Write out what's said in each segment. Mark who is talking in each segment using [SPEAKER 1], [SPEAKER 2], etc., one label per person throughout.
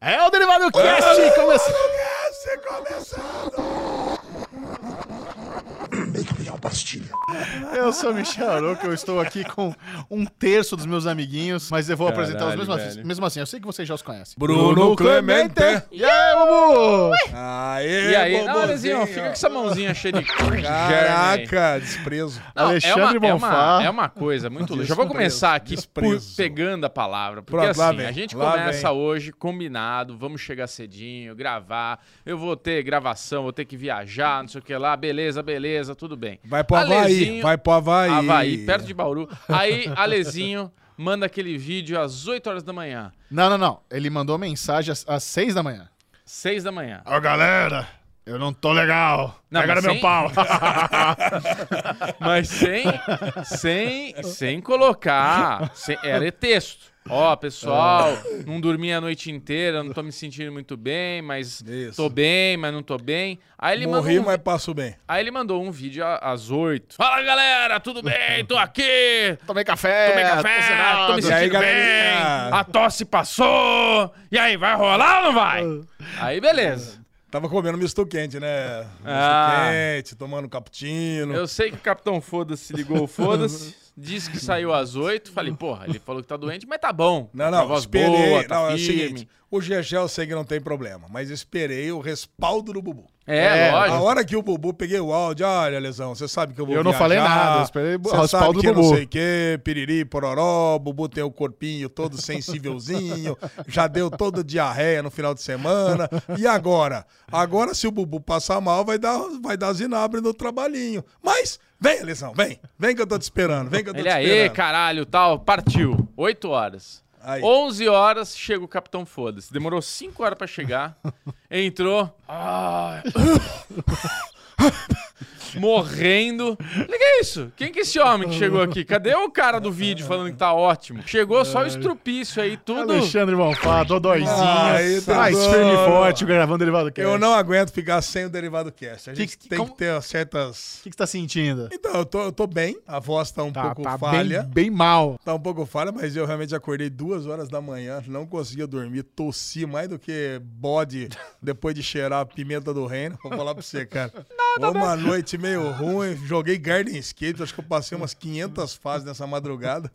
[SPEAKER 1] É o Derivado Cast
[SPEAKER 2] Ah!
[SPEAKER 1] começando. Eu sou o Michel Aroca, eu estou aqui com um terço dos meus amiguinhos, mas eu vou apresentá-los
[SPEAKER 3] Caralho,
[SPEAKER 1] mesmo, assim,
[SPEAKER 3] velho.
[SPEAKER 1] mesmo assim. Eu sei que vocês já os conhecem.
[SPEAKER 3] Bruno Clemente.
[SPEAKER 1] E aí, Bubu?
[SPEAKER 3] Aê,
[SPEAKER 2] E aí, não,
[SPEAKER 3] bobozinho.
[SPEAKER 2] Lezinho, fica com essa mãozinha cheia de cu, de germe aí.
[SPEAKER 3] Caraca, desprezo.
[SPEAKER 2] Não,
[SPEAKER 1] Alexandre
[SPEAKER 2] é uma, é,
[SPEAKER 1] Bonfá.
[SPEAKER 2] uma, é uma coisa muito louca. Já vou
[SPEAKER 3] Desprezo,
[SPEAKER 2] começar aqui por-
[SPEAKER 3] desprezo.
[SPEAKER 2] pegando a palavra. Porque
[SPEAKER 3] Pronto, lá
[SPEAKER 2] assim,
[SPEAKER 3] vem,
[SPEAKER 2] a gente
[SPEAKER 3] lá
[SPEAKER 2] começa
[SPEAKER 3] vem.
[SPEAKER 2] hoje combinado, vamos chegar cedinho, gravar. Eu vou ter gravação, vou ter que viajar, não sei o que lá. Beleza, beleza, tudo bem.
[SPEAKER 3] Vai pro Havaí,
[SPEAKER 2] Alezinho-
[SPEAKER 3] vai pro Havaí.
[SPEAKER 2] Havaí, perto de Bauru. Aí, Alezinho manda aquele vídeo às 8 horas da manhã.
[SPEAKER 1] Não, não, não. Ele mandou mensagem às, às seis da manhã.
[SPEAKER 2] 6 da manhã.
[SPEAKER 1] Ó, galera, eu não tô legal.
[SPEAKER 2] Não,
[SPEAKER 1] Pegaram
[SPEAKER 2] mas
[SPEAKER 1] meu
[SPEAKER 2] sem-
[SPEAKER 1] pau.
[SPEAKER 2] Mas sem, sem, sem colocar. sem- era texto. Ó, pessoal,
[SPEAKER 3] Ah.
[SPEAKER 2] não dormi a noite inteira, não tô me sentindo muito bem, mas
[SPEAKER 3] Isso.
[SPEAKER 2] tô bem, mas não tô bem. Aí ele
[SPEAKER 3] Morri,
[SPEAKER 2] mandou um,
[SPEAKER 3] mas passo bem.
[SPEAKER 2] Aí ele mandou um vídeo a- às oito. Fala galera, tudo bem? Tô aqui!
[SPEAKER 1] Tomei
[SPEAKER 3] É,
[SPEAKER 1] café.
[SPEAKER 2] Tomei café,
[SPEAKER 1] tô sedado.
[SPEAKER 2] tô me
[SPEAKER 3] E aí,
[SPEAKER 2] sentindo bem!
[SPEAKER 3] galerinha?
[SPEAKER 2] A tosse passou! E aí, vai rolar ou não vai?
[SPEAKER 3] Ah.
[SPEAKER 2] Aí, beleza.
[SPEAKER 3] Tava comendo misto quente, né? Misto
[SPEAKER 2] Ah.
[SPEAKER 3] quente, tomando cappuccino.
[SPEAKER 2] Eu sei que o Capitão Foda-se ligou o Foda-se. Disse que saiu às oito. Falei, porra, ele falou que tá doente, mas tá bom.
[SPEAKER 3] Não,
[SPEAKER 2] Tá
[SPEAKER 3] não,
[SPEAKER 2] voz
[SPEAKER 3] esperei.
[SPEAKER 2] boa, tá
[SPEAKER 3] não, é o
[SPEAKER 2] firme.
[SPEAKER 3] seguinte, o GG eu sei que não tem problema, mas esperei o respaldo do Bubu.
[SPEAKER 2] É,
[SPEAKER 1] É,
[SPEAKER 2] lógico.
[SPEAKER 3] A hora que o Bubu peguei o áudio, olha, Lesão, você sabe que eu vou
[SPEAKER 1] Eu não falei nada, eu esperei o
[SPEAKER 3] Você
[SPEAKER 1] respaldo
[SPEAKER 3] sabe
[SPEAKER 1] do
[SPEAKER 3] que
[SPEAKER 1] Bubu.
[SPEAKER 3] não sei o que, piriri, pororó, o Bubu tem o corpinho todo sensívelzinho, já deu toda diarreia no final de semana. E agora? Agora, se o Bubu passar mal, vai dar, vai dar zinabre no trabalhinho. Mas, vem, Lesão, vem. Vem que eu tô te esperando, vem que eu tô
[SPEAKER 2] Ele
[SPEAKER 3] te
[SPEAKER 2] aí,
[SPEAKER 3] esperando.
[SPEAKER 2] caralho, tal, partiu. 8 horas.
[SPEAKER 3] né?" Aí.
[SPEAKER 2] 11 horas chega o Capitão Foda-se. Demorou 5 horas pra chegar. Entrou. Ah. Morrendo. Olha que é isso? Quem que é esse homem que chegou aqui? Cadê o cara do vídeo falando que tá ótimo? Chegou só o estrupício aí, tudo.
[SPEAKER 1] Alexandre Bonfá, Dodóizinho.
[SPEAKER 3] Aí, Dodói.
[SPEAKER 1] mais firme e forte, gravando o Derivado Cast.
[SPEAKER 3] Eu não aguento ficar sem o derivado cast. A gente
[SPEAKER 1] que-
[SPEAKER 3] tem
[SPEAKER 1] como-
[SPEAKER 3] que ter certas.
[SPEAKER 1] O que, que você tá sentindo?
[SPEAKER 3] Então, eu tô, eu tô bem, a voz tá um
[SPEAKER 1] Tá,
[SPEAKER 3] pouco
[SPEAKER 1] tá
[SPEAKER 3] falha.
[SPEAKER 1] bem, bem mal.
[SPEAKER 3] Tá um pouco falha, mas eu realmente acordei duas horas da manhã, não conseguia dormir, tossi mais do que bode depois de cheirar a pimenta do reino. Vou falar pra você, cara. uma noite meio ruim, joguei Garden Skate, acho que eu passei umas 500 fases nessa madrugada.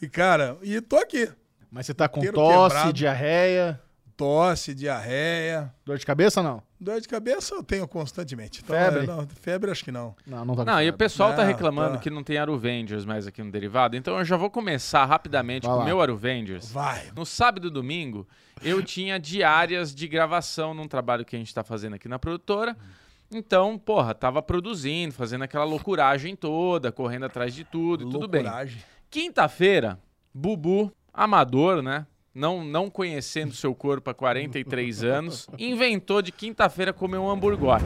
[SPEAKER 3] E, cara, e tô aqui.
[SPEAKER 1] Mas você tá com
[SPEAKER 3] Inteiro
[SPEAKER 1] tosse,
[SPEAKER 3] quebrado.
[SPEAKER 1] diarreia,
[SPEAKER 3] Tosse, diarreia.
[SPEAKER 1] dor de cabeça não?
[SPEAKER 3] Dor de cabeça eu tenho constantemente. Então,
[SPEAKER 1] Febre?
[SPEAKER 3] é, não, febre acho que não.
[SPEAKER 1] Não, não tá com
[SPEAKER 2] Não, e o
[SPEAKER 1] febre.
[SPEAKER 2] pessoal tá
[SPEAKER 3] Não,
[SPEAKER 2] reclamando
[SPEAKER 3] tá.
[SPEAKER 2] que não tem Aruvengers mais aqui no Derivado, então eu já vou começar rapidamente
[SPEAKER 1] Vai
[SPEAKER 2] com
[SPEAKER 1] lá.
[SPEAKER 2] o meu Aruvengers.
[SPEAKER 3] Vai.
[SPEAKER 2] No sábado e domingo, eu tinha diárias de gravação num trabalho que a gente tá fazendo aqui na produtora. Então, porra, tava produzindo, fazendo aquela loucuragem toda, correndo atrás de tudo, e tudo bem.
[SPEAKER 3] Loucuragem.
[SPEAKER 2] Quinta-feira, Bubu, amador, né? Não, não conhecendo seu corpo há 43 anos, inventou de quinta-feira comer um hamburgote.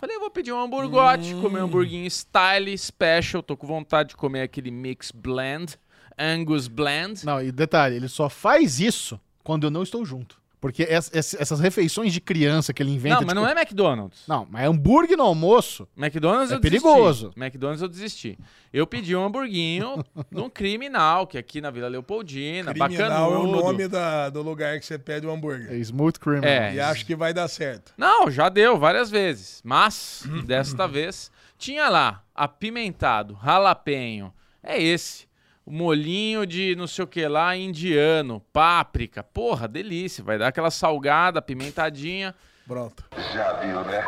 [SPEAKER 2] Falei, eu vou pedir um hamburgote,
[SPEAKER 1] Hum.
[SPEAKER 2] comer um hamburguinho style special. Tô com vontade de comer aquele mix blend, Angus blend.
[SPEAKER 1] Não, e detalhe, ele só faz isso quando eu não estou junto. Porque ess- ess- essas refeições de criança que ele inventa...
[SPEAKER 2] não, mas
[SPEAKER 1] de
[SPEAKER 2] não
[SPEAKER 1] co-
[SPEAKER 2] é McDonald's.
[SPEAKER 1] Não, mas é hambúrguer no almoço...
[SPEAKER 2] McDonald's
[SPEAKER 1] É
[SPEAKER 2] eu desisti.
[SPEAKER 1] perigoso.
[SPEAKER 2] McDonald's eu desisti. Eu pedi um hamburguinho num criminal, que é aqui na Vila Leopoldina,
[SPEAKER 3] Criminal é o
[SPEAKER 2] bacanudo.
[SPEAKER 3] nome da- do lugar que você pede o hambúrguer.
[SPEAKER 1] É smooth cream.
[SPEAKER 2] É.
[SPEAKER 3] E acho que vai dar certo.
[SPEAKER 2] Não, já deu várias vezes. Mas,
[SPEAKER 3] Uhum.
[SPEAKER 2] desta vez, tinha lá apimentado, jalapenho. É esse. O molhinho de não sei o que lá, indiano, páprica. Porra, delícia. Vai dar aquela salgada, apimentadinha.
[SPEAKER 3] Pronto.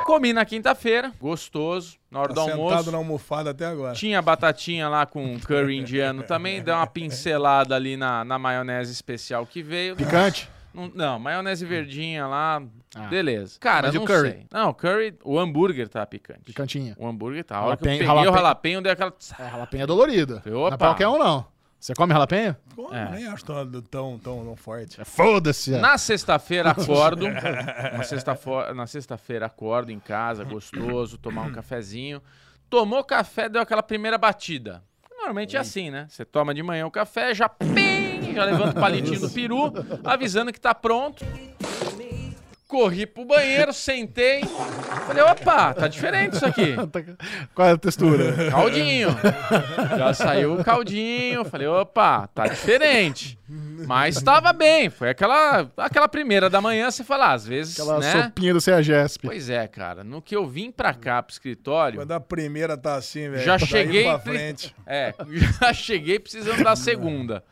[SPEAKER 2] Comi na quinta-feira, gostoso, na hora do
[SPEAKER 3] Tá sentado
[SPEAKER 2] almoço.
[SPEAKER 3] na almofada até agora.
[SPEAKER 2] Tinha batatinha lá com curry indiano também. Deu uma pincelada ali na, na maionese especial que veio. né?
[SPEAKER 1] Picante?
[SPEAKER 2] Não, não, maionese verdinha lá,
[SPEAKER 1] Hum. Ah.
[SPEAKER 2] beleza. Cara,
[SPEAKER 1] Mas e o
[SPEAKER 2] não
[SPEAKER 1] curry?
[SPEAKER 2] sei. Não, o curry, o hambúrguer tá picante.
[SPEAKER 1] Picantinha.
[SPEAKER 2] O hambúrguer tá. A hora que eu peguei
[SPEAKER 1] Jalapenho-
[SPEAKER 2] o
[SPEAKER 1] jalapenho.
[SPEAKER 2] jalapenho, dei aquela...
[SPEAKER 1] É, jalapenho é dolorida. Não é
[SPEAKER 2] Opa.
[SPEAKER 1] pra qualquer um, não. Você come jalapenho?
[SPEAKER 3] Pô,
[SPEAKER 2] É.
[SPEAKER 3] Nem acho tão, tão, tão, tão forte.
[SPEAKER 1] Foda-se. é.
[SPEAKER 2] Na sexta-feira acordo. na sexta-fo- na sexta-feira acordo em casa, gostoso, tomar um cafezinho. Tomou café, deu aquela primeira batida. Normalmente é assim, né? Você toma de manhã o café, já pim, já levanta o palitinho do peru, avisando que tá pronto. corri pro banheiro, sentei. Falei, opa, tá diferente isso aqui.
[SPEAKER 1] Qual é a textura?
[SPEAKER 2] Caldinho. Já saiu o caldinho. Falei, opa, tá diferente. Mas tava bem. Foi aquela, aquela primeira da manhã, você fala, ah, às vezes,
[SPEAKER 1] Aquela
[SPEAKER 2] né?
[SPEAKER 1] sopinha do CEAGESP.
[SPEAKER 2] Pois é, cara. No que eu vim pra cá pro escritório,
[SPEAKER 3] Quando a primeira tá assim, velho.
[SPEAKER 2] já
[SPEAKER 3] daí
[SPEAKER 2] cheguei.
[SPEAKER 3] Pra
[SPEAKER 2] pre-
[SPEAKER 3] frente.
[SPEAKER 2] É, já cheguei precisando da segunda.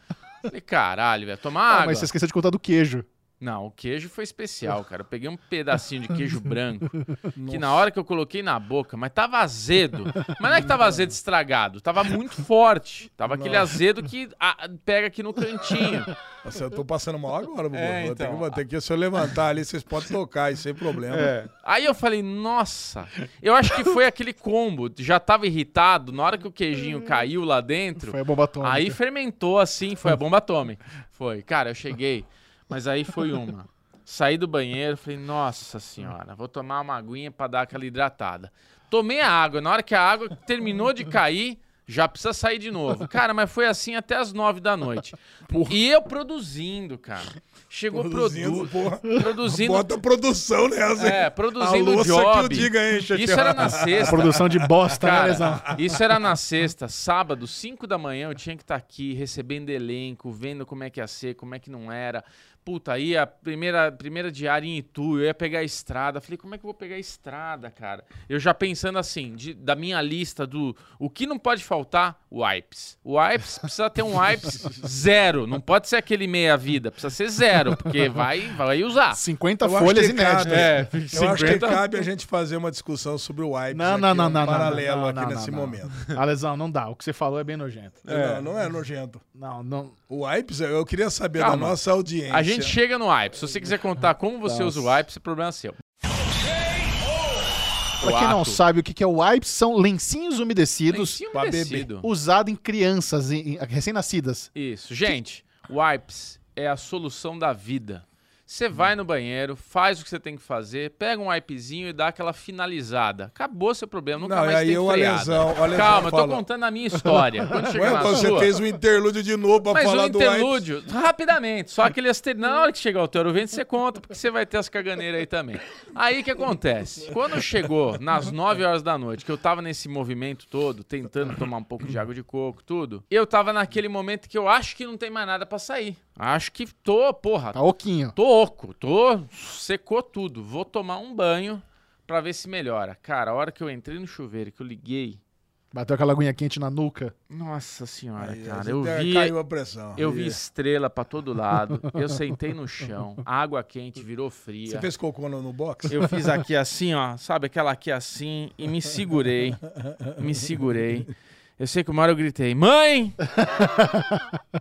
[SPEAKER 2] Falei, caralho, velho, tomar
[SPEAKER 1] Ah,
[SPEAKER 2] água.
[SPEAKER 1] mas você esqueceu de contar do queijo.
[SPEAKER 2] Não, o queijo foi especial, cara. Eu peguei um pedacinho de queijo branco, que na hora que eu coloquei na boca, mas tava azedo. Mas não é que tava azedo estragado, tava muito forte. Tava aquele azedo que ah, pega aqui no cantinho.
[SPEAKER 3] Nossa, eu tô passando mal agora, Bubu.
[SPEAKER 2] É,
[SPEAKER 3] Vou ter
[SPEAKER 2] então.
[SPEAKER 3] que- vou ter que, se eu levantar ali, vocês podem tocar aí, sem problema.
[SPEAKER 2] Aí eu falei, nossa, eu acho que foi aquele combo. Já tava irritado, na hora que o queijinho caiu lá dentro,
[SPEAKER 1] Foi a bomba atômica.
[SPEAKER 2] Aí fermentou assim, foi a bomba atômica. Foi, cara, eu cheguei, mas aí foi uma. Saí do banheiro, falei, nossa senhora, vou tomar uma aguinha pra dar aquela hidratada. Tomei a água, na hora que a água terminou de cair, já precisa sair de novo. Cara, mas foi assim até as nove da noite. E eu produzindo, cara. Chegou
[SPEAKER 3] Produzindo,
[SPEAKER 2] produzindo,
[SPEAKER 3] porra.
[SPEAKER 2] produzindo,
[SPEAKER 3] Bota produção nessa.
[SPEAKER 2] é,
[SPEAKER 3] hein?
[SPEAKER 2] produzindo
[SPEAKER 3] a louça
[SPEAKER 2] job.
[SPEAKER 3] que eu diga, hein, Xaxé?
[SPEAKER 2] Isso era na
[SPEAKER 1] A
[SPEAKER 2] sexta.
[SPEAKER 1] produção de bosta, né, Lesão?
[SPEAKER 2] Cara, isso era na sexta, sábado, 5 da manhã, eu tinha que estar aqui recebendo elenco, vendo como é que ia ser, como é que não era. Puta, aí a primeira, primeira diária em Itu, eu ia pegar a estrada. Falei, como é que eu vou pegar a estrada, cara? Eu já pensando assim, de- da minha lista do o que não pode faltar, wipes. Wipes precisa ter um wipes zero. Não pode ser aquele meia-vida, precisa ser zero, porque vai, vai usar.
[SPEAKER 1] 50
[SPEAKER 3] Eu acho
[SPEAKER 1] folhas
[SPEAKER 3] que cabe.
[SPEAKER 1] inéditas.
[SPEAKER 3] É,
[SPEAKER 2] eu
[SPEAKER 3] Eu acho que cabe a gente fazer uma discussão sobre o Wipes
[SPEAKER 1] Não,
[SPEAKER 3] aqui,
[SPEAKER 1] não, não,
[SPEAKER 3] um
[SPEAKER 1] não. não,
[SPEAKER 3] paralelo
[SPEAKER 1] não,
[SPEAKER 3] aqui
[SPEAKER 1] não, não,
[SPEAKER 3] nesse
[SPEAKER 1] não.
[SPEAKER 3] momento.
[SPEAKER 1] Ah, Lesão, não dá. O que você falou é bem nojento.
[SPEAKER 3] Não, não é nojento.
[SPEAKER 1] Não, não.
[SPEAKER 3] O Wipes, eu queria saber
[SPEAKER 2] Calma.
[SPEAKER 3] da nossa audiência.
[SPEAKER 2] A gente chega no hype. Se você quiser contar como você usa o hype, esse problema é seu.
[SPEAKER 1] Pra quem não sabe o que que é o wipes, são lencinhos umedecidos
[SPEAKER 2] Lencinho
[SPEAKER 3] pra beber.
[SPEAKER 2] umedecido.
[SPEAKER 1] usado em crianças em- em- recém-nascidas.
[SPEAKER 2] Isso. Gente, wipes é a solução da vida. Você vai no banheiro, faz o que você tem que fazer, pega um wipezinho e dá aquela finalizada. Acabou seu problema, nunca
[SPEAKER 3] Não, e
[SPEAKER 2] mais
[SPEAKER 3] aí
[SPEAKER 2] tem
[SPEAKER 3] o
[SPEAKER 2] freada.
[SPEAKER 3] Alesão- o Alesão
[SPEAKER 2] Calma, eu tô
[SPEAKER 3] fala-
[SPEAKER 2] contando a minha história. Quando
[SPEAKER 3] Ué,
[SPEAKER 2] chegar na
[SPEAKER 3] então você
[SPEAKER 2] sua...
[SPEAKER 3] fez um interlúdio de novo pra
[SPEAKER 2] Mas o
[SPEAKER 3] falar do Wipes.
[SPEAKER 2] interlúdio, rapidamente, só aquele aster... Na hora que chegar o teu vento, você conta, porque você vai ter as caganeiras aí também. Aí o que acontece? Quando chegou nas 9 horas da noite, que eu tava nesse movimento todo, tentando tomar um pouco de água de coco, tudo, eu tava naquele momento que eu acho que não tem mais nada pra sair. Acho que tô, porra,
[SPEAKER 1] Tá oquinho.
[SPEAKER 2] tô oco, tô. secou tudo. Vou tomar um banho pra ver se melhora. Cara, a hora que eu entrei no chuveiro, que eu liguei.
[SPEAKER 1] Bateu aquela aguinha quente na nuca.
[SPEAKER 2] Nossa senhora,
[SPEAKER 3] Aí,
[SPEAKER 2] cara,
[SPEAKER 3] gente,
[SPEAKER 2] eu
[SPEAKER 3] é,
[SPEAKER 2] vi.
[SPEAKER 3] Caiu a pressão. É.
[SPEAKER 2] Eu
[SPEAKER 3] E-
[SPEAKER 2] vi estrela pra todo lado. Eu sentei no chão, água quente virou fria.
[SPEAKER 3] Você fez cocô no, no box?
[SPEAKER 2] Eu fiz aqui assim, ó, sabe aquela aqui assim, e me segurei. Me segurei. Eu sei que uma hora eu gritei: Mãe!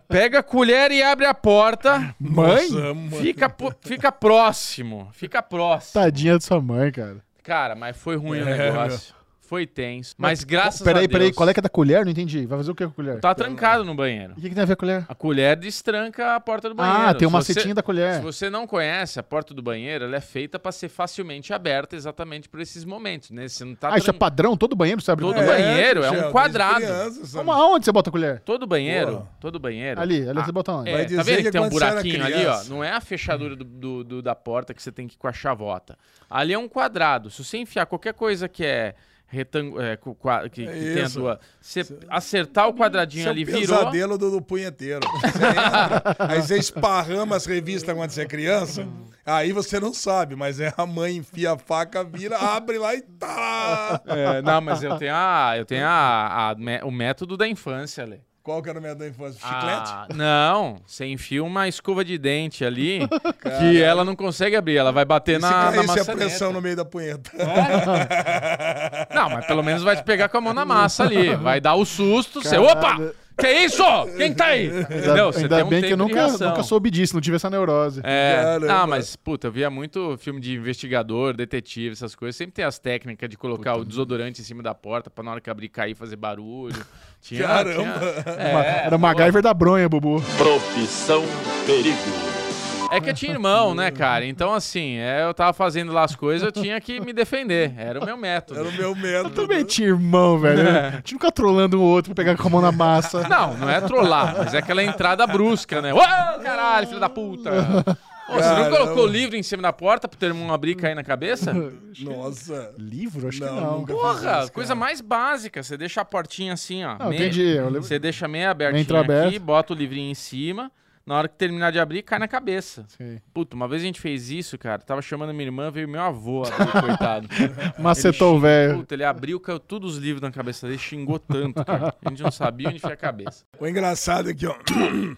[SPEAKER 2] Pega a colher e abre a porta.
[SPEAKER 1] Mãe?
[SPEAKER 3] Nossa, mãe.
[SPEAKER 2] Fica, po- fica próximo. Fica próximo.
[SPEAKER 1] Tadinha de sua mãe, cara.
[SPEAKER 2] Cara, mas foi ruim o
[SPEAKER 3] É,
[SPEAKER 2] negócio. Foi tenso. Mas graças a
[SPEAKER 1] Peraí,
[SPEAKER 2] Deus.
[SPEAKER 1] peraí, qual é que é da colher? Não entendi. Vai fazer o que com a colher?
[SPEAKER 2] Tá trancado no banheiro.
[SPEAKER 1] E o que, que tem a ver com a colher?
[SPEAKER 2] A colher destranca a porta do banheiro.
[SPEAKER 1] ah, tem uma
[SPEAKER 2] Se você-
[SPEAKER 1] setinha da colher.
[SPEAKER 2] Se você não conhece, a porta do banheiro ela é feita para ser facilmente aberta exatamente por esses momentos, né? Você não tá
[SPEAKER 1] ah, isso é
[SPEAKER 2] tran-
[SPEAKER 1] padrão? Todo banheiro você abre
[SPEAKER 2] Todo
[SPEAKER 1] colher?
[SPEAKER 2] banheiro é um
[SPEAKER 3] Xaxé, desde
[SPEAKER 2] quadrado.
[SPEAKER 3] criança, sabe?
[SPEAKER 1] Como, aonde você bota a colher?
[SPEAKER 2] Todo banheiro,
[SPEAKER 3] Boa.
[SPEAKER 2] todo banheiro.
[SPEAKER 1] Ali, ali
[SPEAKER 2] Ah,
[SPEAKER 1] você bota onde?
[SPEAKER 2] é,
[SPEAKER 1] É.
[SPEAKER 3] Vai
[SPEAKER 2] tá
[SPEAKER 3] dizer
[SPEAKER 2] vendo
[SPEAKER 3] que
[SPEAKER 2] que tem um
[SPEAKER 3] quando você era
[SPEAKER 2] buraquinho ali, ó?
[SPEAKER 3] criança-
[SPEAKER 2] Não é a fechadura do, do- do- da porta que você tem que ir com a chavota. Ali é um quadrado. Se você enfiar qualquer coisa que é retângulo, que, que tem
[SPEAKER 3] É
[SPEAKER 2] a
[SPEAKER 3] isso.
[SPEAKER 2] duas, você acertar o quadradinho
[SPEAKER 3] Isso é
[SPEAKER 2] ali,
[SPEAKER 3] o
[SPEAKER 2] virou.
[SPEAKER 3] pesadelo do, do punheteiro. Você entra, aí você esparrama as revistas quando você é criança, aí você não sabe, mas é a mãe enfia a faca, vira, abre lá e tá!
[SPEAKER 2] É, não, mas eu tenho, a, eu tenho a, a me- o método da infância, Lê.
[SPEAKER 3] Qual que era o meu da infância? Chiclete?
[SPEAKER 2] Ah, não, você enfia uma escova de dente ali que ela não consegue abrir, ela vai bater
[SPEAKER 3] se
[SPEAKER 2] na, na
[SPEAKER 1] é
[SPEAKER 3] caísse é a
[SPEAKER 2] maçaneta. É?
[SPEAKER 3] pressão no meio da punheta.
[SPEAKER 2] Não, mas pelo menos vai te pegar com a mão na massa ali, vai dar o susto, você, opa, que isso? Quem tá aí? Entendeu?
[SPEAKER 1] Ainda,
[SPEAKER 2] Você
[SPEAKER 1] ainda
[SPEAKER 2] tem um
[SPEAKER 1] bem que
[SPEAKER 2] tempo
[SPEAKER 1] eu
[SPEAKER 2] de
[SPEAKER 1] nunca,
[SPEAKER 2] reação.
[SPEAKER 1] nunca soube disso, não tive essa neurose.
[SPEAKER 2] É,
[SPEAKER 3] Caramba.
[SPEAKER 2] não, mas, puta, eu via muito filme de investigador, detetive, essas coisas. Sempre tem as técnicas de colocar o desodorante em cima da porta pra na hora que abrir cair fazer barulho. Tinha,
[SPEAKER 3] Caramba.
[SPEAKER 2] tinha-
[SPEAKER 1] Uma-
[SPEAKER 2] É,
[SPEAKER 1] era
[SPEAKER 2] pô.
[SPEAKER 1] o MacGyver da bronha, Bubu.
[SPEAKER 4] Profissão Perigo.
[SPEAKER 2] É que eu tinha irmão, né, cara? Então, assim, é, eu tava fazendo lá as coisas, eu tinha que me defender. Era o meu
[SPEAKER 3] Era
[SPEAKER 2] método.
[SPEAKER 3] o meu medo.
[SPEAKER 1] Eu também tinha irmão, velho. A gente nunca trolando um outro pra pegar com a mão na massa.
[SPEAKER 2] Não, não é trollar, mas é aquela entrada brusca, né? Ô, caralho, filho da puta! Ô, você não
[SPEAKER 3] Caramba.
[SPEAKER 2] colocou o livro em cima da porta pro ter uma abrir e cair na cabeça?
[SPEAKER 3] Nossa.
[SPEAKER 1] Livro? Acho que
[SPEAKER 3] Não,
[SPEAKER 1] não.
[SPEAKER 3] nunca.
[SPEAKER 2] Porra,
[SPEAKER 3] isso,
[SPEAKER 2] coisa
[SPEAKER 3] cara.
[SPEAKER 2] mais básica. Você deixa a portinha assim, ó.
[SPEAKER 1] Não,
[SPEAKER 2] meia-
[SPEAKER 1] entendi. Ah, Eu lembro-
[SPEAKER 2] Você deixa meia abertinha
[SPEAKER 1] Entra
[SPEAKER 2] aqui,
[SPEAKER 1] aberto.
[SPEAKER 2] bota o livrinho em cima. Na hora que terminar de abrir, cai na cabeça.
[SPEAKER 1] Sei.
[SPEAKER 2] Puta, uma vez a gente fez isso, cara. Tava chamando minha irmã, veio meu avô abrir, coitado.
[SPEAKER 1] Macetou o velho.
[SPEAKER 2] Puta, ele abriu, caiu todos os livros na cabeça dele, xingou tanto, cara. A gente não sabia onde foi a cabeça.
[SPEAKER 3] O engraçado é que, ó.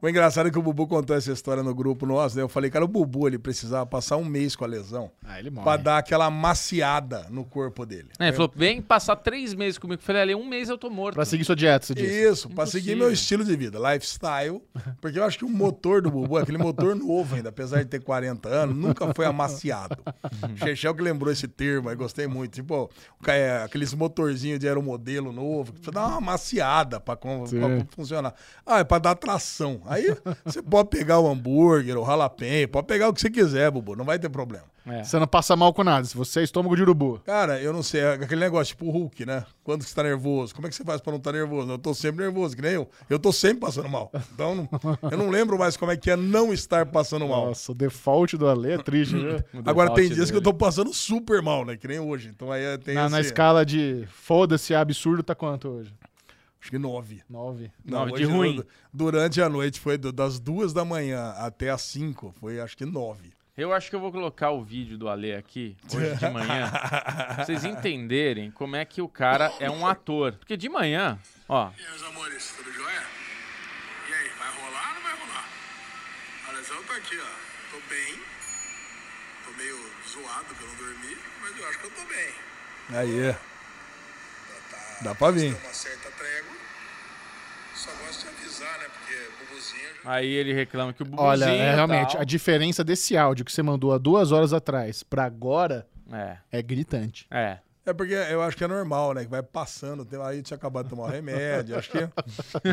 [SPEAKER 3] O engraçado é que o Bubu contou essa história no grupo nosso, né? Eu falei, cara, o Bubu ele precisava passar um mês com a lesão
[SPEAKER 1] Ah, ele
[SPEAKER 3] pra
[SPEAKER 1] morre.
[SPEAKER 3] dar aquela maciada no corpo dele.
[SPEAKER 2] É, ele falou, vem passar três meses comigo. Eu falei, ali, um mês eu tô morto.
[SPEAKER 1] Pra seguir sua dieta, você disse.
[SPEAKER 3] Isso, pra seguir
[SPEAKER 2] Impossível.
[SPEAKER 3] meu estilo de vida, lifestyle. Porque eu acho que o motor do Bubu, aquele motor novo ainda, apesar de ter 40 anos, nunca foi amaciado. Chechel que lembrou esse termo, aí gostei muito. Tipo, o ca- é, aqueles motorzinhos de aeromodelo novo, que precisa dar uma amaciada pra, com-
[SPEAKER 1] Sim.
[SPEAKER 3] pra funcionar. Ah, é pra dar tração. Aí você pode pegar o hambúrguer, o ralapenho, pode pegar o que você quiser, Bubu, não vai ter problema.
[SPEAKER 2] É.
[SPEAKER 1] Você não passa mal com nada. Se você é estômago de urubu.
[SPEAKER 3] Cara, eu não sei, é aquele negócio tipo o Hulk, né? Quando que você tá nervoso? Como é que você faz pra não estar nervoso? Eu tô sempre nervoso, que nem eu. Eu tô sempre passando mal. Então, não- eu não lembro mais como é que é não estar passando mal.
[SPEAKER 1] Nossa, o default do Ale é triste, viu?
[SPEAKER 2] O
[SPEAKER 3] Agora, tem
[SPEAKER 2] default
[SPEAKER 3] dias que eu
[SPEAKER 2] dele.
[SPEAKER 3] tô passando super mal, né? Que nem hoje. Então, aí é- tem
[SPEAKER 1] Na,
[SPEAKER 3] esse-
[SPEAKER 1] na escala de foda-se, absurdo, tá quanto hoje?
[SPEAKER 3] Acho que nove.
[SPEAKER 1] Nove.
[SPEAKER 2] Nove de
[SPEAKER 3] hoje,
[SPEAKER 2] ruim.
[SPEAKER 3] du- Durante a noite, foi do- das duas da manhã até as cinco, foi acho que nove.
[SPEAKER 2] Eu acho que eu vou colocar o vídeo do Ale aqui, hoje de manhã, pra vocês entenderem como é que o cara é um ator. Porque de manhã, ó,
[SPEAKER 5] E aí, meus amores, tudo jóia? E aí, vai rolar ou não vai rolar? A lesão tá aqui, ó. Tô bem. Tô meio zoado que eu não dormi, mas eu acho que eu tô bem.
[SPEAKER 3] Aí, é.
[SPEAKER 5] Tá,
[SPEAKER 3] Dá pra vir.
[SPEAKER 5] Tem uma certa trégua. Só gosto de avisar, né? Porque bubuzinho já
[SPEAKER 2] aí ele reclama que o bubuzinho
[SPEAKER 1] Olha,
[SPEAKER 2] e
[SPEAKER 1] é, realmente,
[SPEAKER 2] tal.
[SPEAKER 1] a diferença desse áudio que você mandou há duas horas atrás pra agora
[SPEAKER 2] É,
[SPEAKER 1] é gritante.
[SPEAKER 2] é.
[SPEAKER 3] É porque eu acho que é normal, né? Que vai passando, tem- aí tinha acabado de tomar o remédio, acho que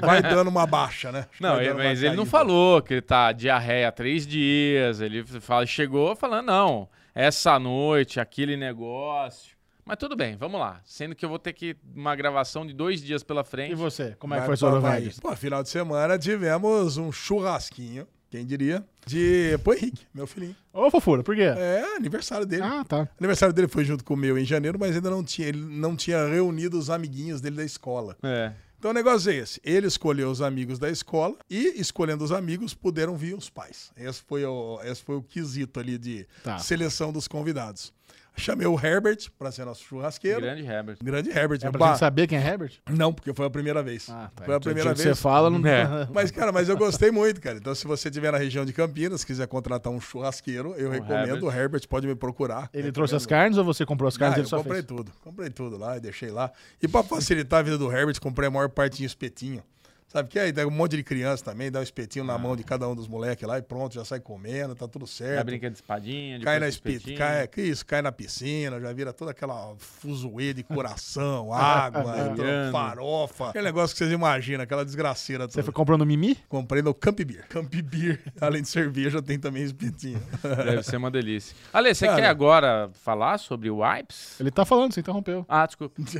[SPEAKER 3] vai dando uma baixa, né? Acho que
[SPEAKER 2] Não,
[SPEAKER 3] vai
[SPEAKER 2] ele-
[SPEAKER 3] dando uma
[SPEAKER 2] mas ele não
[SPEAKER 3] caída.
[SPEAKER 2] falou que ele tá diarreia há três dias. Ele fala, chegou falando, não, essa noite, aquele negócio. Mas tudo bem, vamos lá. Sendo que eu vou ter que uma gravação de dois dias pela frente.
[SPEAKER 1] E você, como é que
[SPEAKER 3] Vai
[SPEAKER 1] foi
[SPEAKER 3] pra
[SPEAKER 1] sua
[SPEAKER 3] Havaí.
[SPEAKER 1] viagem?
[SPEAKER 3] Pô, final de semana tivemos um churrasquinho, quem diria, de Pô Henrique, meu filhinho.
[SPEAKER 1] Ô, fofura, por quê?
[SPEAKER 3] É, aniversário dele.
[SPEAKER 1] Ah, tá.
[SPEAKER 3] Aniversário dele foi junto com o meu em janeiro, mas ainda não tinha, ele não tinha reunido os amiguinhos dele da escola.
[SPEAKER 2] É.
[SPEAKER 3] Então o negócio é esse. Ele escolheu os amigos da escola e, escolhendo os amigos, puderam vir os pais. Esse foi o, esse foi o quesito ali de
[SPEAKER 1] Tá.
[SPEAKER 3] seleção dos convidados. Chamei o Herbert para ser nosso churrasqueiro. Grande,
[SPEAKER 2] Grande Herbert.
[SPEAKER 3] Herbert.
[SPEAKER 1] É pra
[SPEAKER 3] Bah,
[SPEAKER 1] gente saber Ah, quem é Herbert?
[SPEAKER 3] Não, porque foi a primeira vez. Foi a
[SPEAKER 1] Do jeito
[SPEAKER 3] primeira
[SPEAKER 1] que
[SPEAKER 3] vez.
[SPEAKER 1] você fala, não...
[SPEAKER 2] É.
[SPEAKER 3] Mas, cara, mas eu gostei muito, cara. Então, se você estiver na região de Campinas, quiser contratar um churrasqueiro, eu recomendo. O Herbert pode me procurar.
[SPEAKER 1] Ele trouxe as carnes ou você comprou as carnes
[SPEAKER 3] Ah,
[SPEAKER 1] e
[SPEAKER 3] eu
[SPEAKER 1] ele só
[SPEAKER 3] comprei
[SPEAKER 1] fez?
[SPEAKER 3] tudo. Comprei tudo lá e deixei lá. E pra facilitar a vida do Herbert, comprei a maior parte em espetinho. Sabe que aí dá um monte de criança também, dá um espetinho na mão de cada um dos moleques lá e pronto, já sai comendo, tá tudo
[SPEAKER 2] É.
[SPEAKER 3] certo.
[SPEAKER 2] Brinca de espadinha, de
[SPEAKER 3] Cai na
[SPEAKER 2] espetinho.
[SPEAKER 3] espetinho, cai, que isso, cai na piscina, já vira toda aquela fuzuê de coração, água,
[SPEAKER 2] Olhando.
[SPEAKER 3] farofa. Aquele negócio que vocês imaginam, aquela desgraceira
[SPEAKER 1] Você
[SPEAKER 3] toda.
[SPEAKER 1] foi comprando mimi?
[SPEAKER 3] Comprei no Camp Beer. Camp Beer, além de cerveja, tem também espetinho.
[SPEAKER 2] Deve ser uma delícia. Ale, você
[SPEAKER 3] Cara.
[SPEAKER 2] quer agora falar sobre o Wipes?
[SPEAKER 1] Ele tá falando, você interrompeu.
[SPEAKER 2] Ah, desculpa.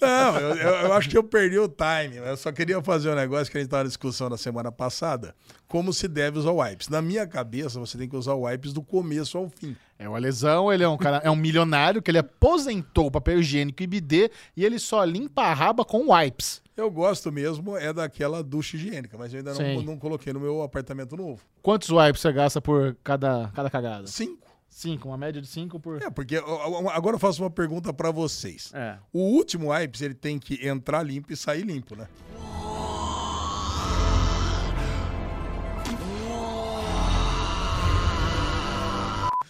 [SPEAKER 3] Não, eu, eu- eu acho que eu perdi o time. né? Eu só queria fazer um negócio que a gente estava na discussão na semana passada. Como se deve usar wipes. Na minha cabeça, você tem que usar wipes do começo ao fim.
[SPEAKER 1] É o Alesão, ele é um cara, é um milionário que ele aposentou papel higiênico e bidê e ele só limpa a raba com wipes.
[SPEAKER 3] Eu gosto mesmo, é daquela ducha higiênica, mas eu ainda não,
[SPEAKER 1] Sim.
[SPEAKER 3] não coloquei no meu apartamento novo.
[SPEAKER 1] Quantos wipes você gasta por cada, cada cagada?
[SPEAKER 3] Cinco.
[SPEAKER 1] Cinco, uma média de cinco por.
[SPEAKER 3] É, porque eu- eu- agora eu faço uma pergunta para vocês.
[SPEAKER 2] É.
[SPEAKER 3] O último wipes, ele tem que entrar limpo e sair limpo, né?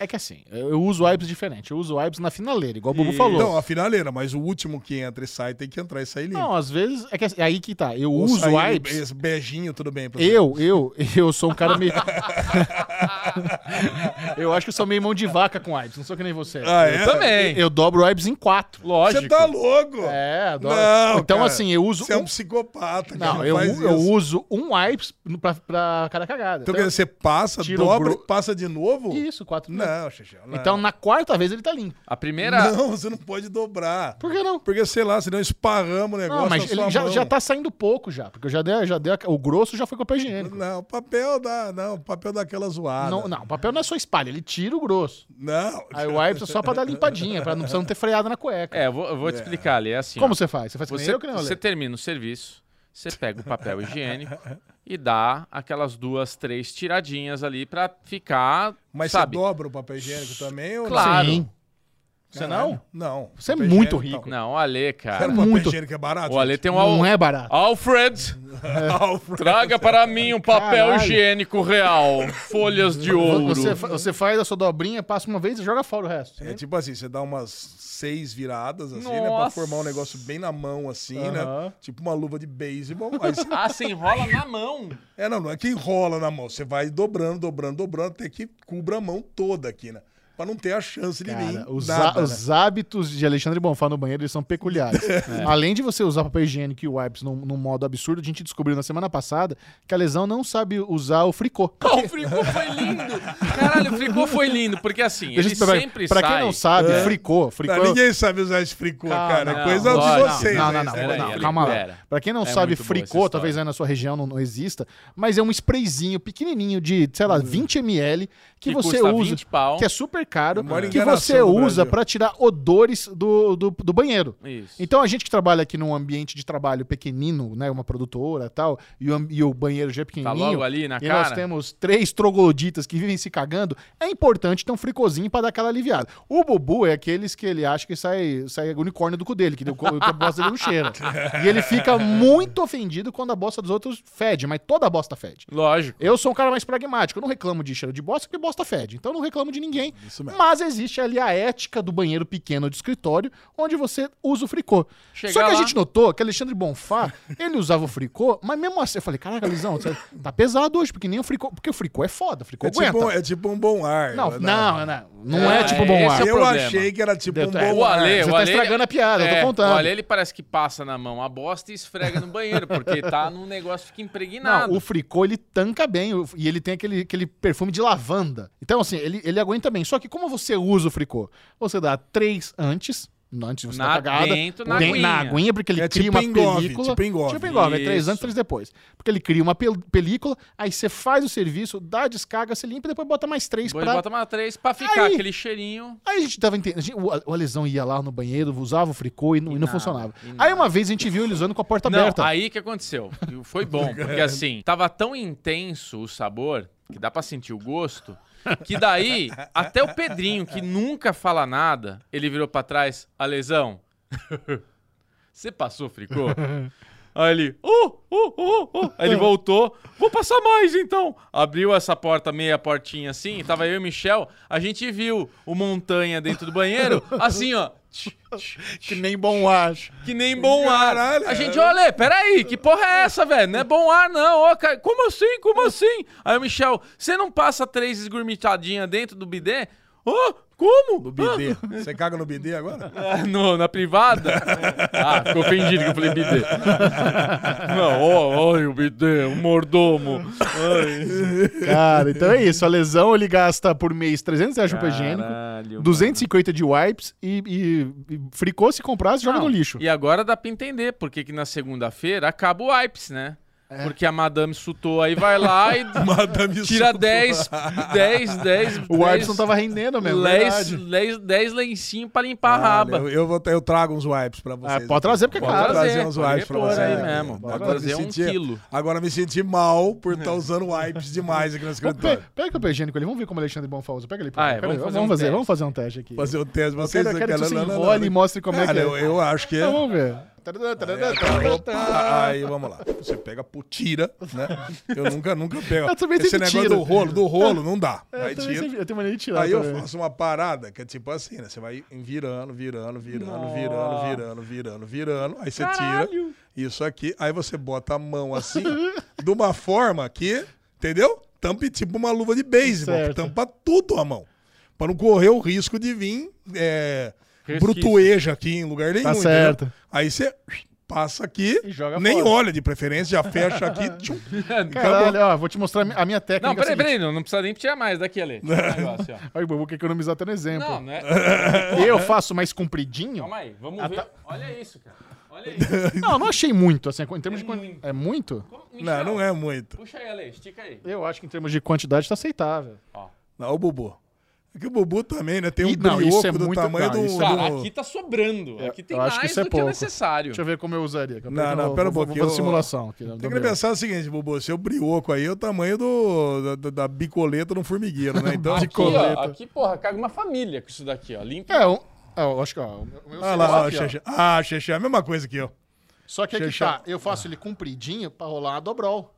[SPEAKER 1] É que assim, eu eu uso wipes diferente. Eu uso wipes na finaleira, igual o Bubu falou.
[SPEAKER 3] Não, Então, a finaleira, mas o último que entra e sai tem que entrar e sair limpo.
[SPEAKER 1] Não, às vezes. É que assim, é aí que tá. Eu
[SPEAKER 3] Ou
[SPEAKER 1] uso
[SPEAKER 3] sair
[SPEAKER 1] wipes.
[SPEAKER 3] Beijinho, tudo bem. pra você.
[SPEAKER 1] Eu, eu, eu sou um cara meio. Eu acho que eu sou meio mão de vaca com AIDS, não sou que nem você.
[SPEAKER 3] Ah, é?
[SPEAKER 2] Também.
[SPEAKER 1] Eu dobro o AIDS em quatro.
[SPEAKER 2] Lógico.
[SPEAKER 3] Você tá louco?
[SPEAKER 1] É, adoro.
[SPEAKER 3] Não,
[SPEAKER 1] então,
[SPEAKER 3] cara,
[SPEAKER 1] assim, eu uso.
[SPEAKER 3] Você é um
[SPEAKER 1] um-
[SPEAKER 3] psicopata. cara,
[SPEAKER 1] Não, eu,
[SPEAKER 3] faz
[SPEAKER 1] eu
[SPEAKER 3] isso.
[SPEAKER 1] uso um AIDS pra, pra cada cagada.
[SPEAKER 3] Então, quer dizer, você passa,
[SPEAKER 1] Tira o
[SPEAKER 3] dobra,
[SPEAKER 1] gru-
[SPEAKER 3] passa de novo?
[SPEAKER 1] Isso, quatro vezes.
[SPEAKER 3] Não, Xixão. não.
[SPEAKER 1] Então, na quarta vez ele tá limpo.
[SPEAKER 2] A primeira.
[SPEAKER 3] Não, você não pode dobrar.
[SPEAKER 1] Por que não?
[SPEAKER 3] Porque, sei lá, senão esparrama o negócio
[SPEAKER 1] Não, mas
[SPEAKER 3] na sua
[SPEAKER 1] ele já,
[SPEAKER 3] mão.
[SPEAKER 1] já tá saindo pouco já, porque eu já dei, já dei a- o grosso já foi com papel higiênico.
[SPEAKER 3] Não, o papel dá, não, o papel daquela zoada.
[SPEAKER 1] Não, não, o papel não é só espalha, ele tira o grosso.
[SPEAKER 3] Não.
[SPEAKER 1] Aí o wipes é só pra dar limpadinha, pra não, pra não ter freada na cueca.
[SPEAKER 2] É, eu vou, eu vou te explicar ali. É assim.
[SPEAKER 1] Como
[SPEAKER 2] ó.
[SPEAKER 1] você faz? Você faz que nem
[SPEAKER 2] você,
[SPEAKER 1] eu que nem eu
[SPEAKER 2] você termina o serviço, você pega o papel higiênico e dá aquelas duas, três tiradinhas ali pra ficar.
[SPEAKER 3] Mas
[SPEAKER 2] sabe?
[SPEAKER 3] você dobra o papel higiênico também? Ou
[SPEAKER 2] Claro.
[SPEAKER 1] Sim. Você não?
[SPEAKER 3] Não. Não.
[SPEAKER 1] Você é
[SPEAKER 3] Papel
[SPEAKER 1] muito
[SPEAKER 3] higiênico,
[SPEAKER 1] rico.
[SPEAKER 2] Não, o Ale,
[SPEAKER 3] Não. Cara,
[SPEAKER 2] cara.
[SPEAKER 3] o papel
[SPEAKER 1] muito.
[SPEAKER 3] higiênico é barato.
[SPEAKER 2] O Ale
[SPEAKER 3] gente.
[SPEAKER 2] tem um.
[SPEAKER 1] Não
[SPEAKER 2] al-
[SPEAKER 1] é barato.
[SPEAKER 2] Alfred, traga para mim um papel
[SPEAKER 1] Caralho.
[SPEAKER 2] higiênico real. Folhas de ouro.
[SPEAKER 1] Você, fa- você faz a sua dobrinha, passa uma vez e joga fora o resto.
[SPEAKER 3] É tipo assim, você dá umas seis viradas, assim, né? Pra
[SPEAKER 2] Nossa.
[SPEAKER 3] formar um negócio bem na mão, assim, né?
[SPEAKER 1] Aham.
[SPEAKER 3] Tipo uma luva de beisebol. Aí você...
[SPEAKER 2] Ah, você enrola na mão.
[SPEAKER 3] É, não, não é que enrola na mão. Você vai dobrando, dobrando, dobrando, até que cubra a mão toda aqui, né? Pra não ter a chance de vir.
[SPEAKER 1] Cara, os,
[SPEAKER 3] nada,
[SPEAKER 1] há-
[SPEAKER 3] né?
[SPEAKER 1] os hábitos de Alexandre Bonfá no banheiro eles são peculiares.
[SPEAKER 2] É.
[SPEAKER 1] Além de você usar papel higiênico e wipes num, num modo absurdo, a gente descobriu na semana passada que a lesão não sabe usar o fricô.
[SPEAKER 2] Ah, o fricô foi lindo. Caralho, o fricô foi lindo. Porque assim,
[SPEAKER 1] Deixa
[SPEAKER 2] ele
[SPEAKER 1] eu explicar.
[SPEAKER 2] sempre
[SPEAKER 1] pra
[SPEAKER 2] sai. É.
[SPEAKER 1] quem não sabe, fricô, fricô.
[SPEAKER 3] Não, ninguém sabe usar esse fricô, cara.
[SPEAKER 1] não,
[SPEAKER 3] é coisa
[SPEAKER 2] lógico.
[SPEAKER 3] de vocês.
[SPEAKER 1] Não, não,
[SPEAKER 3] né?
[SPEAKER 1] não,
[SPEAKER 3] Isso
[SPEAKER 1] não,
[SPEAKER 3] daí.
[SPEAKER 1] não,
[SPEAKER 2] Pera aí,
[SPEAKER 1] calma
[SPEAKER 2] pera.
[SPEAKER 1] lá. Pra quem não
[SPEAKER 2] É
[SPEAKER 1] sabe,
[SPEAKER 2] muito boa essa
[SPEAKER 1] fricô,
[SPEAKER 2] história.
[SPEAKER 1] talvez aí na sua região não, não exista, mas é um sprayzinho pequenininho de, sei lá, 20 ml que,
[SPEAKER 2] Hum. Que
[SPEAKER 1] você
[SPEAKER 2] custa
[SPEAKER 1] usa,
[SPEAKER 2] 20 pau.
[SPEAKER 1] que é super caro,
[SPEAKER 3] maior
[SPEAKER 1] que
[SPEAKER 3] enganação
[SPEAKER 1] você
[SPEAKER 3] do
[SPEAKER 1] usa
[SPEAKER 3] Brasil.
[SPEAKER 1] pra tirar odores do, do, do banheiro.
[SPEAKER 2] Isso.
[SPEAKER 1] Então a gente que trabalha aqui num ambiente de trabalho pequenino, né, uma produtora e tal, e o, am- e o banheiro já é
[SPEAKER 2] Tá
[SPEAKER 1] pequenininho,
[SPEAKER 2] logo ali na
[SPEAKER 1] e
[SPEAKER 2] cara.
[SPEAKER 1] nós temos três trogloditas que vivem se cagando, é importante ter um fricozinho pra dar aquela aliviada. O Bubu é aqueles que ele acha que sai, sai unicórnio do cu dele, que deu- que a bosta dele não cheira. E ele fica muito ofendido quando a bosta dos outros fede, mas toda a bosta fede.
[SPEAKER 2] Lógico.
[SPEAKER 1] Eu sou um cara mais pragmático, eu não reclamo de cheiro de bosta, porque bosta fede. Então eu não reclamo de ninguém.
[SPEAKER 3] Isso mesmo.
[SPEAKER 1] Mas existe ali a ética do banheiro pequeno de escritório, onde você usa o fricô.
[SPEAKER 2] Chegar
[SPEAKER 1] Só que
[SPEAKER 2] lá-
[SPEAKER 1] a gente notou que Alexandre Bonfá, ele usava o fricô, mas mesmo assim, eu falei, caraca, Lisão, você tá pesado hoje, porque nem o fricô... Porque o fricô é foda, o fricô
[SPEAKER 3] É
[SPEAKER 1] aguenta.
[SPEAKER 3] tipo, é tipo um bom ar.
[SPEAKER 1] Não,
[SPEAKER 3] né?
[SPEAKER 1] não, não, não é,
[SPEAKER 2] É,
[SPEAKER 1] tipo bom
[SPEAKER 2] esse
[SPEAKER 1] ar.
[SPEAKER 2] é o
[SPEAKER 3] Eu
[SPEAKER 2] problema.
[SPEAKER 3] achei que era tipo um
[SPEAKER 1] Deu- é,
[SPEAKER 3] bom
[SPEAKER 2] O
[SPEAKER 3] ar.
[SPEAKER 2] Ale,
[SPEAKER 1] Você
[SPEAKER 2] o
[SPEAKER 1] tá
[SPEAKER 2] Ale, é,
[SPEAKER 1] estragando a piada, eu tô contando.
[SPEAKER 2] O Ale, ele parece que passa na mão a bosta e esfrega no banheiro, porque tá num negócio que fica impregnado.
[SPEAKER 1] Não, o fricô ele tanca bem o- e ele tem aquele, aquele perfume de lavanda. Então, assim, ele, ele aguenta bem. Só que como você usa o fricô? Você dá três antes. não, Antes de você
[SPEAKER 2] Na-
[SPEAKER 1] tá cagada.
[SPEAKER 2] dentro, na
[SPEAKER 1] den-
[SPEAKER 2] aguinha.
[SPEAKER 1] porque ele
[SPEAKER 3] É
[SPEAKER 1] cria
[SPEAKER 3] tipo
[SPEAKER 1] uma
[SPEAKER 3] engove,
[SPEAKER 1] película.
[SPEAKER 3] tipo engove.
[SPEAKER 1] Tipo engove, é três
[SPEAKER 2] Isso.
[SPEAKER 1] antes, três depois. Porque ele cria uma pel- película, aí você faz o serviço, dá a descarga, você limpa e depois bota mais três
[SPEAKER 2] Depois
[SPEAKER 1] pra.
[SPEAKER 2] bota uma três pra ficar
[SPEAKER 1] Aí.
[SPEAKER 2] aquele cheirinho.
[SPEAKER 1] Aí a gente tava entendendo. a gente- O, o Alesão ia lá no banheiro, usava o fricô e não, e não
[SPEAKER 2] nada,
[SPEAKER 1] funcionava.
[SPEAKER 2] e
[SPEAKER 1] Aí
[SPEAKER 2] nada.
[SPEAKER 1] uma vez a gente viu ele usando com a porta
[SPEAKER 2] Não,
[SPEAKER 1] aberta.
[SPEAKER 2] aí que aconteceu. E Foi bom, porque assim, tava tão intenso o sabor, que dá pra sentir o gosto, que daí, até o Pedrinho, que nunca fala nada, ele virou pra trás, Alesão, você passou, fricô? Aí ele, oh, oh, oh, oh. Aí ele voltou, vou passar mais então. Abriu essa porta, meia portinha assim, tava eu e o Michel, a gente viu o Montanha dentro do banheiro, assim ó,
[SPEAKER 1] que nem bom ar. é.
[SPEAKER 2] que nem bom
[SPEAKER 3] Caralho,
[SPEAKER 2] ar. A gente,
[SPEAKER 3] cara.
[SPEAKER 2] olha, peraí, que porra é essa, velho? Não é bom ar, não. Ó, cara, como assim? Como assim? Aí o Michel, você não passa três esgurmitadinhas dentro do bidê? Ô, como?
[SPEAKER 3] No BD. Você caga no BD agora?
[SPEAKER 2] Ah, no- na privada? ah, ficou ofendido que eu falei bidê. não, ó, ai, o bidê, o mordomo.
[SPEAKER 1] Cara, então é isso. A lesão ele gasta por mês 300 reais de papel higiênico,
[SPEAKER 2] Caralho,
[SPEAKER 1] 250 de wipes e, e, e fricô se comprar, se joga
[SPEAKER 2] Não,
[SPEAKER 1] no lixo.
[SPEAKER 2] E agora dá pra entender porque que na segunda-feira acaba o Ipes, né?
[SPEAKER 1] É.
[SPEAKER 2] Porque a madame sutou aí, vai lá e
[SPEAKER 3] Madame
[SPEAKER 2] tira
[SPEAKER 3] Su-
[SPEAKER 2] 10, 10, 10.
[SPEAKER 1] O wipes não tava rendendo mesmo.
[SPEAKER 2] 10,
[SPEAKER 1] verdade.
[SPEAKER 2] 10, 10 lencinhos pra limpar a
[SPEAKER 3] Olha,
[SPEAKER 2] raba.
[SPEAKER 3] eu, eu, vou, eu trago uns wipes pra vocês.
[SPEAKER 1] Ah, pode trazer, porque é
[SPEAKER 3] Pode
[SPEAKER 1] caro.
[SPEAKER 3] trazer
[SPEAKER 2] Pode
[SPEAKER 3] uns
[SPEAKER 2] trazer,
[SPEAKER 3] wipes pra
[SPEAKER 2] pode
[SPEAKER 3] vocês.
[SPEAKER 2] trazer
[SPEAKER 3] aqui.
[SPEAKER 2] mesmo. Pode
[SPEAKER 3] Agora
[SPEAKER 2] trazer
[SPEAKER 3] me
[SPEAKER 2] um
[SPEAKER 3] senti-
[SPEAKER 2] quilo.
[SPEAKER 3] Agora me senti mal por estar usando wipes demais aqui no
[SPEAKER 1] Ô, pe-
[SPEAKER 3] escritório.
[SPEAKER 1] Pega o papel higiênico ali, vamos ver como o Alexandre Bonfá usa. Pega ele.
[SPEAKER 2] Ah, é,
[SPEAKER 1] peraí,
[SPEAKER 2] vamos fazer um
[SPEAKER 1] vamos, fazer,
[SPEAKER 2] teste.
[SPEAKER 1] vamos fazer um teste aqui.
[SPEAKER 3] Fazer o teste,
[SPEAKER 1] eu
[SPEAKER 3] vocês né?
[SPEAKER 1] quero, eu quero que você
[SPEAKER 3] não, não, não,
[SPEAKER 1] enrole
[SPEAKER 3] não.
[SPEAKER 1] e mostre como é
[SPEAKER 3] Cara,
[SPEAKER 1] que é.
[SPEAKER 3] eu, eu acho que é.
[SPEAKER 1] Então, vamos ver.
[SPEAKER 2] É,
[SPEAKER 3] Opa, aí vamos lá. Você pega por tira, né? Eu nunca, nunca pego.
[SPEAKER 1] Eu também
[SPEAKER 3] Esse
[SPEAKER 1] sempre
[SPEAKER 3] negócio
[SPEAKER 1] tiro.
[SPEAKER 3] do rolo, do rolo, não dá.
[SPEAKER 1] É,
[SPEAKER 3] Aí
[SPEAKER 1] eu também
[SPEAKER 3] tira.
[SPEAKER 1] sempre- eu tenho mania de tirar.
[SPEAKER 3] Aí eu
[SPEAKER 1] também.
[SPEAKER 3] faço uma parada que é tipo assim, né? Você vai virando, virando, virando, virando, virando, virando, virando. Aí você tira isso aqui, aí você bota a mão assim, de uma forma que, entendeu? tampe tipo uma luva de beisebol.
[SPEAKER 1] Certo.
[SPEAKER 3] Tampa tudo a mão. Pra não correr o risco de vir é,
[SPEAKER 2] Resquício.
[SPEAKER 3] brutueja aqui em lugar nenhum. entendeu?
[SPEAKER 1] Tá certo.
[SPEAKER 3] Aí você passa aqui,
[SPEAKER 1] E joga
[SPEAKER 3] nem
[SPEAKER 1] fora.
[SPEAKER 3] olha de preferência, já fecha aqui. tchum,
[SPEAKER 1] Caralho,
[SPEAKER 3] acabou.
[SPEAKER 1] ó, vou te mostrar a mi- a minha técnica.
[SPEAKER 2] Não, peraí,
[SPEAKER 1] seguinte.
[SPEAKER 2] peraí, não, não precisa nem tirar mais daqui, Ale. Negócio, ó.
[SPEAKER 1] Aí, Bubu, quer economizar até no exemplo.
[SPEAKER 2] Não, não é.
[SPEAKER 1] Eu faço mais compridinho?
[SPEAKER 2] Calma aí,
[SPEAKER 1] Ah,
[SPEAKER 2] vamos
[SPEAKER 1] tá.
[SPEAKER 2] ver. Olha isso, cara. Olha isso.
[SPEAKER 1] Não, eu não achei muito, assim, em termos
[SPEAKER 2] É
[SPEAKER 1] de... quan-
[SPEAKER 2] muito.
[SPEAKER 1] É muito?
[SPEAKER 2] Como-
[SPEAKER 3] Não,
[SPEAKER 2] Michel,
[SPEAKER 3] não é muito.
[SPEAKER 2] Puxa aí, Ale, estica aí.
[SPEAKER 1] Eu acho que em termos de quantidade tá aceitável.
[SPEAKER 3] Não, o Bubu. É que o Bubu também, né? Tem um
[SPEAKER 1] Ih, não, isso
[SPEAKER 3] brioco
[SPEAKER 1] é
[SPEAKER 3] do
[SPEAKER 1] muito-
[SPEAKER 3] tamanho
[SPEAKER 1] não,
[SPEAKER 3] do...
[SPEAKER 1] isso-
[SPEAKER 2] Cara,
[SPEAKER 3] do-
[SPEAKER 2] aqui tá sobrando. Aqui tem
[SPEAKER 1] eu acho que
[SPEAKER 2] mais
[SPEAKER 1] isso é
[SPEAKER 2] do que é
[SPEAKER 1] pouco.
[SPEAKER 2] necessário.
[SPEAKER 1] Deixa eu ver como eu usaria. que eu
[SPEAKER 3] Não,
[SPEAKER 1] pego-
[SPEAKER 3] não, pera um
[SPEAKER 1] vou, vou
[SPEAKER 3] pouquinho,
[SPEAKER 1] fazer
[SPEAKER 3] eu-
[SPEAKER 1] simulação aqui. né,
[SPEAKER 3] Tem que pensar o seguinte, Bubu, seu brioco aí é o tamanho do, da, da bicoleta no formigueiro, né? Então,
[SPEAKER 2] Aqui,
[SPEAKER 1] tá?
[SPEAKER 2] ó, aqui, porra, caga uma família com isso daqui, ó. Limpa.
[SPEAKER 1] É, um... ah, eu acho que, ó, o meu- o meu
[SPEAKER 3] Olha lá, ó,
[SPEAKER 1] aqui, ó.
[SPEAKER 3] Xexé. Ah, Xexé, a mesma coisa que eu.
[SPEAKER 1] Só que aqui
[SPEAKER 3] Xexé.
[SPEAKER 1] tá, eu faço ele compridinho pra rolar a dobrol.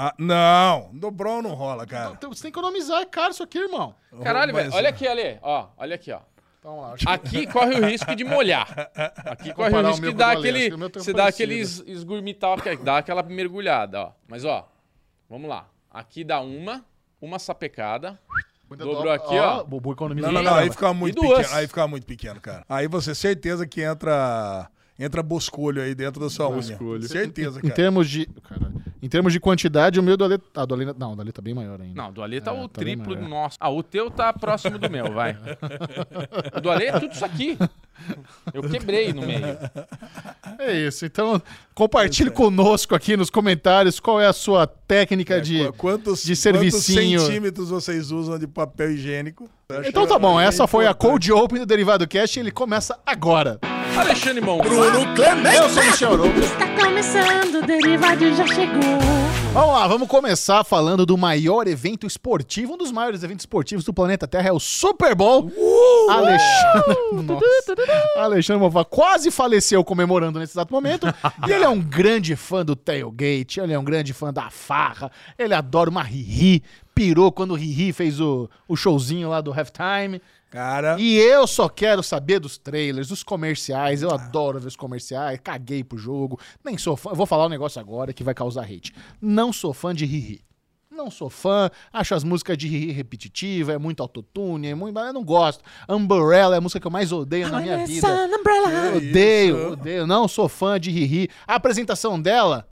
[SPEAKER 3] Ah, não, dobrol não rola, cara.
[SPEAKER 1] Então, você tem que economizar, é caro isso aqui, irmão.
[SPEAKER 2] Caralho,
[SPEAKER 3] Mas-
[SPEAKER 2] velho. Olha aqui, Ale. Ó, olha aqui, ó.
[SPEAKER 1] Então, lá,
[SPEAKER 2] Aqui corre o risco de molhar. Aqui corre
[SPEAKER 1] comparar
[SPEAKER 2] o
[SPEAKER 1] o
[SPEAKER 2] risco
[SPEAKER 1] meu
[SPEAKER 2] de
[SPEAKER 1] com o
[SPEAKER 2] dar
[SPEAKER 1] do Ale, acho
[SPEAKER 2] aquele.
[SPEAKER 1] que o meu tem um
[SPEAKER 2] Você dá
[SPEAKER 1] parecido.
[SPEAKER 2] aquele es- esgurmital, que é, dá aquela mergulhada, ó. Mas, ó, vamos lá. Aqui dá uma, uma sapecada.
[SPEAKER 1] Ainda
[SPEAKER 2] Dobrou
[SPEAKER 1] dobra-
[SPEAKER 2] aqui, ó.
[SPEAKER 1] Bubu economiza. né?
[SPEAKER 3] Não, não, não,
[SPEAKER 1] pra
[SPEAKER 3] aí
[SPEAKER 1] caramba.
[SPEAKER 3] fica muito
[SPEAKER 2] E duas.
[SPEAKER 3] pequeno, aí fica muito pequeno, cara. Aí você, certeza que entra, entra boscolho aí dentro da sua unha. Certeza,
[SPEAKER 1] Em
[SPEAKER 3] cara.
[SPEAKER 1] termos de. caralho. Em termos de quantidade, o meu do Ale. Ah, do Ale. Não, o do Ale tá bem maior ainda.
[SPEAKER 2] Não, do Ale tá
[SPEAKER 1] É,
[SPEAKER 2] o
[SPEAKER 1] tá bem
[SPEAKER 2] triplo do
[SPEAKER 1] maior.
[SPEAKER 2] nosso. Ah, o teu tá próximo do meu, vai. O do Ale é tudo isso aqui. Eu quebrei no meio.
[SPEAKER 1] É isso. Então, compartilhe conosco aqui nos comentários qual é a sua técnica de.
[SPEAKER 3] É, Qu- Quantos,
[SPEAKER 1] de
[SPEAKER 3] quantos
[SPEAKER 1] servicinho.
[SPEAKER 3] centímetros vocês usam de papel higiênico?
[SPEAKER 1] Então tá
[SPEAKER 3] é
[SPEAKER 1] bom, essa foi a
[SPEAKER 3] cold.
[SPEAKER 1] Cold Open do Derivado Cash e ele começa agora.
[SPEAKER 2] Alexandre Mon.
[SPEAKER 1] Eu sou o Michel Arouca.
[SPEAKER 6] Está começando, o Derivado já chegou.
[SPEAKER 1] Vamos lá, vamos começar falando do maior evento esportivo, um dos maiores eventos esportivos do planeta Terra é o Super Bowl. Alexandre, Nossa. Alexandre Mofá quase faleceu comemorando nesse exato momento. e ele é um grande fã do tailgate, ele é um grande fã da farra, ele adora uma Riri, pirou quando o Riri fez o, o showzinho lá do halftime.
[SPEAKER 3] Cara,
[SPEAKER 1] E eu só quero saber dos trailers, dos comerciais. Eu adoro ver os comerciais. Caguei pro jogo. Nem sou fã. Eu vou falar um negócio agora que vai causar hate. Não sou fã de Riri. Não sou fã. Acho as músicas de Riri repetitivas. É muito autotune. É muito... Eu não gosto. Umbrella é a música que eu mais odeio na minha vida.
[SPEAKER 6] Sun Umbrella.
[SPEAKER 1] Eu odeio, odeio. Não sou fã de Riri. A apresentação dela.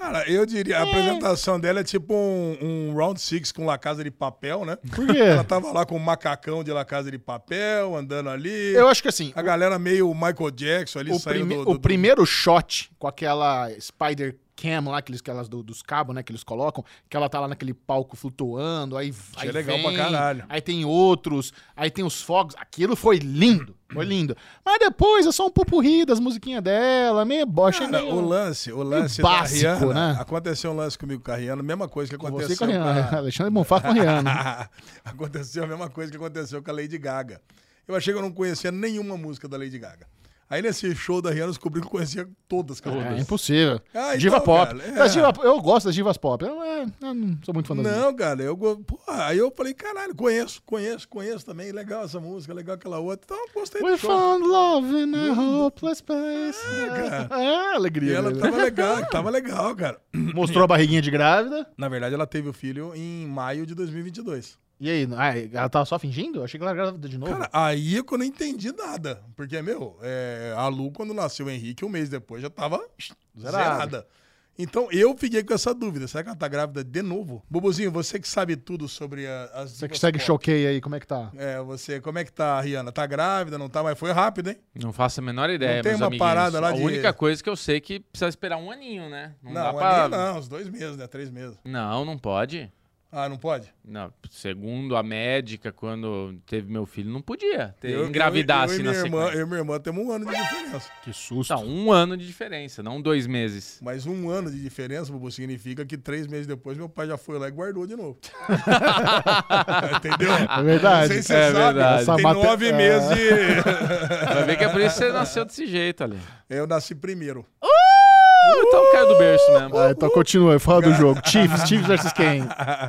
[SPEAKER 3] Cara, eu diria, a apresentação dela é tipo um, um round six com La Casa de Papel, né?
[SPEAKER 1] Por quê?
[SPEAKER 3] Ela tava lá com o macacão de La Casa de Papel, andando ali.
[SPEAKER 1] Eu acho que assim.
[SPEAKER 3] A galera meio Michael Jackson ali
[SPEAKER 1] o,
[SPEAKER 3] saindo
[SPEAKER 1] prime-
[SPEAKER 3] do,
[SPEAKER 1] o
[SPEAKER 3] do, do-
[SPEAKER 1] primeiro shot com aquela Spider Cam lá, aqueles, aquelas do- dos cabos, né, que eles colocam, que ela tá lá naquele palco flutuando, aí aí
[SPEAKER 3] é legal pra caralho.
[SPEAKER 1] Aí tem outros, aí tem os fogos. Aquilo foi lindo, foi lindo. Mas depois é só um pupurri das musiquinhas dela, meio bocha.
[SPEAKER 3] Cara,
[SPEAKER 1] meio-
[SPEAKER 3] o lance, o lance
[SPEAKER 1] básico, né?
[SPEAKER 3] Aconteceu um lance comigo com a Rihanna, mesma coisa que
[SPEAKER 1] com você
[SPEAKER 3] aconteceu
[SPEAKER 1] com a
[SPEAKER 3] com
[SPEAKER 1] Rihanna,
[SPEAKER 3] a...
[SPEAKER 1] Alexandre Bonfá com a Rihanna.
[SPEAKER 3] aconteceu a mesma coisa que aconteceu com a Lady Gaga. Eu achei que eu não conhecia nenhuma música da Lady Gaga. Aí nesse show da Rihanna eu descobri que eu conhecia todas, cara.
[SPEAKER 1] É impossível.
[SPEAKER 3] Ah, então,
[SPEAKER 1] Diva pop.
[SPEAKER 3] cara, é.
[SPEAKER 1] Das diva- eu gosto das divas pop. Eu, é, eu não sou muito fã das divas.
[SPEAKER 3] Não, cara, eu go- pô, aí eu falei, caralho, conheço, conheço, conheço também, legal essa música, legal aquela outra. Então eu gostei do
[SPEAKER 1] We
[SPEAKER 3] show.
[SPEAKER 1] found love in a hopeless place. É,
[SPEAKER 3] E
[SPEAKER 1] alegria.
[SPEAKER 3] ela
[SPEAKER 1] velho.
[SPEAKER 3] tava legal, tava legal, cara.
[SPEAKER 1] Mostrou a barriguinha de grávida.
[SPEAKER 3] Na verdade, ela teve o filho em maio de 2022.
[SPEAKER 1] E aí, ah, ela tava só fingindo? Eu achei que ela era grávida de novo.
[SPEAKER 3] Cara, aí é que eu não entendi nada. Porque, meu, é, a Lu, quando nasceu o Henrique, um mês depois já tava zerada. Então eu fiquei com essa dúvida. Será que ela tá grávida de novo? Bubuzinho, você que sabe tudo sobre a- as.
[SPEAKER 1] Você que
[SPEAKER 3] divas
[SPEAKER 1] segue
[SPEAKER 3] pop.
[SPEAKER 1] choquei aí, como é que tá?
[SPEAKER 3] É, você, como é que tá, Rihanna? Tá grávida, não tá? Mas foi rápido, hein?
[SPEAKER 2] Não faço a menor ideia,
[SPEAKER 3] Não tem
[SPEAKER 2] meus
[SPEAKER 3] uma
[SPEAKER 2] amiguinhos.
[SPEAKER 3] parada lá
[SPEAKER 2] A
[SPEAKER 3] de-
[SPEAKER 2] única coisa que eu sei é que precisa esperar um aninho, né? Não,
[SPEAKER 3] Não,
[SPEAKER 2] dá
[SPEAKER 3] um
[SPEAKER 2] pra...
[SPEAKER 3] aninho não, uns dois meses, né? Três meses.
[SPEAKER 2] Não, não pode.
[SPEAKER 3] Ah, não pode?
[SPEAKER 2] Não, segundo a médica, quando teve meu filho, não podia ter
[SPEAKER 3] Eu- eu-
[SPEAKER 2] engravidar assim
[SPEAKER 3] eu,
[SPEAKER 2] na
[SPEAKER 3] e minha irmã,
[SPEAKER 2] sequência.
[SPEAKER 3] eu e minha irmã temos um ano de diferença.
[SPEAKER 1] Que susto.
[SPEAKER 2] Não, um ano de diferença, não dois meses.
[SPEAKER 3] Mas um ano de diferença, Bubu, significa que três meses depois meu pai já foi lá e guardou de novo. Entendeu?
[SPEAKER 1] É
[SPEAKER 3] Não
[SPEAKER 1] verdade.
[SPEAKER 3] sei se você
[SPEAKER 2] É
[SPEAKER 3] sabe,
[SPEAKER 2] verdade.
[SPEAKER 3] tem
[SPEAKER 1] Essa mate-
[SPEAKER 3] nove
[SPEAKER 1] é.
[SPEAKER 3] meses de...
[SPEAKER 2] Vai ver que é por isso que você nasceu desse jeito Ah, ali.
[SPEAKER 3] Eu nasci primeiro.
[SPEAKER 2] Então caiu do berço mesmo.
[SPEAKER 1] Ah, então continua, fala do jogo. Chiefs, Chiefs versus quem?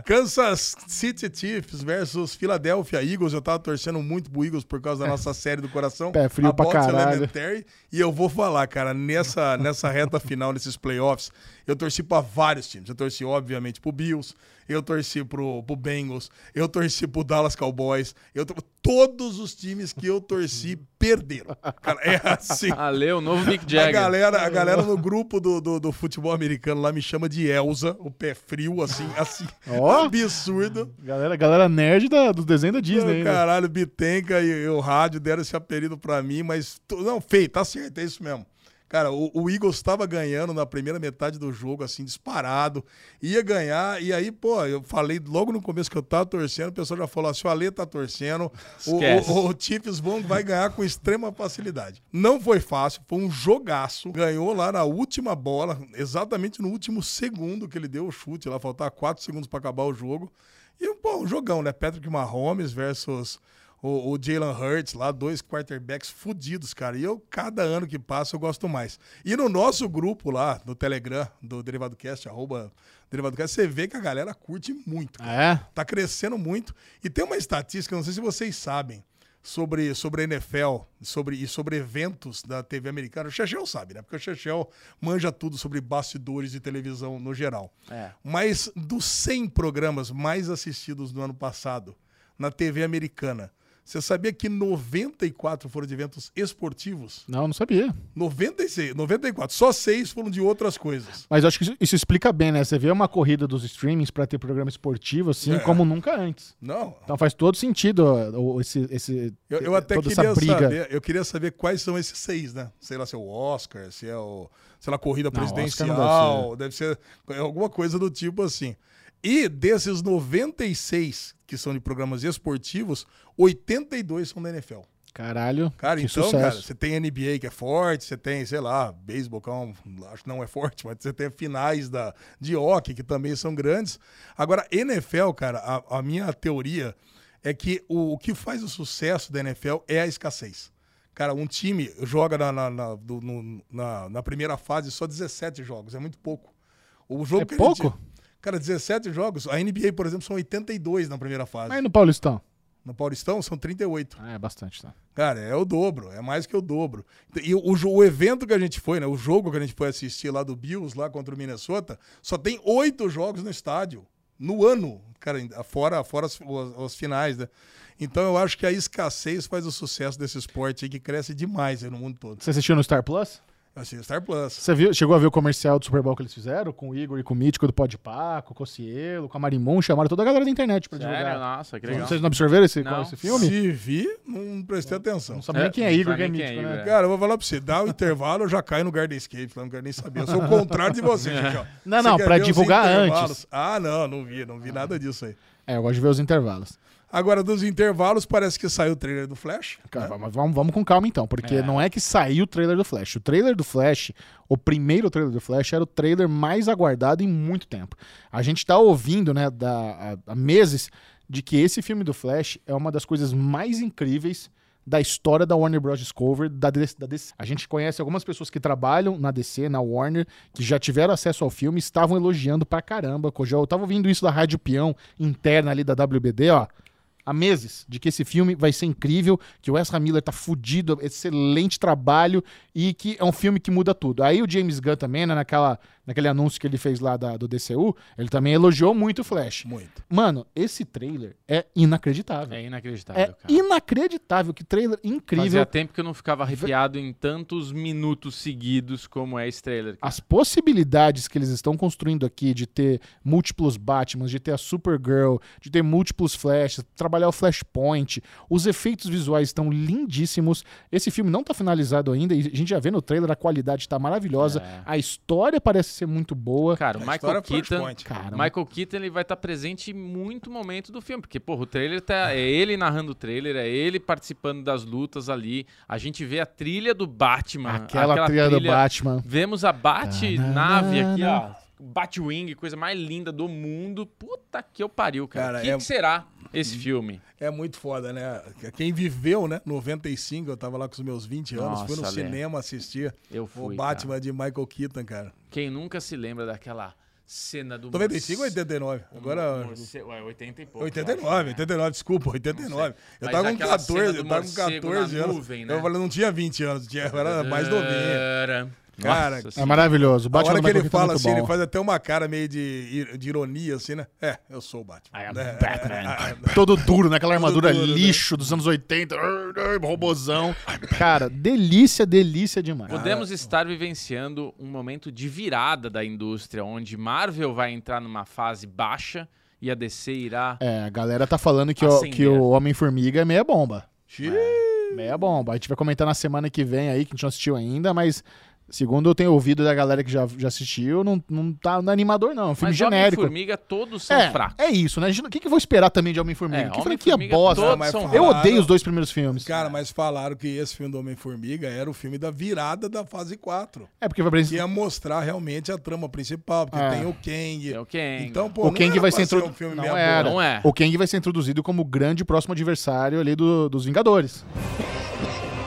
[SPEAKER 3] Kansas City Chiefs versus Philadelphia Eagles. Eu tava torcendo muito pro Eagles por causa da nossa série do coração.
[SPEAKER 1] Pé frio
[SPEAKER 3] a
[SPEAKER 1] pra
[SPEAKER 3] Bots
[SPEAKER 1] caralho.
[SPEAKER 3] Elementary. E eu vou falar, cara, nessa, nessa reta final, nesses playoffs, Eu torci pra vários times. Eu torci, obviamente, pro Bills, eu torci pro, pro Bengals, eu torci pro Dallas Cowboys. Eu tor- Todos os times que eu torci perderam. Cara, é assim.
[SPEAKER 2] Valeu, novo Mick
[SPEAKER 3] A
[SPEAKER 2] Jagger.
[SPEAKER 3] galera, a galera no grupo do, do, do futebol americano lá me chama de Elza, o pé frio, assim, assim,
[SPEAKER 1] Ó.
[SPEAKER 3] absurdo.
[SPEAKER 1] Galera, galera nerd da, do desenho da Disney.
[SPEAKER 3] Não,
[SPEAKER 1] né?
[SPEAKER 3] caralho, Bitenca e, e o rádio deram esse apelido pra mim, mas. tu- Não, feio, tá certo, é isso mesmo. Cara, o, o Eagles tava ganhando na primeira metade do jogo, assim, disparado. Ia ganhar, e aí, pô, eu falei logo no começo que eu tava torcendo, o pessoal já falou assim: o Ale tá torcendo, o,
[SPEAKER 2] Esquece.
[SPEAKER 3] o, o Chiefs vão, vai ganhar com extrema facilidade. Não foi fácil, foi um jogaço. Ganhou lá na última bola, exatamente no último segundo que ele deu o chute, lá faltava 4 segundos pra acabar o jogo. E pô, um jogão, né? Patrick Mahomes versus o, o Jalen Hurts lá, dois quarterbacks fudidos, cara. E eu, cada ano que passa, eu gosto mais. E no nosso grupo lá, no Telegram, do Derivado Cast, arroba Derivado Cast, você vê que a galera curte muito. cara.
[SPEAKER 1] É?
[SPEAKER 3] Tá crescendo muito. E tem uma estatística, não sei se vocês sabem, sobre, sobre a NFL sobre, e sobre eventos da TV americana. O Chechel sabe, né? Porque o Chechel manja tudo sobre bastidores de televisão no geral.
[SPEAKER 2] É.
[SPEAKER 3] Mas dos 100 programas mais assistidos no ano passado na TV americana, você sabia que 94 foram de eventos esportivos?
[SPEAKER 1] Não, não sabia.
[SPEAKER 3] 96, 94. Só 6 foram de outras coisas.
[SPEAKER 1] Mas eu acho que isso, isso explica bem, né? Você vê uma corrida dos streamings pra ter programa esportivo, assim,
[SPEAKER 3] É.
[SPEAKER 1] como nunca antes.
[SPEAKER 3] Não,
[SPEAKER 1] Então faz todo sentido ó, o- esse, esse eh,
[SPEAKER 3] Eu, eu até
[SPEAKER 1] É, toda
[SPEAKER 3] queria
[SPEAKER 1] essa briga.
[SPEAKER 3] saber, eu queria saber quais são esses seis, né? Sei lá, se é o Oscar, se é o, sei lá, corrida
[SPEAKER 1] Não,
[SPEAKER 3] presidencial,
[SPEAKER 1] Oscar
[SPEAKER 3] deve ser é alguma coisa do tipo assim. E desses 96 que são de programas esportivos, 82 são da NFL.
[SPEAKER 1] Caralho,
[SPEAKER 3] Cara,
[SPEAKER 1] que
[SPEAKER 3] então,
[SPEAKER 1] sucesso.
[SPEAKER 3] cara, você tem NBA que é forte, você tem, sei lá, beisebol, que é um- acho que não é forte, mas você tem finais da, de hockey que também são grandes. Agora, NFL, cara, a, a minha teoria é que o, o que faz o sucesso da NFL é a escassez. Cara, um time joga na, na, na- do- no- na- na primeira fase só 17 jogos, é muito pouco. O jogo
[SPEAKER 1] É
[SPEAKER 3] que a
[SPEAKER 1] pouco?
[SPEAKER 3] gente- Cara, 17 jogos. A NBA, por exemplo, são 82 na primeira fase.
[SPEAKER 1] Mas e no Paulistão?
[SPEAKER 3] No Paulistão, são 38.
[SPEAKER 1] Ah, é bastante, tá?
[SPEAKER 3] Cara, é o dobro, é mais que o dobro. E o, jo- o evento que a gente foi, né? O jogo que a gente foi assistir lá do Bills, lá contra o Minnesota, só tem oito jogos no estádio. No ano, cara, ainda- fora, fora as, os- os finais, né? Então eu acho que a escassez faz o sucesso desse esporte aí que cresce demais aí no mundo todo.
[SPEAKER 1] Você assistiu no Star Plus?
[SPEAKER 3] Assim, Star Plus.
[SPEAKER 1] Você viu, chegou a ver o comercial do Super Bowl que eles fizeram? Com o Igor e com o Mítico do Pode Pá, com o Cocielo, com a Marimun, chamaram toda a galera da internet pra
[SPEAKER 2] Sério?
[SPEAKER 1] divulgar.
[SPEAKER 2] Nossa, que legal.
[SPEAKER 1] Vocês não absorveram esse,
[SPEAKER 2] Não.
[SPEAKER 1] esse filme?
[SPEAKER 3] Se vi, não prestei atenção.
[SPEAKER 1] Não sabe nem
[SPEAKER 2] É,
[SPEAKER 1] quem é
[SPEAKER 2] não
[SPEAKER 1] Igor,
[SPEAKER 2] sabe
[SPEAKER 1] quem é
[SPEAKER 2] nem
[SPEAKER 1] Mítico,
[SPEAKER 2] quem é
[SPEAKER 1] né?
[SPEAKER 2] Igor,
[SPEAKER 3] Cara, eu vou falar pra você, dá o intervalo, eu já caio no Garden Escape, lá, não quero nem saber. Eu sou o contrário de você, gente. ó.
[SPEAKER 1] Não,
[SPEAKER 3] Você
[SPEAKER 1] não,
[SPEAKER 3] quer
[SPEAKER 1] pra
[SPEAKER 3] ver os
[SPEAKER 1] divulgar
[SPEAKER 3] intervalos?
[SPEAKER 1] antes.
[SPEAKER 3] Ah, não, não vi, não vi nada disso aí.
[SPEAKER 1] É, eu gosto de ver os intervalos.
[SPEAKER 3] Agora, dos intervalos, parece que saiu o trailer do Flash.
[SPEAKER 1] Cara, mas vamos, vamos com calma então, porque não é que saiu o trailer do Flash. O trailer do Flash, o primeiro trailer do Flash, era o trailer mais aguardado em muito tempo. A gente tá ouvindo, né, da, há, há meses, de que esse filme do Flash é uma das coisas mais incríveis da história da Warner Bros. Discovery, da, D- da DC. A gente conhece algumas pessoas que trabalham na DC, na Warner, que já tiveram acesso ao filme, estavam elogiando pra caramba. Eu já tava ouvindo isso da Rádio Peão interna ali da WBD, ó há meses de que esse filme vai ser incrível, que o Ezra Miller tá fudido, excelente trabalho e que é um filme que muda tudo. Aí o James Gunn também, né, naquela, naquele anúncio que ele fez lá da- do DCU, ele também elogiou muito o Flash.
[SPEAKER 3] Muito.
[SPEAKER 1] Mano, esse trailer é inacreditável.
[SPEAKER 2] É inacreditável,
[SPEAKER 1] É
[SPEAKER 2] cara.
[SPEAKER 1] inacreditável, que trailer incrível.
[SPEAKER 2] Fazia tempo que eu não ficava arrepiado em tantos minutos seguidos como é esse trailer.
[SPEAKER 1] As possibilidades que eles estão construindo aqui de ter múltiplos Batmans, de ter a Supergirl, de ter múltiplos Flashes, trabalhar o Flashpoint, os efeitos visuais estão lindíssimos. Esse filme não tá finalizado ainda e a gente já vê no trailer a qualidade tá maravilhosa,
[SPEAKER 2] É.
[SPEAKER 1] a história parece ser muito boa.
[SPEAKER 2] Cara, o
[SPEAKER 3] A
[SPEAKER 2] Michael
[SPEAKER 3] história é
[SPEAKER 2] Keaton,
[SPEAKER 3] Flashpoint.
[SPEAKER 1] Cara,
[SPEAKER 2] Michael Keaton ele vai estar presente em muito momento do filme, porque porra, o trailer tá é ele narrando o trailer, é ele participando das lutas ali. A gente vê a trilha do Batman,
[SPEAKER 1] aquela, trilha do Batman.
[SPEAKER 2] Vemos a Bat-nave aqui, ó. Batwing, coisa mais linda do mundo. Puta que eu pariu, cara.
[SPEAKER 3] Cara,
[SPEAKER 2] O que,
[SPEAKER 3] é-
[SPEAKER 2] que será esse filme?
[SPEAKER 3] É muito foda, né? Quem viveu, né? 95, eu tava lá com os meus 20 anos, fui no
[SPEAKER 2] Nossa, Lê.
[SPEAKER 3] cinema assistir
[SPEAKER 2] Eu
[SPEAKER 3] o
[SPEAKER 2] fui.
[SPEAKER 3] Batman
[SPEAKER 2] cara.
[SPEAKER 3] de Michael Keaton, cara.
[SPEAKER 2] Quem nunca se lembra daquela cena do
[SPEAKER 3] 95 ou 89?
[SPEAKER 2] Um
[SPEAKER 3] Agora.
[SPEAKER 2] morce- Ué, 80 e pouco.
[SPEAKER 3] 89, 89, desculpa, 89. Eu
[SPEAKER 2] Mas
[SPEAKER 3] tava com
[SPEAKER 2] aquela cena
[SPEAKER 3] 14,
[SPEAKER 2] do
[SPEAKER 3] eu tava com
[SPEAKER 2] morcego na
[SPEAKER 3] 14 anos.
[SPEAKER 2] nuvem, né? É.
[SPEAKER 3] Eu falei, não tinha 20 anos, tinha- eu era mais novinho.
[SPEAKER 2] novinha.
[SPEAKER 3] Cara,
[SPEAKER 2] né? Nossa
[SPEAKER 1] É
[SPEAKER 2] Senhora.
[SPEAKER 1] maravilhoso. O
[SPEAKER 3] a
[SPEAKER 1] Batman
[SPEAKER 3] hora que ele
[SPEAKER 1] Michael Keaton é
[SPEAKER 3] fala
[SPEAKER 1] muito
[SPEAKER 3] assim,
[SPEAKER 1] bom.
[SPEAKER 3] ele faz até uma cara meio de, ir- de ironia, assim, né? É, eu sou o Batman.
[SPEAKER 1] I am
[SPEAKER 3] É,
[SPEAKER 1] Batman. Todo duro, naquela armadura
[SPEAKER 3] duro, né?
[SPEAKER 1] lixo dos anos 80, arr, arr, robozão. Cara, delícia, delícia demais.
[SPEAKER 2] Podemos estar vivenciando um momento de virada da indústria, onde Marvel vai entrar numa fase baixa e a DC irá.
[SPEAKER 1] É, a galera tá falando que, o,
[SPEAKER 2] Acender.
[SPEAKER 1] que o Homem-Formiga é meia bomba.
[SPEAKER 3] Xiii.
[SPEAKER 2] É.
[SPEAKER 1] Meia bomba. A gente vai comentar na semana que vem aí, que a gente não assistiu ainda, mas segundo eu tenho ouvido da galera que já, já assistiu, não, não tá animador não. É um filme
[SPEAKER 2] Mas
[SPEAKER 1] genérico.
[SPEAKER 2] Homem-Formiga todos são
[SPEAKER 1] É,
[SPEAKER 2] fracos.
[SPEAKER 1] é isso, né? A gente não- O que, que eu vou esperar também de Homem-Formiga?
[SPEAKER 2] É,
[SPEAKER 1] que franquia
[SPEAKER 2] Homem-Formiga
[SPEAKER 1] bosta. né,
[SPEAKER 2] todo-
[SPEAKER 3] mas
[SPEAKER 2] são
[SPEAKER 3] falaram-
[SPEAKER 1] Eu odeio os dois primeiros filmes.
[SPEAKER 3] Cara, mas falaram que esse filme do Homem-Formiga era o filme da virada da fase 4.
[SPEAKER 1] É porque vai
[SPEAKER 3] Que ia mostrar realmente a trama principal, porque
[SPEAKER 1] É.
[SPEAKER 3] tem o Kang.
[SPEAKER 2] É o Kang.
[SPEAKER 3] Então, pô,
[SPEAKER 1] o Kang
[SPEAKER 3] era pra
[SPEAKER 1] vai ser
[SPEAKER 3] um
[SPEAKER 1] introduzido.
[SPEAKER 3] filme
[SPEAKER 1] Não,
[SPEAKER 3] meia
[SPEAKER 1] era.
[SPEAKER 3] boa.
[SPEAKER 2] Não é.
[SPEAKER 1] O Kang vai ser introduzido como o grande próximo adversário ali do- dos Vingadores.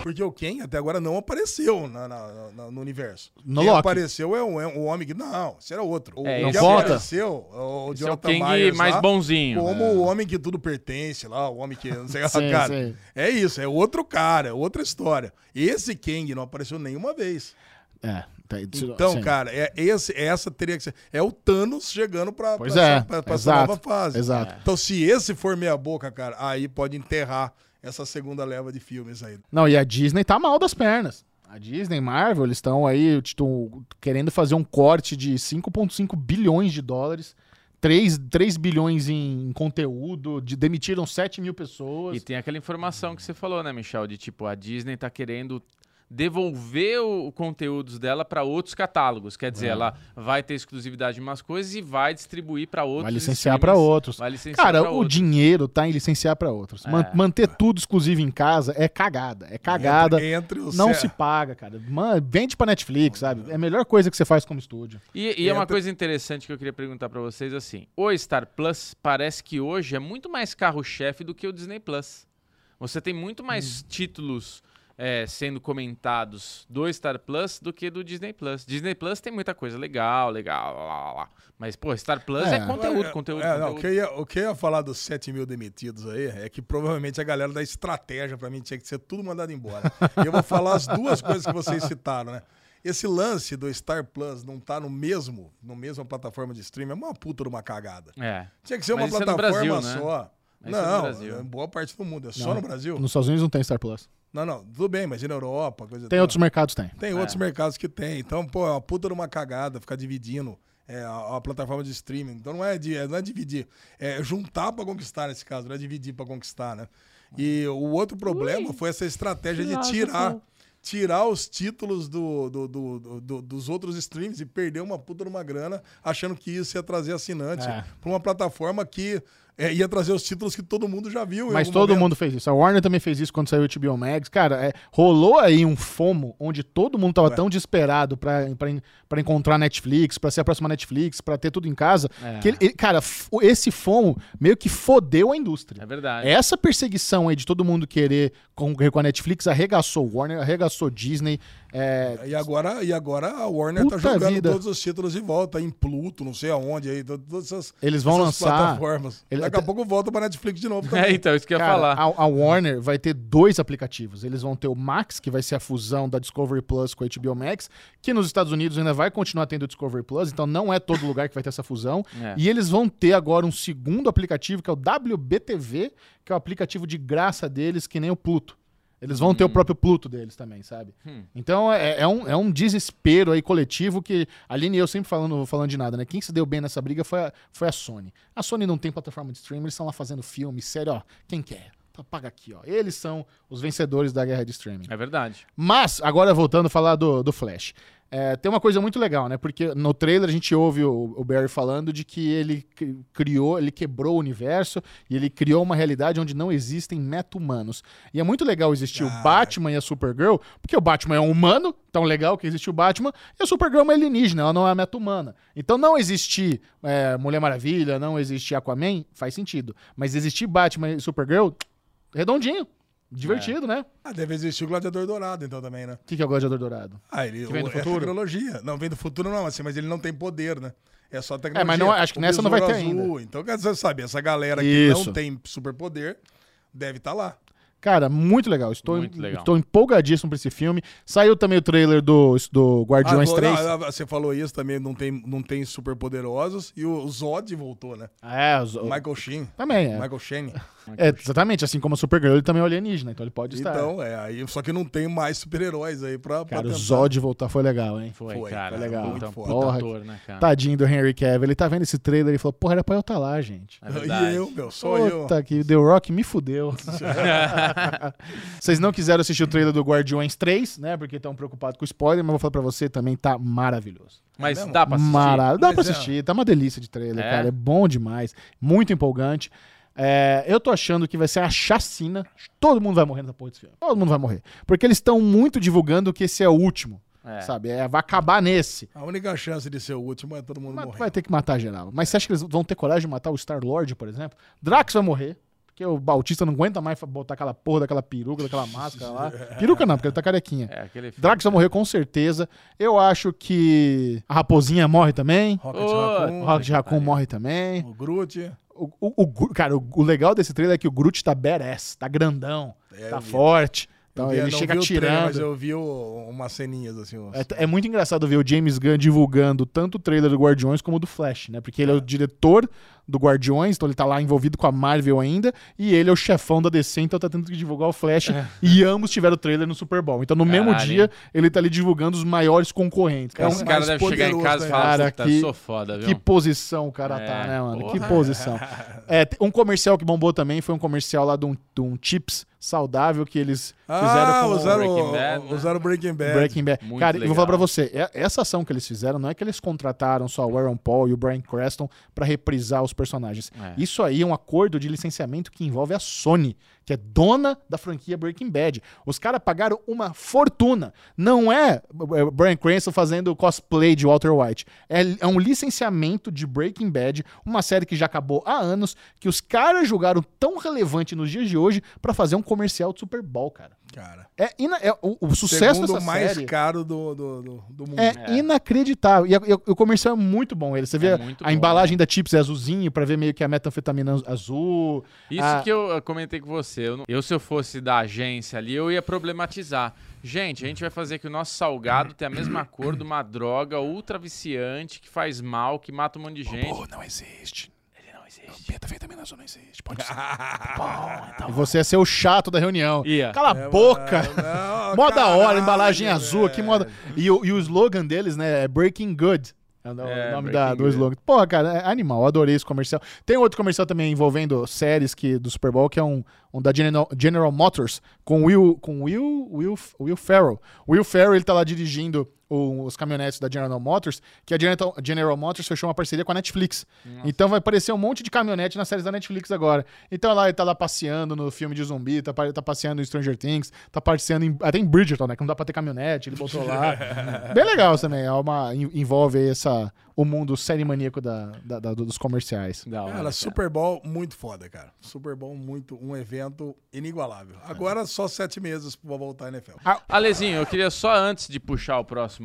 [SPEAKER 3] Porque o Ken até agora não apareceu na- na- na- no universo.
[SPEAKER 1] No
[SPEAKER 3] Quem
[SPEAKER 1] Loki.
[SPEAKER 3] apareceu é o, é o homem que. Não, esse era outro. O,
[SPEAKER 2] É,
[SPEAKER 3] que
[SPEAKER 1] esse era-
[SPEAKER 3] apareceu é o
[SPEAKER 2] Esse é o
[SPEAKER 3] Jonathan
[SPEAKER 2] Kang
[SPEAKER 3] Myers
[SPEAKER 2] mais
[SPEAKER 1] ah,
[SPEAKER 3] lá,
[SPEAKER 2] bonzinho. né?
[SPEAKER 3] Como o homem que tudo pertence lá, o homem que. Não sei lá,
[SPEAKER 1] né? Sim,
[SPEAKER 3] Ah, cara.
[SPEAKER 1] sim.
[SPEAKER 3] É isso, é outro cara, é outra história. Esse Kang não apareceu nenhuma vez.
[SPEAKER 1] É. tá- isso-
[SPEAKER 3] Então,
[SPEAKER 1] sim.
[SPEAKER 3] cara, é esse, essa teria que ser. É o Thanos chegando pra,
[SPEAKER 1] Pois
[SPEAKER 3] pra
[SPEAKER 1] é,
[SPEAKER 3] essa, pra- pra essa
[SPEAKER 1] exato,
[SPEAKER 3] nova fase.
[SPEAKER 1] exato.
[SPEAKER 3] Então, se esse for meia boca, cara, aí pode enterrar essa segunda leva de filmes aí.
[SPEAKER 1] Não, e a Disney tá mal das pernas. A Disney, Marvel, eles estão aí tipo, querendo fazer um corte de 5,5 bilhões de dólares, 3, 3 bilhões em conteúdo, de- demitiram 7 mil pessoas.
[SPEAKER 2] E tem aquela informação que você falou, né, Michel? De tipo, a Disney tá querendo devolver o, o conteúdos dela para outros catálogos. Quer
[SPEAKER 1] É.
[SPEAKER 2] dizer, ela vai ter exclusividade de umas coisas e vai distribuir para outros.
[SPEAKER 1] Vai licenciar pra
[SPEAKER 2] streamings.
[SPEAKER 1] outros.
[SPEAKER 2] Vai licenciar
[SPEAKER 1] Cara,
[SPEAKER 2] pra
[SPEAKER 1] o
[SPEAKER 2] outros.
[SPEAKER 1] dinheiro tá em licenciar pra outros. Man-
[SPEAKER 2] É.
[SPEAKER 1] manter tudo exclusivo em casa é cagada. É cagada.
[SPEAKER 3] Entre, entre os
[SPEAKER 1] não
[SPEAKER 3] ce-
[SPEAKER 1] se paga, cara. Man, vende pra Netflix, sabe? É a melhor coisa que você faz como estúdio.
[SPEAKER 2] E, e é uma
[SPEAKER 3] entra-
[SPEAKER 2] coisa interessante que eu queria perguntar para vocês assim. O Star Plus parece que hoje é muito mais carro-chefe do que o Disney Plus. Você tem muito mais títulos é, sendo comentados do Star Plus do que do Disney Plus. Disney Plus tem muita coisa legal, legal, lá, lá, lá, lá. mas pô, Star Plus é,
[SPEAKER 1] É.
[SPEAKER 2] conteúdo, conteúdo,
[SPEAKER 3] É, não, o,
[SPEAKER 2] conteúdo.
[SPEAKER 3] que eu ia, o que eu ia falar dos 7 mil demitidos aí é que provavelmente a galera da estratégia, pra mim, tinha que ser tudo mandado embora. E eu vou falar as duas coisas que vocês citaram, né? Esse lance do Star Plus não tá no mesmo, no mesmo plataforma de streaming, é uma puta de uma cagada.
[SPEAKER 2] É.
[SPEAKER 3] Tinha que ser uma
[SPEAKER 2] Mas isso é no
[SPEAKER 3] plataforma
[SPEAKER 2] Brasil, né?
[SPEAKER 3] só.
[SPEAKER 2] Mas isso é no
[SPEAKER 3] não,
[SPEAKER 2] Brasil.
[SPEAKER 3] em boa parte do mundo. É só no Brasil?
[SPEAKER 1] Nos Estados Unidos não tem Star Plus.
[SPEAKER 3] Não, não. Tudo bem, mas e na Europa, coisa e
[SPEAKER 1] Tem
[SPEAKER 3] tal.
[SPEAKER 1] outros mercados, tem.
[SPEAKER 3] Tem outros mercados que tem. Então, pô, é uma puta de uma cagada ficar dividindo é, a, a plataforma de streaming. Então não é, di- é- não é dividir, é juntar pra conquistar nesse caso, não é dividir pra conquistar, né? E o outro problema foi essa estratégia de tirar tirar os títulos do, do- do- do- do- dos outros streams e perder uma puta numa grana achando que isso ia trazer assinante
[SPEAKER 1] É.
[SPEAKER 3] pra uma plataforma que é, ia trazer os títulos que todo mundo já viu. em
[SPEAKER 1] Mas
[SPEAKER 3] algum
[SPEAKER 1] todo
[SPEAKER 3] momento.
[SPEAKER 1] mundo fez isso. A Warner também fez isso quando saiu o HBO Max. Cara, é, rolou aí um FOMO onde todo mundo tava tão desesperado pra, pra, pra encontrar Netflix, pra ser a próxima Netflix, pra ter tudo em casa.
[SPEAKER 2] É.
[SPEAKER 1] Que ele- ele- cara, f- esse FOMO meio que fodeu a indústria.
[SPEAKER 2] É verdade.
[SPEAKER 1] Essa perseguição aí de todo mundo querer concorrer com a Netflix arregaçou Warner, arregaçou Disney. É,
[SPEAKER 3] E agora, e agora a Warner
[SPEAKER 1] Puta
[SPEAKER 3] tá jogando
[SPEAKER 1] vida.
[SPEAKER 3] todos os títulos de volta em Pluto, não sei aonde aí, to- todas essas,
[SPEAKER 1] Eles vão
[SPEAKER 3] essas
[SPEAKER 1] lançar-
[SPEAKER 3] plataformas.
[SPEAKER 1] ele-
[SPEAKER 3] Daqui a pouco volta pra Netflix de novo
[SPEAKER 2] É,
[SPEAKER 3] também.
[SPEAKER 2] então, isso que eu ia
[SPEAKER 1] Cara,
[SPEAKER 2] falar.
[SPEAKER 1] A, a Warner vai ter dois aplicativos. Eles vão ter o Max, que vai ser a fusão da Discovery Plus com a HBO Max, que nos Estados Unidos ainda vai continuar tendo o Discovery Plus, então não é todo lugar que vai ter essa fusão.
[SPEAKER 2] É.
[SPEAKER 1] E eles vão ter agora um segundo aplicativo, que é o WBTV, que é o aplicativo de graça deles, que nem o Pluto. Eles vão ter o próprio Pluto deles também, sabe? Então é, é um, é um desespero aí coletivo que. a Aline e eu sempre falando, falando de nada, né? Quem se deu bem nessa briga foi a, foi a Sony. A Sony não tem plataforma de streaming, eles estão lá fazendo filme, série, ó. Quem quer? Tá, paga aqui, ó. Eles são os vencedores da guerra de streaming.
[SPEAKER 2] É verdade.
[SPEAKER 1] Mas, agora voltando a falar do, do Flash. É, tem uma coisa muito legal, né? Porque no trailer a gente ouve o, o Barry falando de que ele cri- criou, ele quebrou o universo e ele criou uma realidade onde não existem meta-humanos. E é muito legal existir o Batman e a Supergirl, porque o Batman é um humano, tão legal que existe o Batman, e a Supergirl é uma alienígena, ela não é meta-humana. Então não existir é, Mulher Maravilha, não existir Aquaman, faz sentido. Mas existir Batman e Supergirl, redondinho, divertido, né?
[SPEAKER 3] Ah, deve existir o Gladiador Dourado então também, né?
[SPEAKER 1] O que que é o Gladiador Dourado?
[SPEAKER 3] Ah, ele
[SPEAKER 1] Que vem do
[SPEAKER 3] o- é
[SPEAKER 1] futuro?
[SPEAKER 3] tecnologia. Não, vem do futuro não, assim, mas ele não tem poder, né? É só tecnologia.
[SPEAKER 1] É, mas não- acho que
[SPEAKER 3] O
[SPEAKER 1] nessa não vai
[SPEAKER 3] Besouro
[SPEAKER 1] ter
[SPEAKER 3] Então, quer dizer, sabe, essa galera que
[SPEAKER 1] Isso.
[SPEAKER 3] não tem superpoder deve estar lá.
[SPEAKER 1] Cara, muito legal. Estou,
[SPEAKER 2] Muito legal.
[SPEAKER 1] estou empolgadíssimo pra esse filme. Saiu também o trailer do, do Guardiões
[SPEAKER 3] Agora,
[SPEAKER 1] 3.
[SPEAKER 3] ah, ah, você falou isso também, não tem, não tem superpoderosos. E o Zod voltou, né?
[SPEAKER 1] É, os-
[SPEAKER 3] Michael Sheen.
[SPEAKER 1] também. É.
[SPEAKER 3] Michael Shane.
[SPEAKER 1] É, exatamente. Assim como a Supergirl, ele também é alienígena, então ele pode estar.
[SPEAKER 3] Então, é, aí, só que não tem mais super-heróis aí pra, pra
[SPEAKER 1] cara, o
[SPEAKER 3] tentar.
[SPEAKER 1] Zod voltar foi legal, hein?
[SPEAKER 2] Foi,
[SPEAKER 3] Foi,
[SPEAKER 2] cara. é um
[SPEAKER 3] foi
[SPEAKER 1] legal.
[SPEAKER 2] Puta,
[SPEAKER 3] Muito
[SPEAKER 2] puta
[SPEAKER 1] foda.
[SPEAKER 2] ator, né, cara?
[SPEAKER 1] Tadinho do Henry Cavill. Ele tá vendo esse trailer e falou, porra, era pra eu estar lá, gente.
[SPEAKER 2] É verdade.
[SPEAKER 3] E eu, meu, só eu.
[SPEAKER 1] Puta que The Rock me fudeu. Vocês não quiseram assistir o trailer do Guardiões 3, né? Porque estão preocupados com o spoiler, mas vou falar pra você também, tá maravilhoso.
[SPEAKER 2] Mas
[SPEAKER 3] mesmo?
[SPEAKER 2] dá pra assistir.
[SPEAKER 1] Mara- Dá pra
[SPEAKER 3] Mas é.
[SPEAKER 1] assistir, tá uma delícia de trailer,
[SPEAKER 2] É?
[SPEAKER 1] cara. É bom demais, muito empolgante. É, eu tô achando que vai ser a chacina. Todo mundo vai morrer nessa porra desse filme. Todo mundo vai morrer. Porque eles estão muito divulgando que esse é o último.
[SPEAKER 2] É.
[SPEAKER 1] Sabe? É, vai acabar nesse.
[SPEAKER 3] A única chance de ser o último é todo mundo
[SPEAKER 1] Mas
[SPEAKER 3] morrer.
[SPEAKER 1] vai ter que matar geral. Mas você acha que eles vão ter coragem de matar o Star-Lord, por exemplo? Drax vai morrer. Porque o Bautista não aguenta mais botar aquela porra daquela peruca, daquela máscara lá. Peruca não, porque ele tá carequinha.
[SPEAKER 2] É, aquele filme.
[SPEAKER 1] Drax vai morrer com certeza. Eu acho que a Raposinha morre também.
[SPEAKER 3] Rocket
[SPEAKER 2] Ô,
[SPEAKER 1] O Então,
[SPEAKER 3] Raccoon,
[SPEAKER 1] Rocket Raccoon morre também.
[SPEAKER 3] o Groot.
[SPEAKER 1] O, o- o Gru- cara, o, o legal desse trailer é que o Groot tá badass, tá grandão,
[SPEAKER 3] É,
[SPEAKER 1] tá
[SPEAKER 3] eu vi.
[SPEAKER 1] forte. Então
[SPEAKER 3] Eu vi-
[SPEAKER 1] ele
[SPEAKER 3] não
[SPEAKER 1] chega
[SPEAKER 3] vi o trailer,
[SPEAKER 1] atirando.
[SPEAKER 3] mas eu vi o- umas ceninhas assim. ó.
[SPEAKER 1] É, t- é muito engraçado ver o James Gunn divulgando tanto o trailer do Guardiões como do Flash, né? Porque ele é o diretor do Guardiões, então ele tá lá envolvido com a Marvel ainda, e ele é o chefão da DC, então tá tendo que divulgar o Flash,
[SPEAKER 3] É.
[SPEAKER 1] e ambos tiveram o trailer no Super Bowl. Então no mesmo
[SPEAKER 2] Caralho,
[SPEAKER 1] dia, ele tá ali divulgando os maiores concorrentes. Então, Cara,
[SPEAKER 2] Esse
[SPEAKER 3] um
[SPEAKER 2] cara
[SPEAKER 3] mais
[SPEAKER 2] deve chegar em
[SPEAKER 3] poderoso,
[SPEAKER 2] casa e
[SPEAKER 3] né?
[SPEAKER 2] falar,
[SPEAKER 1] Cara,
[SPEAKER 2] puta,
[SPEAKER 1] que-
[SPEAKER 2] sou foda, viu?
[SPEAKER 1] que posição o cara
[SPEAKER 2] É,
[SPEAKER 1] tá, né, mano? Que
[SPEAKER 2] porra.
[SPEAKER 1] posição. É, t- um comercial que bombou também foi um comercial lá de um, de um chips saudável que eles fizeram
[SPEAKER 3] Ah,
[SPEAKER 1] com
[SPEAKER 3] usaram o-
[SPEAKER 2] Breaking Bad, né?
[SPEAKER 3] usaram o Breaking Bad.
[SPEAKER 1] Breaking Bad.
[SPEAKER 2] Muito
[SPEAKER 1] Cara, eu vou
[SPEAKER 2] legal.
[SPEAKER 1] falar pra você, é- essa ação que eles fizeram não é que eles contrataram só o Aaron Paul e o Brian Creston pra reprisar os personagens.
[SPEAKER 2] É.
[SPEAKER 1] Isso aí é um acordo de licenciamento que envolve a Sony, que é dona da franquia Breaking Bad. Os caras pagaram uma fortuna. Não é é, Brian Cranston fazendo cosplay de Walter White. É, é um licenciamento de Breaking Bad, uma série que já acabou há anos, que os caras julgaram tão relevante nos dias de hoje pra fazer um comercial de Super Bowl, cara.
[SPEAKER 3] Cara,
[SPEAKER 1] É, ina- é o, o sucesso
[SPEAKER 3] segundo
[SPEAKER 1] dessa
[SPEAKER 3] mais
[SPEAKER 1] série
[SPEAKER 3] caro do, do, do, do mundo.
[SPEAKER 1] é, inacreditável. E, a- e o comercial é muito bom. Ele, você vê
[SPEAKER 2] muito
[SPEAKER 1] a
[SPEAKER 2] bom,
[SPEAKER 1] embalagem da Chips é azulzinho pra ver meio que a metanfetamina az- azul.
[SPEAKER 2] Isso
[SPEAKER 1] Ah.
[SPEAKER 2] que eu eh, comentei com você. Eu, não- eu, se eu fosse da agência ali, eu ia problematizar. Gente, a gente vai fazer que o nosso salgado tem a mesma cor de uma droga ultra viciante que faz mal, que mata um monte de gente.
[SPEAKER 1] não existe. Ele não existe. Metanfetamina azul não existe. Pode ser. Tá então. E você ia ser o chato da reunião.
[SPEAKER 2] Ia.
[SPEAKER 1] Cala a boca.
[SPEAKER 3] não,
[SPEAKER 1] mó da hora,
[SPEAKER 3] caralho,
[SPEAKER 1] embalagem azul aqui, moda.
[SPEAKER 3] velho.
[SPEAKER 1] E, o- e o slogan deles, né, é Breaking Good. É o no-
[SPEAKER 2] É,
[SPEAKER 1] nome da,
[SPEAKER 2] Breaking
[SPEAKER 1] do
[SPEAKER 2] Good.
[SPEAKER 1] slogan. Porra, cara, é animal. Eu adorei esse comercial. Tem outro comercial também envolvendo séries que, do Super Bowl, que é um, um da General, General Motors, com Will, com Will, Will, Will Ferrell. O Will Ferrell, ele tá lá dirigindo o- os caminhonetes da General Motors, que a General, General Motors fechou uma parceria com a Netflix. Então vai aparecer um monte de caminhonete nas séries da Netflix agora. Então lá ele tá lá passeando no filme de zumbi, tá, pa- tá passeando em Stranger Things, tá passeando em- até em Bridgerton, né? Que não dá pra ter caminhonete, ele botou lá. Bem legal também. É uma, en- envolve aí essa, o mundo série maníaco da, da- da- dos comerciais.
[SPEAKER 2] Da hora,
[SPEAKER 3] Cara, Super Bowl muito foda, cara. Super Bowl muito, um evento inigualável. Agora só sete meses pra voltar à NFL.
[SPEAKER 1] Ah.
[SPEAKER 2] Alezinho, eu queria só antes de puxar o próximo.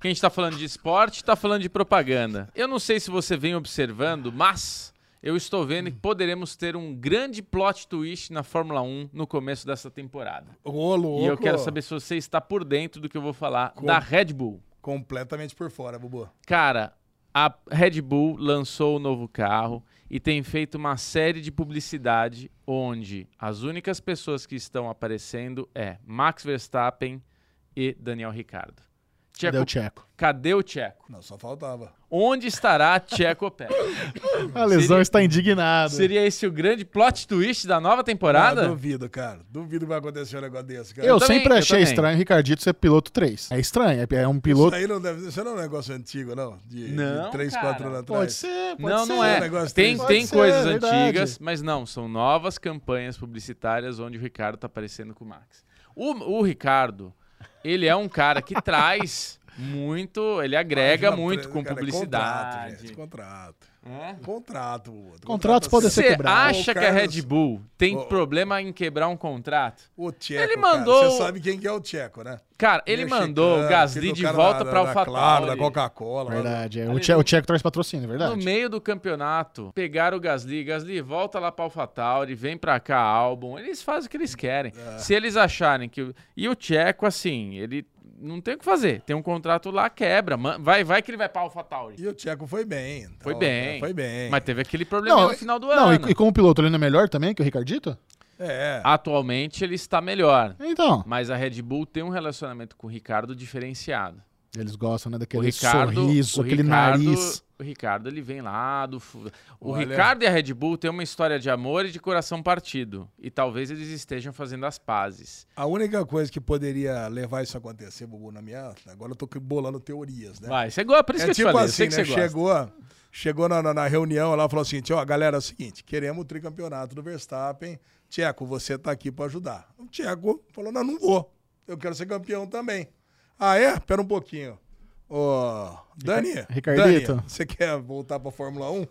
[SPEAKER 2] Que a gente tá falando de esporte, tá falando de propaganda. Eu não sei se você vem observando, mas eu estou vendo que poderemos ter um grande plot twist na Fórmula 1 no começo dessa temporada.
[SPEAKER 3] Ô, louco.
[SPEAKER 2] E eu quero saber se você está por dentro do que eu vou falar da Red Bull.
[SPEAKER 3] Completamente por fora, Bubu.
[SPEAKER 2] Cara, a Red Bull lançou o novo carro e tem feito uma série de publicidade onde as únicas pessoas que estão aparecendo é Max Verstappen e Daniel Ricardo.
[SPEAKER 1] Cadê o
[SPEAKER 2] Tcheco,
[SPEAKER 1] Tcheco?
[SPEAKER 2] cadê o Tcheco?
[SPEAKER 3] Não, só faltava.
[SPEAKER 2] Onde estará Tcheco Pérez?
[SPEAKER 1] A lesão
[SPEAKER 2] Seria-
[SPEAKER 1] está indignada.
[SPEAKER 2] Seria esse o grande plot twist da nova
[SPEAKER 3] Ah,
[SPEAKER 2] temporada?
[SPEAKER 3] duvido, cara. Duvido que vai acontecer um negócio desse, cara.
[SPEAKER 1] Eu,
[SPEAKER 2] Eu também,
[SPEAKER 1] sempre
[SPEAKER 2] eu
[SPEAKER 1] achei
[SPEAKER 2] também.
[SPEAKER 1] estranho, Ricardito, ser piloto 3. É estranho, é- é um
[SPEAKER 3] Isso
[SPEAKER 1] piloto.
[SPEAKER 3] aí não deve Isso não é um negócio antigo, não? De,
[SPEAKER 2] Não,
[SPEAKER 3] de 3,
[SPEAKER 2] cara.
[SPEAKER 3] 4 anos atrás.
[SPEAKER 1] Pode ser, pode
[SPEAKER 2] não,
[SPEAKER 1] ser.
[SPEAKER 2] é não
[SPEAKER 3] um
[SPEAKER 2] é.
[SPEAKER 3] negócio
[SPEAKER 2] Tem,
[SPEAKER 3] desse.
[SPEAKER 2] tem
[SPEAKER 1] Pode ser,
[SPEAKER 2] coisas
[SPEAKER 1] é verdade.
[SPEAKER 2] antigas, mas não, são novas campanhas publicitárias onde o Ricardo tá aparecendo com o Max. O, o Ricardo, ele é um cara que traz muito, ele agrega
[SPEAKER 3] Imagina,
[SPEAKER 2] muito com
[SPEAKER 3] cara, é
[SPEAKER 2] publicidade.
[SPEAKER 3] Contrato, gente, contrato. Contrato. Boto.
[SPEAKER 1] Contratos podem ser
[SPEAKER 2] Você
[SPEAKER 1] quebrados.
[SPEAKER 2] acha
[SPEAKER 3] Ô,
[SPEAKER 2] que a
[SPEAKER 3] Carlos.
[SPEAKER 2] Red Bull tem
[SPEAKER 3] Ô.
[SPEAKER 2] problema em quebrar um contrato?
[SPEAKER 3] O Tcheco,
[SPEAKER 2] Ele
[SPEAKER 3] Ele
[SPEAKER 2] mandou-
[SPEAKER 3] mandou. Você sabe quem que é o Tcheco, né?
[SPEAKER 2] Cara, ele
[SPEAKER 3] Mexicano,
[SPEAKER 2] mandou o Gasly
[SPEAKER 3] filho do
[SPEAKER 2] de
[SPEAKER 3] cara
[SPEAKER 2] volta
[SPEAKER 3] da-
[SPEAKER 2] para o
[SPEAKER 3] da Claro, da
[SPEAKER 2] AlphaTauri.
[SPEAKER 3] Coca-Cola. lá do-
[SPEAKER 1] Verdade. é. O, Tche, o Tcheco traz patrocínio, é
[SPEAKER 2] No
[SPEAKER 1] verdade.
[SPEAKER 2] meio do campeonato, pegaram o Gasly. Gasly, volta lá pra AlphaTauri, vem pra cá, álbum. Eles fazem o que eles querem.
[SPEAKER 1] É.
[SPEAKER 2] Se eles acharem que... E o Tcheco, assim, ele não tem o que fazer. Tem um contrato lá, quebra. man- Vai, vai que ele vai pra AlphaTauri.
[SPEAKER 3] E o Tcheco foi bem. então,
[SPEAKER 2] Foi bem.
[SPEAKER 3] Foi bem.
[SPEAKER 2] Mas teve aquele problema no final do
[SPEAKER 1] não, e-
[SPEAKER 2] ano.
[SPEAKER 1] E, como piloto, ele não é melhor também que o Ricardito?
[SPEAKER 3] É.
[SPEAKER 2] Atualmente ele está melhor.
[SPEAKER 1] Então,
[SPEAKER 2] Mas a Red Bull tem um relacionamento com o Ricardo diferenciado.
[SPEAKER 1] eles gostam, né,
[SPEAKER 2] O
[SPEAKER 1] daquele
[SPEAKER 2] Ricardo,
[SPEAKER 1] sorriso,
[SPEAKER 2] o
[SPEAKER 1] aquele
[SPEAKER 2] Ricardo-
[SPEAKER 1] nariz.
[SPEAKER 2] O Ricardo, ele vem lá do. fu- O
[SPEAKER 3] Olha.
[SPEAKER 2] Ricardo e a Red Bull têm uma história de amor e de coração partido. E talvez eles estejam fazendo as pazes.
[SPEAKER 3] A única coisa que poderia levar isso a acontecer, Bubu, na minha. Agora eu tô bolando teorias, né?
[SPEAKER 2] Vai, você gosta, por isso que
[SPEAKER 3] É
[SPEAKER 2] eu
[SPEAKER 3] tipo
[SPEAKER 2] te falei. eu
[SPEAKER 3] assim,
[SPEAKER 2] sei que
[SPEAKER 3] né?
[SPEAKER 2] você gosta.
[SPEAKER 3] Chegou, chegou na, na- na reunião lá e falou o seguinte: ó, galera, é o seguinte, queremos o tricampeonato do Verstappen. Tcheco, você tá aqui pra ajudar. O Tcheco falou: não, não vou. Eu quero ser campeão também. Ah, é? Pera um pouquinho. Ô, Dani,
[SPEAKER 1] Ricardito.
[SPEAKER 3] Dani, você quer voltar pra Fórmula 1?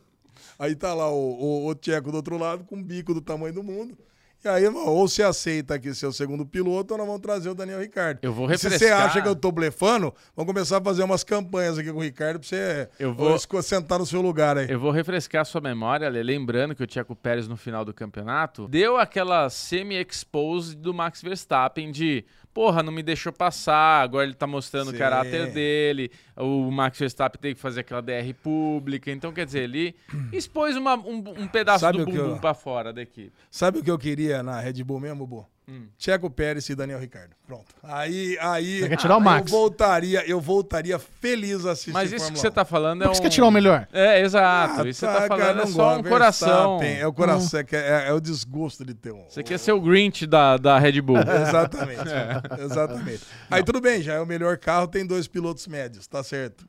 [SPEAKER 3] Aí tá lá o, o, o Tcheco do outro lado com um bico do tamanho do mundo. E aí, ou você aceita aqui ser o segundo piloto, ou nós vamos trazer o Daniel Ricardo.
[SPEAKER 2] Eu vou
[SPEAKER 3] E Se você
[SPEAKER 2] refrescar.
[SPEAKER 3] acha que eu tô blefando, vamos começar a fazer umas campanhas aqui com o Ricardo pra você
[SPEAKER 2] Eu vou-
[SPEAKER 3] esco- sentar no seu lugar aí.
[SPEAKER 2] Eu vou refrescar sua memória, Ale, lembrando que o Tcheco Pérez no final do campeonato deu aquela semi-expose do Max Verstappen de porra, não me deixou passar, agora ele tá mostrando o
[SPEAKER 3] Sim.
[SPEAKER 2] caráter dele, o Max Verstappen tem que fazer aquela DR pública, então quer dizer, ele expôs uma- um, um pedaço
[SPEAKER 3] Sabe
[SPEAKER 2] do
[SPEAKER 3] o que
[SPEAKER 2] bumbum
[SPEAKER 3] eu-
[SPEAKER 2] pra fora da equipe.
[SPEAKER 3] Sabe o que eu queria na Red Bull mesmo, Bu?
[SPEAKER 2] Hum.
[SPEAKER 3] Tcheco Pérez e Daniel Ricardo. Pronto. Aí, aí,
[SPEAKER 1] Você quer tirar o Max.
[SPEAKER 3] eu voltaria, eu voltaria feliz a assistir
[SPEAKER 2] Mas isso
[SPEAKER 3] Fórmula
[SPEAKER 2] que você
[SPEAKER 3] 1.
[SPEAKER 2] tá falando é
[SPEAKER 1] Por isso que
[SPEAKER 2] um...
[SPEAKER 1] é tirar o melhor.
[SPEAKER 2] É, exato,
[SPEAKER 3] Ah,
[SPEAKER 2] isso que você tá
[SPEAKER 3] cara,
[SPEAKER 2] falando é
[SPEAKER 3] não
[SPEAKER 2] só
[SPEAKER 3] gosto.
[SPEAKER 2] um coração.
[SPEAKER 3] Verstappen, É o
[SPEAKER 1] Hum.
[SPEAKER 3] coração, é que- é, é o desgosto de ter um.
[SPEAKER 2] Você quer ser o Grinch da, da Red Bull.
[SPEAKER 3] Exatamente.
[SPEAKER 2] É.
[SPEAKER 3] Exatamente. Aí tudo bem, já é o melhor carro, tem dois pilotos médios, tá certo.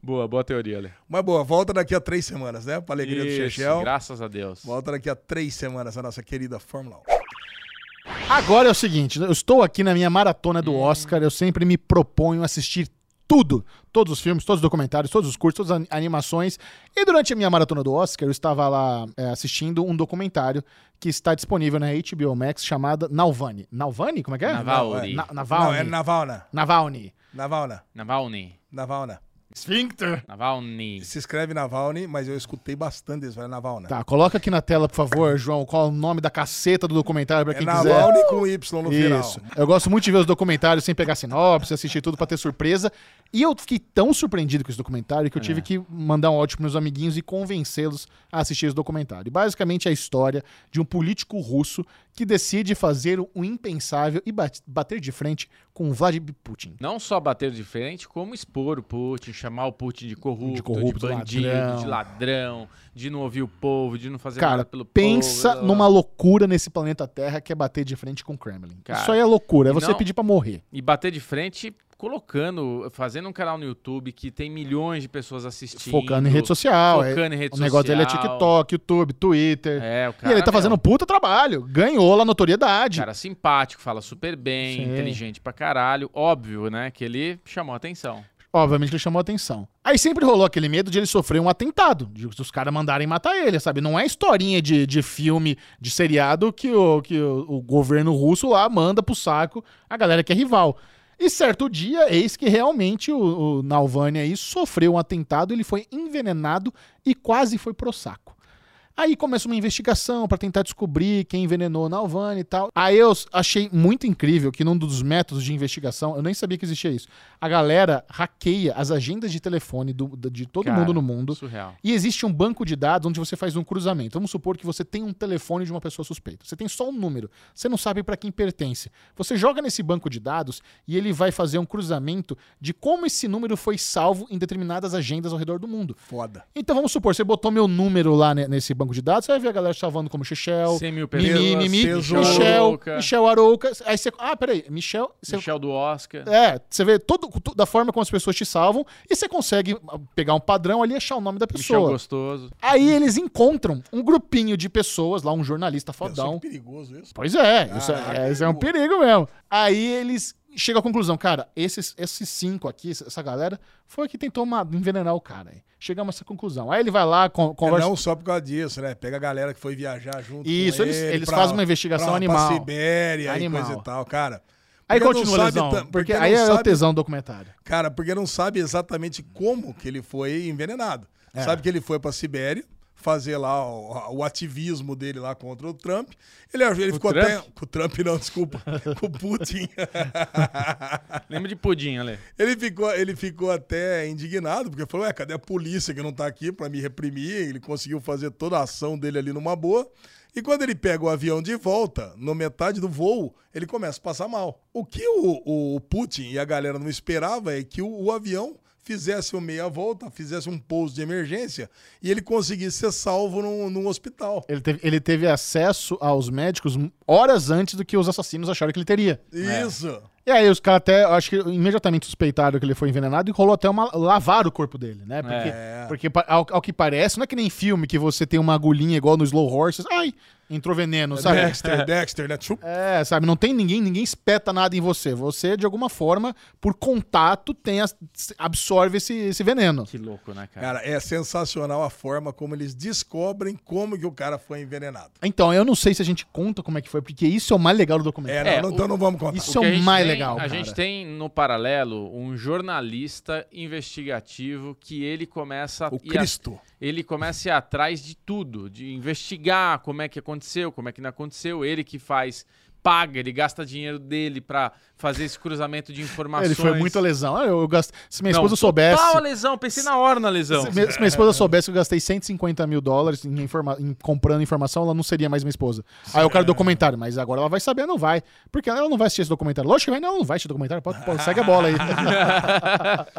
[SPEAKER 2] boa, boa teoria, Ale.
[SPEAKER 3] Mas boa, volta daqui a três semanas, né? Pra alegria do
[SPEAKER 2] Isso,
[SPEAKER 3] Chechel.
[SPEAKER 2] graças a Deus.
[SPEAKER 3] Volta daqui a três semanas a nossa querida Fórmula 1.
[SPEAKER 1] Agora é o seguinte, eu estou aqui na minha maratona
[SPEAKER 2] Hum.
[SPEAKER 1] do Oscar, eu sempre me proponho assistir tudo, todos os filmes, todos os documentários, todos os cursos, todas as ani- animações. E durante a minha maratona do Oscar, eu estava lá é, assistindo um documentário que está disponível na HBO Max chamada Nalvani. Nalvani? Como é que é?
[SPEAKER 2] Navalny.
[SPEAKER 1] Na-
[SPEAKER 3] Não,
[SPEAKER 1] Navalny.
[SPEAKER 3] é Navalna.
[SPEAKER 1] Navalny.
[SPEAKER 3] Navalna.
[SPEAKER 2] Navalny.
[SPEAKER 3] Navalna.
[SPEAKER 1] Sphincter.
[SPEAKER 2] Navalny.
[SPEAKER 3] Se escreve Navalny, mas eu escutei bastante isso. É Navalna.
[SPEAKER 1] Tá, coloca aqui na tela, por favor, João, qual é o nome da caceta do documentário pra
[SPEAKER 3] É
[SPEAKER 1] quem quiser.
[SPEAKER 3] Navalny com Y no final.
[SPEAKER 1] Isso. Eu gosto muito de ver os documentários sem pegar sinopse, assistir tudo pra ter surpresa. E eu fiquei tão surpreendido com esse documentário que eu
[SPEAKER 2] É.
[SPEAKER 1] tive que mandar um áudio pros meus amiguinhos e convencê-los a assistir esse documentário. E basicamente é a história de um político russo que decide fazer o impensável e bat- bater de frente com Vladimir Putin.
[SPEAKER 2] Não só bater de frente, como expor o Putin, chamar o Putin de corrupto, de,
[SPEAKER 1] corrupto,
[SPEAKER 2] bandido,
[SPEAKER 1] ladrão.
[SPEAKER 2] de ladrão, de não ouvir o povo, de não fazer
[SPEAKER 1] Cara,
[SPEAKER 2] nada pelo
[SPEAKER 1] pensa
[SPEAKER 2] povo. blá, blá, blá.
[SPEAKER 1] numa loucura nesse planeta Terra que é bater de frente com o Kremlin.
[SPEAKER 2] Cara,
[SPEAKER 1] Isso aí é loucura, é
[SPEAKER 2] e
[SPEAKER 1] você
[SPEAKER 2] não-
[SPEAKER 1] pedir pra morrer.
[SPEAKER 2] E bater de frente colocando, fazendo um canal no YouTube que tem milhões de pessoas assistindo.
[SPEAKER 1] Focando em rede social. é-
[SPEAKER 2] Focando em rede
[SPEAKER 1] o negócio dele é
[SPEAKER 2] social.
[SPEAKER 1] TikTok, YouTube, Twitter.
[SPEAKER 2] É, o cara,
[SPEAKER 1] e ele tá
[SPEAKER 2] meu,
[SPEAKER 1] fazendo um puta trabalho. Ganhou lá notoriedade.
[SPEAKER 2] Cara simpático, fala super bem,
[SPEAKER 1] Sim.
[SPEAKER 2] inteligente pra caralho. Óbvio, né? Que ele chamou atenção.
[SPEAKER 1] Obviamente que ele chamou atenção. Aí sempre rolou aquele medo de ele sofrer um atentado, de os caras mandarem matar ele, sabe? Não é historinha de, de filme, de seriado que, o, que o, o governo russo lá manda pro saco a galera que é rival. E certo dia, eis que realmente o, o Nalvani aí sofreu um atentado, ele foi envenenado e quase foi pro saco. Aí começa uma investigação pra tentar descobrir quem envenenou o Nalvani e tal. Aí eu s- achei muito incrível que num dos métodos de investigação, eu nem sabia que existia isso. A galera hackeia as agendas de telefone do- do- de todo
[SPEAKER 2] Cara,
[SPEAKER 1] mundo no mundo.
[SPEAKER 2] Surreal.
[SPEAKER 1] E existe um banco de dados onde você faz um cruzamento. Vamos supor que você tem um telefone de uma pessoa suspeita. Você tem só um número. Você não sabe para quem pertence. Você joga nesse banco de dados e ele vai fazer um cruzamento de como esse número foi salvo em determinadas agendas ao redor do mundo.
[SPEAKER 3] Foda.
[SPEAKER 1] Então vamos supor, você botou meu número lá ne- nesse banco de dados, você vai ver a galera salvando como Chechel,
[SPEAKER 2] 100 mil pessoas.
[SPEAKER 1] Mimi, Mimi,
[SPEAKER 3] Tesouro.
[SPEAKER 1] Michel,
[SPEAKER 2] Arouca.
[SPEAKER 1] Michel Arouca. Aí você. Ah, peraí, Michel. você-
[SPEAKER 2] Michel do Oscar.
[SPEAKER 1] é, você vê todo, to- da forma como as pessoas te salvam e você consegue ah, pegar um padrão ali e achar o nome da
[SPEAKER 2] Michel
[SPEAKER 1] pessoa.
[SPEAKER 2] Gostoso.
[SPEAKER 1] Aí eles encontram um grupinho de pessoas lá, um jornalista
[SPEAKER 3] Pensou
[SPEAKER 1] fodão.
[SPEAKER 3] que é perigoso isso.
[SPEAKER 1] Pois é, isso,
[SPEAKER 3] Caraca,
[SPEAKER 1] é, isso é um
[SPEAKER 3] perigo.
[SPEAKER 1] perigo mesmo. Aí eles chega à conclusão, cara, esses, esses cinco aqui, essa essa galera, foi que tentou ma- envenenar o cara. Hein? Chegamos a essa conclusão. Aí ele vai lá, con- conversa.
[SPEAKER 3] É Não só por causa disso, né? Pega a galera que foi viajar junto.
[SPEAKER 1] Isso,
[SPEAKER 3] com
[SPEAKER 1] eles-
[SPEAKER 3] ele
[SPEAKER 1] eles fazem uma investigação animal.
[SPEAKER 3] Pra Sibéria
[SPEAKER 1] Animal.
[SPEAKER 3] e coisa e tal, cara.
[SPEAKER 1] aí
[SPEAKER 3] Porque não
[SPEAKER 1] continua,
[SPEAKER 3] sabe
[SPEAKER 1] Lesão.
[SPEAKER 3] tam-
[SPEAKER 1] Porque, aí
[SPEAKER 3] não
[SPEAKER 1] é o
[SPEAKER 3] sabe-
[SPEAKER 1] tesão do documentário.
[SPEAKER 3] Cara, porque não sabe exatamente como que ele foi envenenado. Sabe que ele foi pra Sibéria fazer lá o, o ativismo dele lá contra o Trump. Ele, ele ficou
[SPEAKER 2] Trump?
[SPEAKER 3] até... Com o Trump não, desculpa. com o Putin.
[SPEAKER 2] Lembra de pudim, Ale?
[SPEAKER 3] Ele ficou, ele ficou até indignado, porque falou: Ué, cadê a polícia que não tá aqui pra me reprimir? Ele conseguiu fazer toda a ação dele ali numa boa. E quando ele pega o avião de volta, no metade do voo, ele começa a passar mal. O que o, o- o Putin e a galera não esperava é que o, o avião fizesse o meia volta, fizesse um pouso de emergência e ele conseguisse ser salvo num, num hospital.
[SPEAKER 1] Ele teve, ele teve acesso aos médicos horas antes do que os assassinos acharam que ele teria.
[SPEAKER 3] Isso.
[SPEAKER 1] E aí os caras até, eu acho que imediatamente suspeitaram que ele foi envenenado e rolou até uma lavar o corpo dele, né? Porque, porque pa- ao, ao que parece, não é que nem filme que você tem uma agulhinha igual no Slow Horses, ai, entrou veneno,
[SPEAKER 3] É
[SPEAKER 1] sabe?
[SPEAKER 3] Dexter, Dexter, né? Tchup.
[SPEAKER 1] É, sabe, não tem ninguém, ninguém espeta nada em você. Você, de alguma forma, por contato, tem as- absorve esse, esse veneno.
[SPEAKER 2] Que louco, né, cara?
[SPEAKER 3] Cara, é sensacional a forma como eles descobrem como que o cara foi envenenado.
[SPEAKER 1] Então, eu não sei se a gente conta como é que foi, porque isso é o mais legal do
[SPEAKER 3] É,
[SPEAKER 1] documentário.
[SPEAKER 3] não,
[SPEAKER 2] É,
[SPEAKER 3] não-
[SPEAKER 2] o-
[SPEAKER 3] então não vamos contar.
[SPEAKER 1] Isso
[SPEAKER 2] que
[SPEAKER 1] é
[SPEAKER 2] a
[SPEAKER 1] o
[SPEAKER 2] gente
[SPEAKER 1] mais
[SPEAKER 2] tem-
[SPEAKER 1] legal,
[SPEAKER 2] A
[SPEAKER 1] cara.
[SPEAKER 2] gente tem no paralelo um jornalista investigativo que ele começa a
[SPEAKER 3] O
[SPEAKER 2] ir a-
[SPEAKER 3] Cristo.
[SPEAKER 2] ele começa a ir atrás de tudo, de investigar como é que aconteceu, como é que não aconteceu, ele que faz paga, ele gasta dinheiro dele pra fazer esse cruzamento de informações.
[SPEAKER 1] Ele foi muita lesão. Ah, Eu, eu gasto... Se minha
[SPEAKER 2] Não,
[SPEAKER 1] esposa soubesse.
[SPEAKER 2] Total a lesão, É. pensei na hora na lesão.
[SPEAKER 1] Se minha, se minha esposa soubesse que eu gastei 150 mil dólares em, informa- em comprando informação, ela não seria mais minha esposa. Aí eu quero documentário, mas agora ela vai saber, não vai. Porque ela não vai assistir esse documentário. Lógico que vai, não, não vai assistir documentário. Pode, pode- segue a bola aí.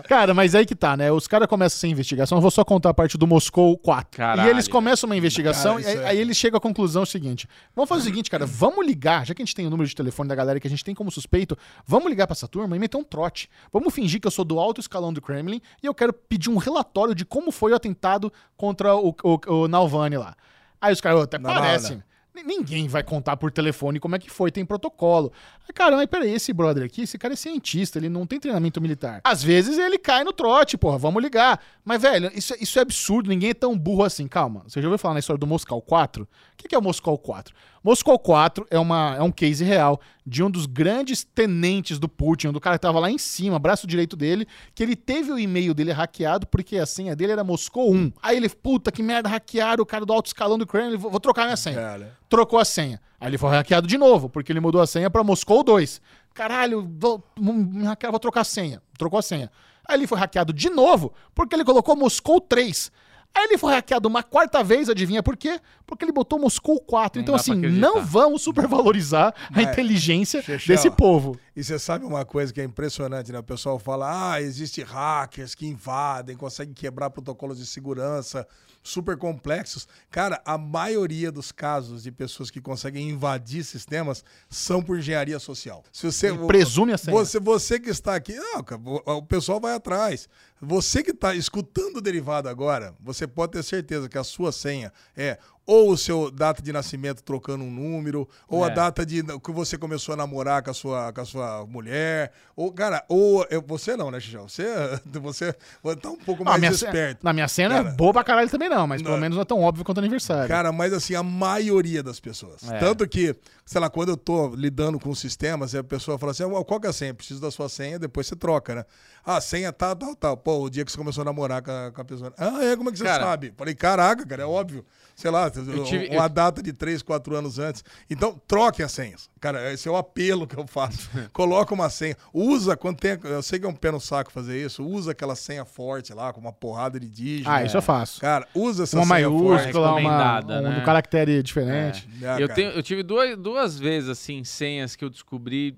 [SPEAKER 1] cara, mas aí que tá, né? Os caras começam essa investigação. Eu vou só contar a parte do Moscou 4.
[SPEAKER 2] Caralho.
[SPEAKER 1] E eles começam uma investigação
[SPEAKER 3] Cara, isso
[SPEAKER 1] e aí,
[SPEAKER 3] é-
[SPEAKER 1] aí eles chegam à conclusão seguinte. Vamos fazer o seguinte, cara. Vamos ligar, já que a gente tem o número de telefone da galera que a gente tem como suspeito, vamos ligar pra essa turma e meter um trote. Vamos fingir que eu sou do alto escalão do Kremlin e eu quero pedir um relatório de como foi o atentado contra o, o, o Nalvani lá. Aí os caras, "Ô, até
[SPEAKER 3] Na
[SPEAKER 1] parece.
[SPEAKER 3] hora.
[SPEAKER 1] Assim, Ni- Ninguém vai contar por telefone como é que foi, tem protocolo. Ah, Cara, mas peraí, esse brother aqui, esse cara é cientista, ele não tem treinamento militar. Às vezes ele cai no trote, porra, vamos ligar. Mas, velho, isso, isso é absurdo, ninguém é tão burro assim. Calma, você já ouviu falar na história do Moscou 4? O que que é o Moscou 4? Moscou 4 é, uma, é um case real de um dos grandes tenentes do Putin, um do cara que tava lá em cima, braço direito dele, que ele teve o e-mail dele hackeado porque a senha dele era Moscou 1. Aí ele, puta, que merda, hackearam o cara do alto escalão do Kremlin, vou, vou trocar minha senha
[SPEAKER 3] Cara.
[SPEAKER 1] trocou a senha. Aí ele foi hackeado de novo, porque ele mudou a senha pra Moscou 2. Caralho, vou, me hackear, vou trocar a senha. Trocou a senha. Aí ele foi hackeado de novo, porque ele colocou Moscou 3. Aí ele foi hackeado uma quarta vez, adivinha por quê? Porque ele botou Moscou 4.
[SPEAKER 2] Não
[SPEAKER 1] então,
[SPEAKER 2] dá
[SPEAKER 1] assim,
[SPEAKER 2] pra acreditar.
[SPEAKER 1] não vamos supervalorizar a
[SPEAKER 3] Mas,
[SPEAKER 1] inteligência
[SPEAKER 3] Chechel,
[SPEAKER 1] desse povo.
[SPEAKER 3] E você sabe uma coisa que é impressionante, né? O pessoal fala: ah, existe hackers que invadem, conseguem quebrar protocolos de segurança super complexos. Cara, a maioria dos casos de pessoas que conseguem invadir sistemas são por engenharia social. Se você
[SPEAKER 1] Presume a senha.
[SPEAKER 3] Você, você que está aqui, não, cara, o- o pessoal vai atrás. Você que está escutando o derivado agora, você pode ter certeza que a sua senha é ou o seu data de nascimento trocando um número, ou a
[SPEAKER 2] É.
[SPEAKER 3] data de que você começou a namorar com a sua, com a sua mulher, ou cara, ou eu- você não, né, Xixão? Você, você tá um pouco
[SPEAKER 1] Ah,
[SPEAKER 3] mais
[SPEAKER 1] minha senha-
[SPEAKER 3] esperto.
[SPEAKER 1] na minha senha não é
[SPEAKER 3] Cara.
[SPEAKER 1] boa pra caralho também não, mas pelo
[SPEAKER 3] Não.
[SPEAKER 1] menos não é tão óbvio quanto o aniversário.
[SPEAKER 3] Cara, mas assim, a maioria das pessoas.
[SPEAKER 2] É.
[SPEAKER 3] Tanto que, sei lá, quando eu tô lidando com sistemas, a pessoa fala assim: "Ah, qual que é a senha? Preciso da sua senha, depois você troca, né? Ah, a senha tá, tal, tal. Pô, o dia que você começou a namorar com a, com a pessoa. Ah, é? Como é que você
[SPEAKER 2] Cara.
[SPEAKER 3] sabe? Falei, caraca, cara, é óbvio. Sei lá,
[SPEAKER 2] tive-
[SPEAKER 3] uma
[SPEAKER 2] eu-
[SPEAKER 3] data de 3, 4 anos antes. Então, troque as senhas. Cara, esse é o apelo que eu faço. Coloca uma senha. Usa quando tem. Eu sei que é um pé no saco fazer isso. Usa aquela senha forte lá, com uma porrada de dígitos.
[SPEAKER 1] ah,
[SPEAKER 2] é
[SPEAKER 1] isso eu faço.
[SPEAKER 3] Cara, usa essa
[SPEAKER 1] uma
[SPEAKER 3] senha forte.
[SPEAKER 1] maiúscula, uma,
[SPEAKER 2] recomendada,
[SPEAKER 1] um
[SPEAKER 2] né?
[SPEAKER 1] caractere diferente.
[SPEAKER 3] Ah,
[SPEAKER 2] eu,
[SPEAKER 3] cara.
[SPEAKER 2] tenho- eu tive duas, duas vezes, assim, senhas que eu descobri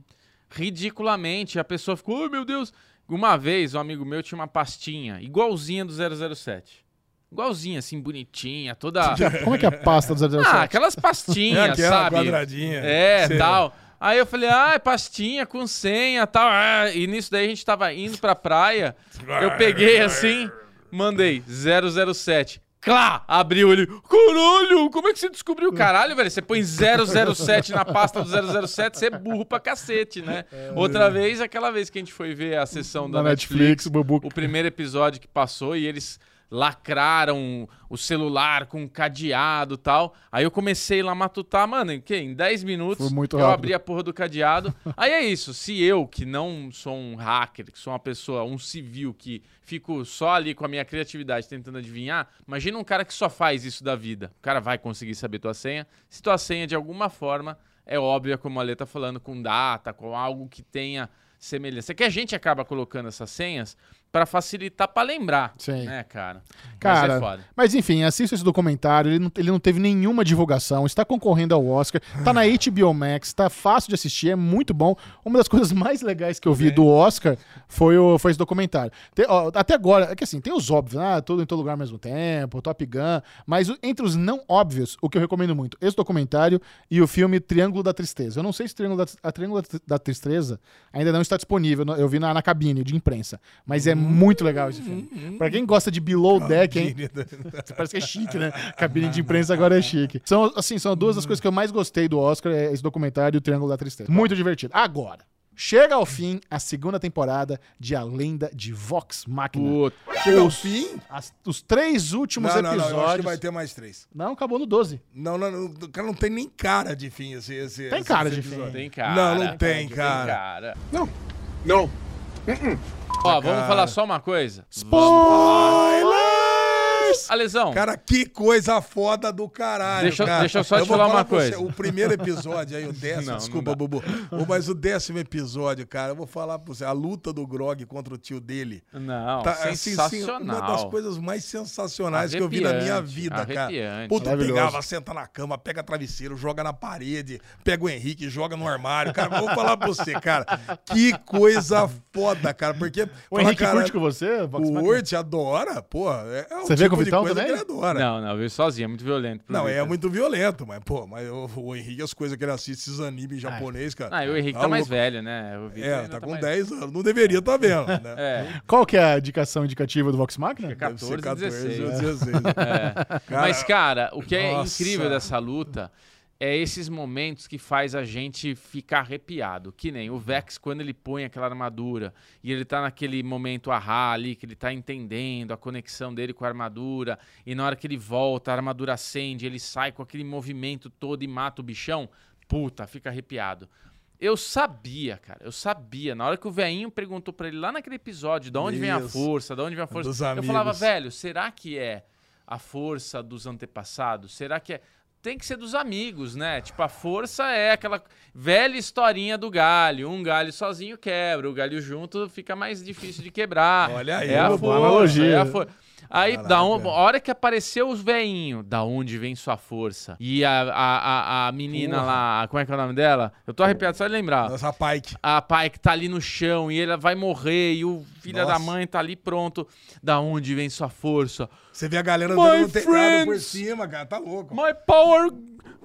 [SPEAKER 2] ridiculamente. A pessoa ficou, oh, meu Deus. Uma vez, um amigo meu tinha uma pastinha igualzinha do 007. Igualzinha, assim, bonitinha, toda...
[SPEAKER 1] Como é que é a pasta do 007?
[SPEAKER 2] ah, aquelas pastinhas, sabe?
[SPEAKER 3] É quadradinha.
[SPEAKER 2] É,
[SPEAKER 3] Sei.
[SPEAKER 2] tal. Aí eu falei, ah, é pastinha com senha, tal. Ah, E nisso daí a gente tava indo pra praia. Eu peguei assim, mandei 007. Clá! Abriu ele. Caralho, como é que você descobriu? Caralho, velho, você põe 007 na pasta do 007, você é burro pra cacete, né? Outra vez, aquela vez que a gente foi ver a sessão da
[SPEAKER 1] É, Na Netflix,
[SPEAKER 2] Netflix,
[SPEAKER 1] Bubu.
[SPEAKER 2] o primeiro episódio que passou e eles lacraram o celular com um cadeado e tal. Aí eu comecei lá a matutar, mano, em que em 10 minutos
[SPEAKER 1] Foi muito
[SPEAKER 2] eu
[SPEAKER 1] rápido.
[SPEAKER 2] abri a porra do cadeado. Aí é isso, se eu que não sou um hacker, que sou uma pessoa, um civil que fico só ali com a minha criatividade tentando adivinhar, imagina um cara que só faz isso da vida. O cara vai conseguir saber tua senha. Se tua senha de alguma forma é óbvia, como a Lê tá falando, com data, com algo que tenha semelhança. É que a gente acaba colocando essas senhas pra facilitar pra lembrar.
[SPEAKER 1] Sim.
[SPEAKER 2] Né, cara? Mas
[SPEAKER 1] Cara,
[SPEAKER 2] é
[SPEAKER 1] mas,
[SPEAKER 2] foda.
[SPEAKER 1] enfim, assista esse documentário. Ele não, ele não teve nenhuma divulgação, está concorrendo ao Oscar, tá na HBO Max, tá fácil de assistir, é muito bom. Uma das coisas mais legais que eu vi do Oscar foi, o, foi esse documentário. Tem- ó, até agora, é que assim, tem os óbvios, ah, tudo em todo lugar ao mesmo tempo, Top Gun, mas o- entre os não óbvios, o que eu recomendo muito, esse documentário e o filme Triângulo da Tristeza. Eu não sei se Triângulo da, a Triângulo da Tri- da Tristeza ainda não está disponível, eu vi na, na cabine de imprensa, mas é muito legal esse filme. Pra quem gosta de Below Deck, hein?
[SPEAKER 3] né?
[SPEAKER 1] Parece que é chique, né? Cabine de imprensa agora é chique. São, assim, são duas
[SPEAKER 3] Hum.
[SPEAKER 1] das coisas que eu mais gostei do Oscar, é esse documentário e o Triângulo da Tristeza. Muito divertido. Agora, chega ao fim a segunda temporada de A Lenda de Vox Machina.
[SPEAKER 2] Puta.
[SPEAKER 3] Chega ao fim?
[SPEAKER 1] As- os três últimos
[SPEAKER 3] Não, não, não,
[SPEAKER 1] episódios...
[SPEAKER 3] eu
[SPEAKER 1] Não,
[SPEAKER 3] acho que vai ter mais três.
[SPEAKER 1] acabou no 12.
[SPEAKER 3] Não, não, não, o cara não tem nem cara de fim esse, esse
[SPEAKER 1] Tem
[SPEAKER 3] esse
[SPEAKER 1] cara de
[SPEAKER 3] episódio.
[SPEAKER 1] fim.
[SPEAKER 2] Tem cara.
[SPEAKER 3] Não, não tem, cara.
[SPEAKER 5] Não, não. Uh-uh.
[SPEAKER 2] Ó,
[SPEAKER 3] Ah,
[SPEAKER 2] vamos falar só uma coisa.
[SPEAKER 1] Spoilers!
[SPEAKER 2] Alesão,
[SPEAKER 3] Cara, que coisa foda do caralho,
[SPEAKER 2] Deixa eu-
[SPEAKER 3] cara.
[SPEAKER 2] deixa eu só te
[SPEAKER 3] vou
[SPEAKER 2] falar uma
[SPEAKER 3] pra você,
[SPEAKER 2] coisa.
[SPEAKER 3] o primeiro episódio aí, o décimo,
[SPEAKER 2] Não, não
[SPEAKER 3] desculpa,
[SPEAKER 2] dá.
[SPEAKER 3] Bubu. O- Mas o décimo episódio, cara, eu vou falar pra você. A luta do Grog contra o tio dele.
[SPEAKER 2] Não,
[SPEAKER 3] Tá, assim,
[SPEAKER 2] sensacional.
[SPEAKER 3] sim, uma das coisas mais sensacionais que eu vi na
[SPEAKER 2] Arrepiante,
[SPEAKER 3] minha vida, cara.
[SPEAKER 2] arrepiante.
[SPEAKER 3] Puta,
[SPEAKER 1] Maravilhoso.
[SPEAKER 3] pegava, senta na cama, pega travesseiro, joga na parede, pega o Henrique, joga no armário. Cara, vou falar pra você, cara. Que coisa foda, cara. Porque.
[SPEAKER 1] O Henrique
[SPEAKER 3] cara,
[SPEAKER 1] curte com você? Vox
[SPEAKER 3] o
[SPEAKER 1] Machina?
[SPEAKER 3] Word adora, porra. É, é o
[SPEAKER 1] Você vê
[SPEAKER 3] tipo
[SPEAKER 1] com o
[SPEAKER 3] de
[SPEAKER 1] Vitão
[SPEAKER 3] coisa
[SPEAKER 1] também?
[SPEAKER 3] que ele adora.
[SPEAKER 2] Não, não, eu vi sozinho, é muito violento. pro
[SPEAKER 3] Não, é
[SPEAKER 2] Lucas.
[SPEAKER 3] muito violento, mas, pô, mas o, o Henrique, as coisas que ele assiste, esses animes japonês, cara.
[SPEAKER 2] Ah, e o Henrique tá,
[SPEAKER 3] Tá
[SPEAKER 2] mais
[SPEAKER 3] louco.
[SPEAKER 2] velho, né? O Vitor
[SPEAKER 3] É,
[SPEAKER 2] ainda
[SPEAKER 3] tá com
[SPEAKER 2] mais-
[SPEAKER 3] 10 anos, não deveria estar vendo, né?
[SPEAKER 2] É,
[SPEAKER 1] Qual que é a indicação indicativa do Vox Machina?
[SPEAKER 2] Fica- 14, 16,
[SPEAKER 3] ou
[SPEAKER 2] é.
[SPEAKER 3] 16. Cara,
[SPEAKER 2] mas cara, o que é
[SPEAKER 3] nossa.
[SPEAKER 2] incrível dessa luta é esses momentos que faz a gente ficar arrepiado, que nem o Vex quando ele põe aquela armadura e ele tá naquele momento ahá ali, que ele tá entendendo a conexão dele com a armadura, e na hora que ele volta, a armadura acende, ele sai com aquele movimento todo e mata o bichão, puta, fica arrepiado. Eu sabia, cara, eu sabia. Na hora que o veinho perguntou pra ele lá naquele episódio, de onde vem a
[SPEAKER 3] Isso.
[SPEAKER 2] força, de onde vem a força,
[SPEAKER 3] Dos
[SPEAKER 2] eu falava,
[SPEAKER 3] amigos.
[SPEAKER 2] velho, será que é a força dos antepassados? Será que é. Tem que ser dos amigos, né? Tipo, a força é aquela velha historinha do galho. Um galho sozinho quebra, o galho junto fica mais difícil de quebrar.
[SPEAKER 3] Olha aí,
[SPEAKER 2] é a
[SPEAKER 3] boa
[SPEAKER 2] força,
[SPEAKER 1] analogia.
[SPEAKER 2] é a força. Aí,
[SPEAKER 3] Caraca.
[SPEAKER 2] da on... a hora que apareceu os veinhos, da onde vem sua força? E a, a, a, a menina
[SPEAKER 3] Porra.
[SPEAKER 2] lá, como é que é o nome dela? Eu tô arrepiado só de lembrar
[SPEAKER 3] Nossa, Pike.
[SPEAKER 2] a pai que tá ali no chão e ele vai morrer e o filho
[SPEAKER 3] Nossa.
[SPEAKER 2] da mãe tá ali pronto. Da onde vem sua força?
[SPEAKER 3] Você vê a galera
[SPEAKER 2] My
[SPEAKER 3] dando um teclado por
[SPEAKER 2] friends.
[SPEAKER 3] cima, cara, tá louco.
[SPEAKER 2] My power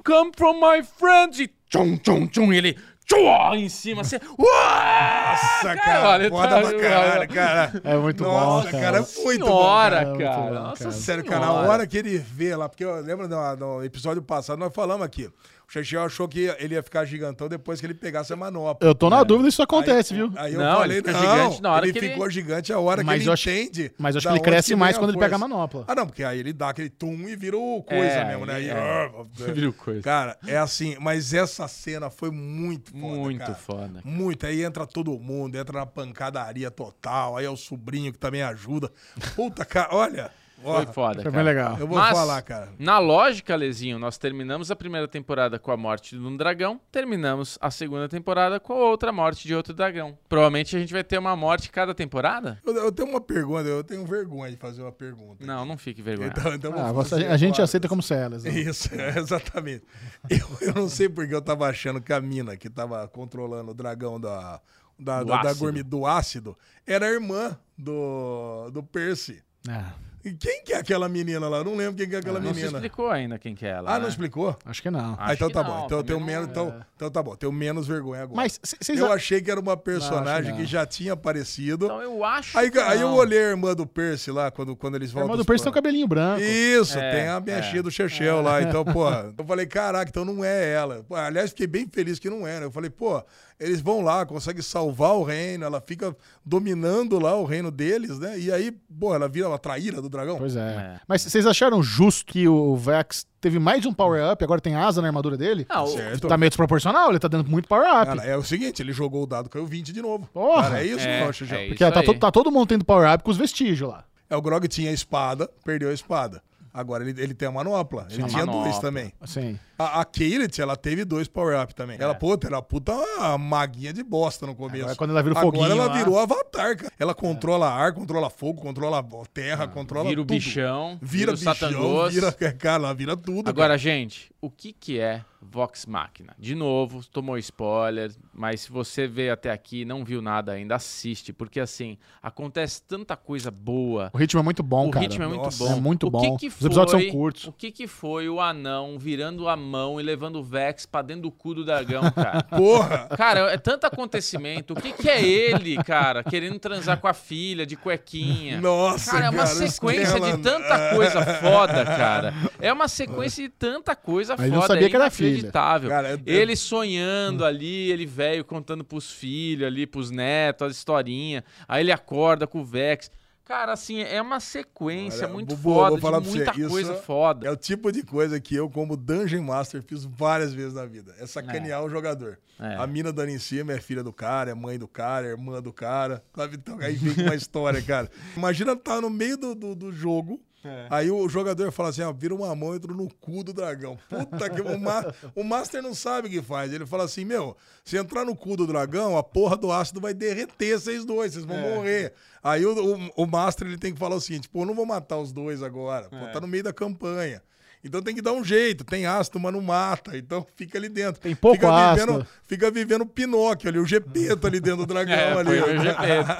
[SPEAKER 2] come from my friends. E tchum, tchum, tchum. E ele tchua, em cima assim. Uá!
[SPEAKER 3] Nossa, cara,
[SPEAKER 2] olha,
[SPEAKER 3] foda
[SPEAKER 2] tá-
[SPEAKER 3] pra caralho, cara.
[SPEAKER 1] É muito
[SPEAKER 3] Nossa,
[SPEAKER 1] bom,
[SPEAKER 3] cara,
[SPEAKER 1] cara.
[SPEAKER 3] é muito bom, cara.
[SPEAKER 2] Senhora,
[SPEAKER 1] bom, cara,
[SPEAKER 2] cara.
[SPEAKER 1] muito bom,
[SPEAKER 2] Nossa
[SPEAKER 1] cara.
[SPEAKER 3] Sério,
[SPEAKER 2] senhora.
[SPEAKER 3] cara, a hora que ele vê lá, porque eu lembro no, no um episódio passado, nós falamos aqui. O Xexel achou que ele ia ficar gigantão depois que ele pegasse a manopla.
[SPEAKER 1] Eu tô na dúvida se isso acontece, viu?
[SPEAKER 3] É. Aí eu
[SPEAKER 2] Não,
[SPEAKER 3] falei,
[SPEAKER 2] ele fica
[SPEAKER 3] não,
[SPEAKER 2] gigante na hora
[SPEAKER 3] ele
[SPEAKER 2] que ele-
[SPEAKER 3] ficou gigante a hora
[SPEAKER 1] Mas
[SPEAKER 3] que
[SPEAKER 1] eu
[SPEAKER 3] ele
[SPEAKER 1] acho-
[SPEAKER 3] entende.
[SPEAKER 1] mas eu acho
[SPEAKER 3] da
[SPEAKER 1] que ele
[SPEAKER 3] onde
[SPEAKER 1] cresce
[SPEAKER 3] vem
[SPEAKER 1] mais
[SPEAKER 3] a
[SPEAKER 1] quando ele pega
[SPEAKER 3] força.
[SPEAKER 1] a manopla.
[SPEAKER 3] Ah, não, porque aí ele dá aquele tum e vira o coisa
[SPEAKER 2] É,
[SPEAKER 3] mesmo, né?
[SPEAKER 2] ele-
[SPEAKER 3] E-
[SPEAKER 2] é. Vira o coisa.
[SPEAKER 3] Cara, é assim, mas essa cena foi muito foda,
[SPEAKER 2] Muito
[SPEAKER 3] cara.
[SPEAKER 2] foda.
[SPEAKER 3] Muito, aí entra todo mundo, entra na pancadaria total, aí é o sobrinho que também ajuda. Puta, cara, olha. ó,
[SPEAKER 2] Foi foda,
[SPEAKER 1] Foi
[SPEAKER 2] cara.
[SPEAKER 1] bem legal.
[SPEAKER 3] é. Eu vou
[SPEAKER 2] Mas,
[SPEAKER 3] falar, cara.
[SPEAKER 2] Na lógica, Lezinho, nós terminamos a primeira temporada com a morte de um dragão, terminamos a segunda temporada com outra morte de outro dragão. Provavelmente a gente vai ter uma morte cada temporada?
[SPEAKER 3] Eu, eu tenho uma pergunta, eu tenho vergonha de fazer uma pergunta.
[SPEAKER 2] Não, não fique vergonha.
[SPEAKER 3] Então, então eu
[SPEAKER 1] Ah,
[SPEAKER 3] vou
[SPEAKER 1] você-
[SPEAKER 3] fazer
[SPEAKER 1] a gente
[SPEAKER 3] agora.
[SPEAKER 1] aceita como celas. né?
[SPEAKER 3] Isso, é, exatamente. Eu, eu não sei porque eu tava achando que a mina que tava controlando o dragão da, da,
[SPEAKER 2] Do
[SPEAKER 3] da, da
[SPEAKER 2] ácido.
[SPEAKER 3] gourmet- do ácido era a irmã do, do Percy.
[SPEAKER 1] Ah.
[SPEAKER 3] E Quem que é aquela menina lá? Eu não lembro quem que é aquela
[SPEAKER 2] Ah, Não se
[SPEAKER 3] menina.
[SPEAKER 2] explicou ainda quem que é ela.
[SPEAKER 3] Ah,
[SPEAKER 2] né?
[SPEAKER 3] não explicou?
[SPEAKER 1] Acho que não.
[SPEAKER 3] Ah, então
[SPEAKER 2] que
[SPEAKER 3] tá
[SPEAKER 2] não,
[SPEAKER 3] bom. Então eu
[SPEAKER 2] também
[SPEAKER 3] tenho
[SPEAKER 2] não- é.
[SPEAKER 3] menos, então, então tá bom. Tenho menos vergonha agora.
[SPEAKER 1] Mas c- vocês
[SPEAKER 3] eu
[SPEAKER 1] a-
[SPEAKER 3] achei que era uma personagem
[SPEAKER 1] não.
[SPEAKER 3] que já tinha aparecido.
[SPEAKER 2] Então eu acho.
[SPEAKER 3] aí,
[SPEAKER 2] que
[SPEAKER 3] aí eu
[SPEAKER 2] não.
[SPEAKER 3] olhei a irmã do Percy lá, quando, quando eles
[SPEAKER 1] a
[SPEAKER 3] vão.
[SPEAKER 1] irmã do
[SPEAKER 3] dos
[SPEAKER 2] um
[SPEAKER 1] Percy tem o
[SPEAKER 3] planos.
[SPEAKER 1] cabelinho branco.
[SPEAKER 3] Isso,
[SPEAKER 2] É,
[SPEAKER 3] tem a minha
[SPEAKER 2] é.
[SPEAKER 3] tia do Chechel lá. Então, pô, eu falei, caraca, então não é ela. Pô, aliás, fiquei bem feliz que não era. Eu falei, pô, eles vão lá, conseguem salvar o reino, ela fica dominando lá o reino deles, né? E aí, pô, ela vira uma traíra do dragão.
[SPEAKER 1] Pois é.
[SPEAKER 2] É.
[SPEAKER 1] Mas vocês acharam justo que o Vex teve mais um power-up, agora tem asa na armadura dele?
[SPEAKER 2] Não, Ah, o-
[SPEAKER 3] Certo.
[SPEAKER 1] Tá meio desproporcional, ele tá dando muito power-up.
[SPEAKER 3] Cara, é o seguinte, ele jogou o dado, caiu 20 de novo.
[SPEAKER 1] Porra!
[SPEAKER 3] Cara, é isso,
[SPEAKER 2] É,
[SPEAKER 3] não, Chechel?
[SPEAKER 2] é
[SPEAKER 1] Porque ó,
[SPEAKER 2] isso
[SPEAKER 1] tá,
[SPEAKER 2] aí.
[SPEAKER 1] to- tá todo mundo tendo power-up com os vestígios lá.
[SPEAKER 3] É, o Grog tinha a espada, perdeu a espada. Agora ele, ele tem a manopla. ele
[SPEAKER 2] a
[SPEAKER 3] tinha dois
[SPEAKER 2] manopla.
[SPEAKER 3] também.
[SPEAKER 1] Assim.
[SPEAKER 3] A, a Keylet, ela teve dois power-up também. Ela, puta, era puta uma maguinha de bosta no começo.
[SPEAKER 1] É. Agora, quando ela vira o foguinho
[SPEAKER 3] Agora ela
[SPEAKER 1] lá.
[SPEAKER 3] virou avatar, cara. Ela controla ar, controla fogo, controla terra,
[SPEAKER 1] Ah,
[SPEAKER 3] controla
[SPEAKER 2] Vira o
[SPEAKER 3] tudo.
[SPEAKER 2] bichão, vira
[SPEAKER 3] Vira,
[SPEAKER 2] o
[SPEAKER 3] bichão,
[SPEAKER 2] Satangoso.
[SPEAKER 3] vira, é, cara, ela vira tudo.
[SPEAKER 2] Agora, gente, o que, que é Vox Machina? De novo, tomou spoiler, mas se você veio até aqui e não viu nada ainda, assiste, porque assim, acontece tanta coisa boa.
[SPEAKER 1] O ritmo é muito bom,
[SPEAKER 2] o
[SPEAKER 1] cara.
[SPEAKER 2] ritmo é muito
[SPEAKER 3] Nossa.
[SPEAKER 2] bom.
[SPEAKER 1] É muito
[SPEAKER 2] o
[SPEAKER 1] bom.
[SPEAKER 2] Que que
[SPEAKER 1] Os episódios
[SPEAKER 2] foi-
[SPEAKER 1] são curtos.
[SPEAKER 2] O que, que foi o anão virando a mão e levando o Vex pra dentro do cu do dragão, cara?
[SPEAKER 3] cara. Porra!
[SPEAKER 2] Cara, é tanto acontecimento. O que, que é ele, cara, querendo transar com a filha de cuequinha?
[SPEAKER 3] Nossa,
[SPEAKER 2] Cara, é uma
[SPEAKER 3] isso
[SPEAKER 2] sequência
[SPEAKER 3] dela-
[SPEAKER 2] de tanta coisa foda, cara. É uma sequência de tanta coisa
[SPEAKER 1] Mas ele não
[SPEAKER 2] foda.
[SPEAKER 1] sabia
[SPEAKER 2] é
[SPEAKER 1] que era
[SPEAKER 2] inacreditável.
[SPEAKER 3] filha. Cara, é eu-
[SPEAKER 2] Ele sonhando ali, ele velho contando pros filhos ali, pros netos, a historinha. Aí ele acorda com o Vex. Cara, assim, é uma sequência
[SPEAKER 3] Olha,
[SPEAKER 2] muito
[SPEAKER 3] Bubu, eu
[SPEAKER 2] foda,
[SPEAKER 3] vou falar
[SPEAKER 2] de
[SPEAKER 3] pra
[SPEAKER 2] muita
[SPEAKER 3] você, isso
[SPEAKER 2] coisa foda.
[SPEAKER 3] É o tipo de coisa que eu, como Dungeon Master, fiz várias vezes na vida. É sacanear o jogador.
[SPEAKER 2] É.
[SPEAKER 3] A mina dando em cima é filha do cara, é mãe do cara, é irmã do cara. Sabe? Então aí vem com uma história, cara. Imagina tá no meio do, do, do jogo.
[SPEAKER 2] É.
[SPEAKER 3] Aí o jogador fala assim: ó, vira uma mão e entra no cu do dragão. Puta que o, ma- o Master não sabe o que faz. Ele fala assim: meu, se entrar no cu do dragão, a porra do ácido vai derreter vocês dois, vocês
[SPEAKER 1] É.
[SPEAKER 3] vão morrer. Aí o, o, o Master ele tem que falar o seguinte: pô, eu não vou matar os dois agora.
[SPEAKER 1] É.
[SPEAKER 3] Pô, tá no meio da campanha. Então tem que dar um jeito. Tem ácido, mas não mata. Então fica ali dentro.
[SPEAKER 1] Tem pouco
[SPEAKER 3] fica
[SPEAKER 1] ácido.
[SPEAKER 3] Vivendo, fica vivendo o Pinóquio ali, o Gepeto ali dentro do dragão
[SPEAKER 2] É,
[SPEAKER 3] ali.
[SPEAKER 2] foi meu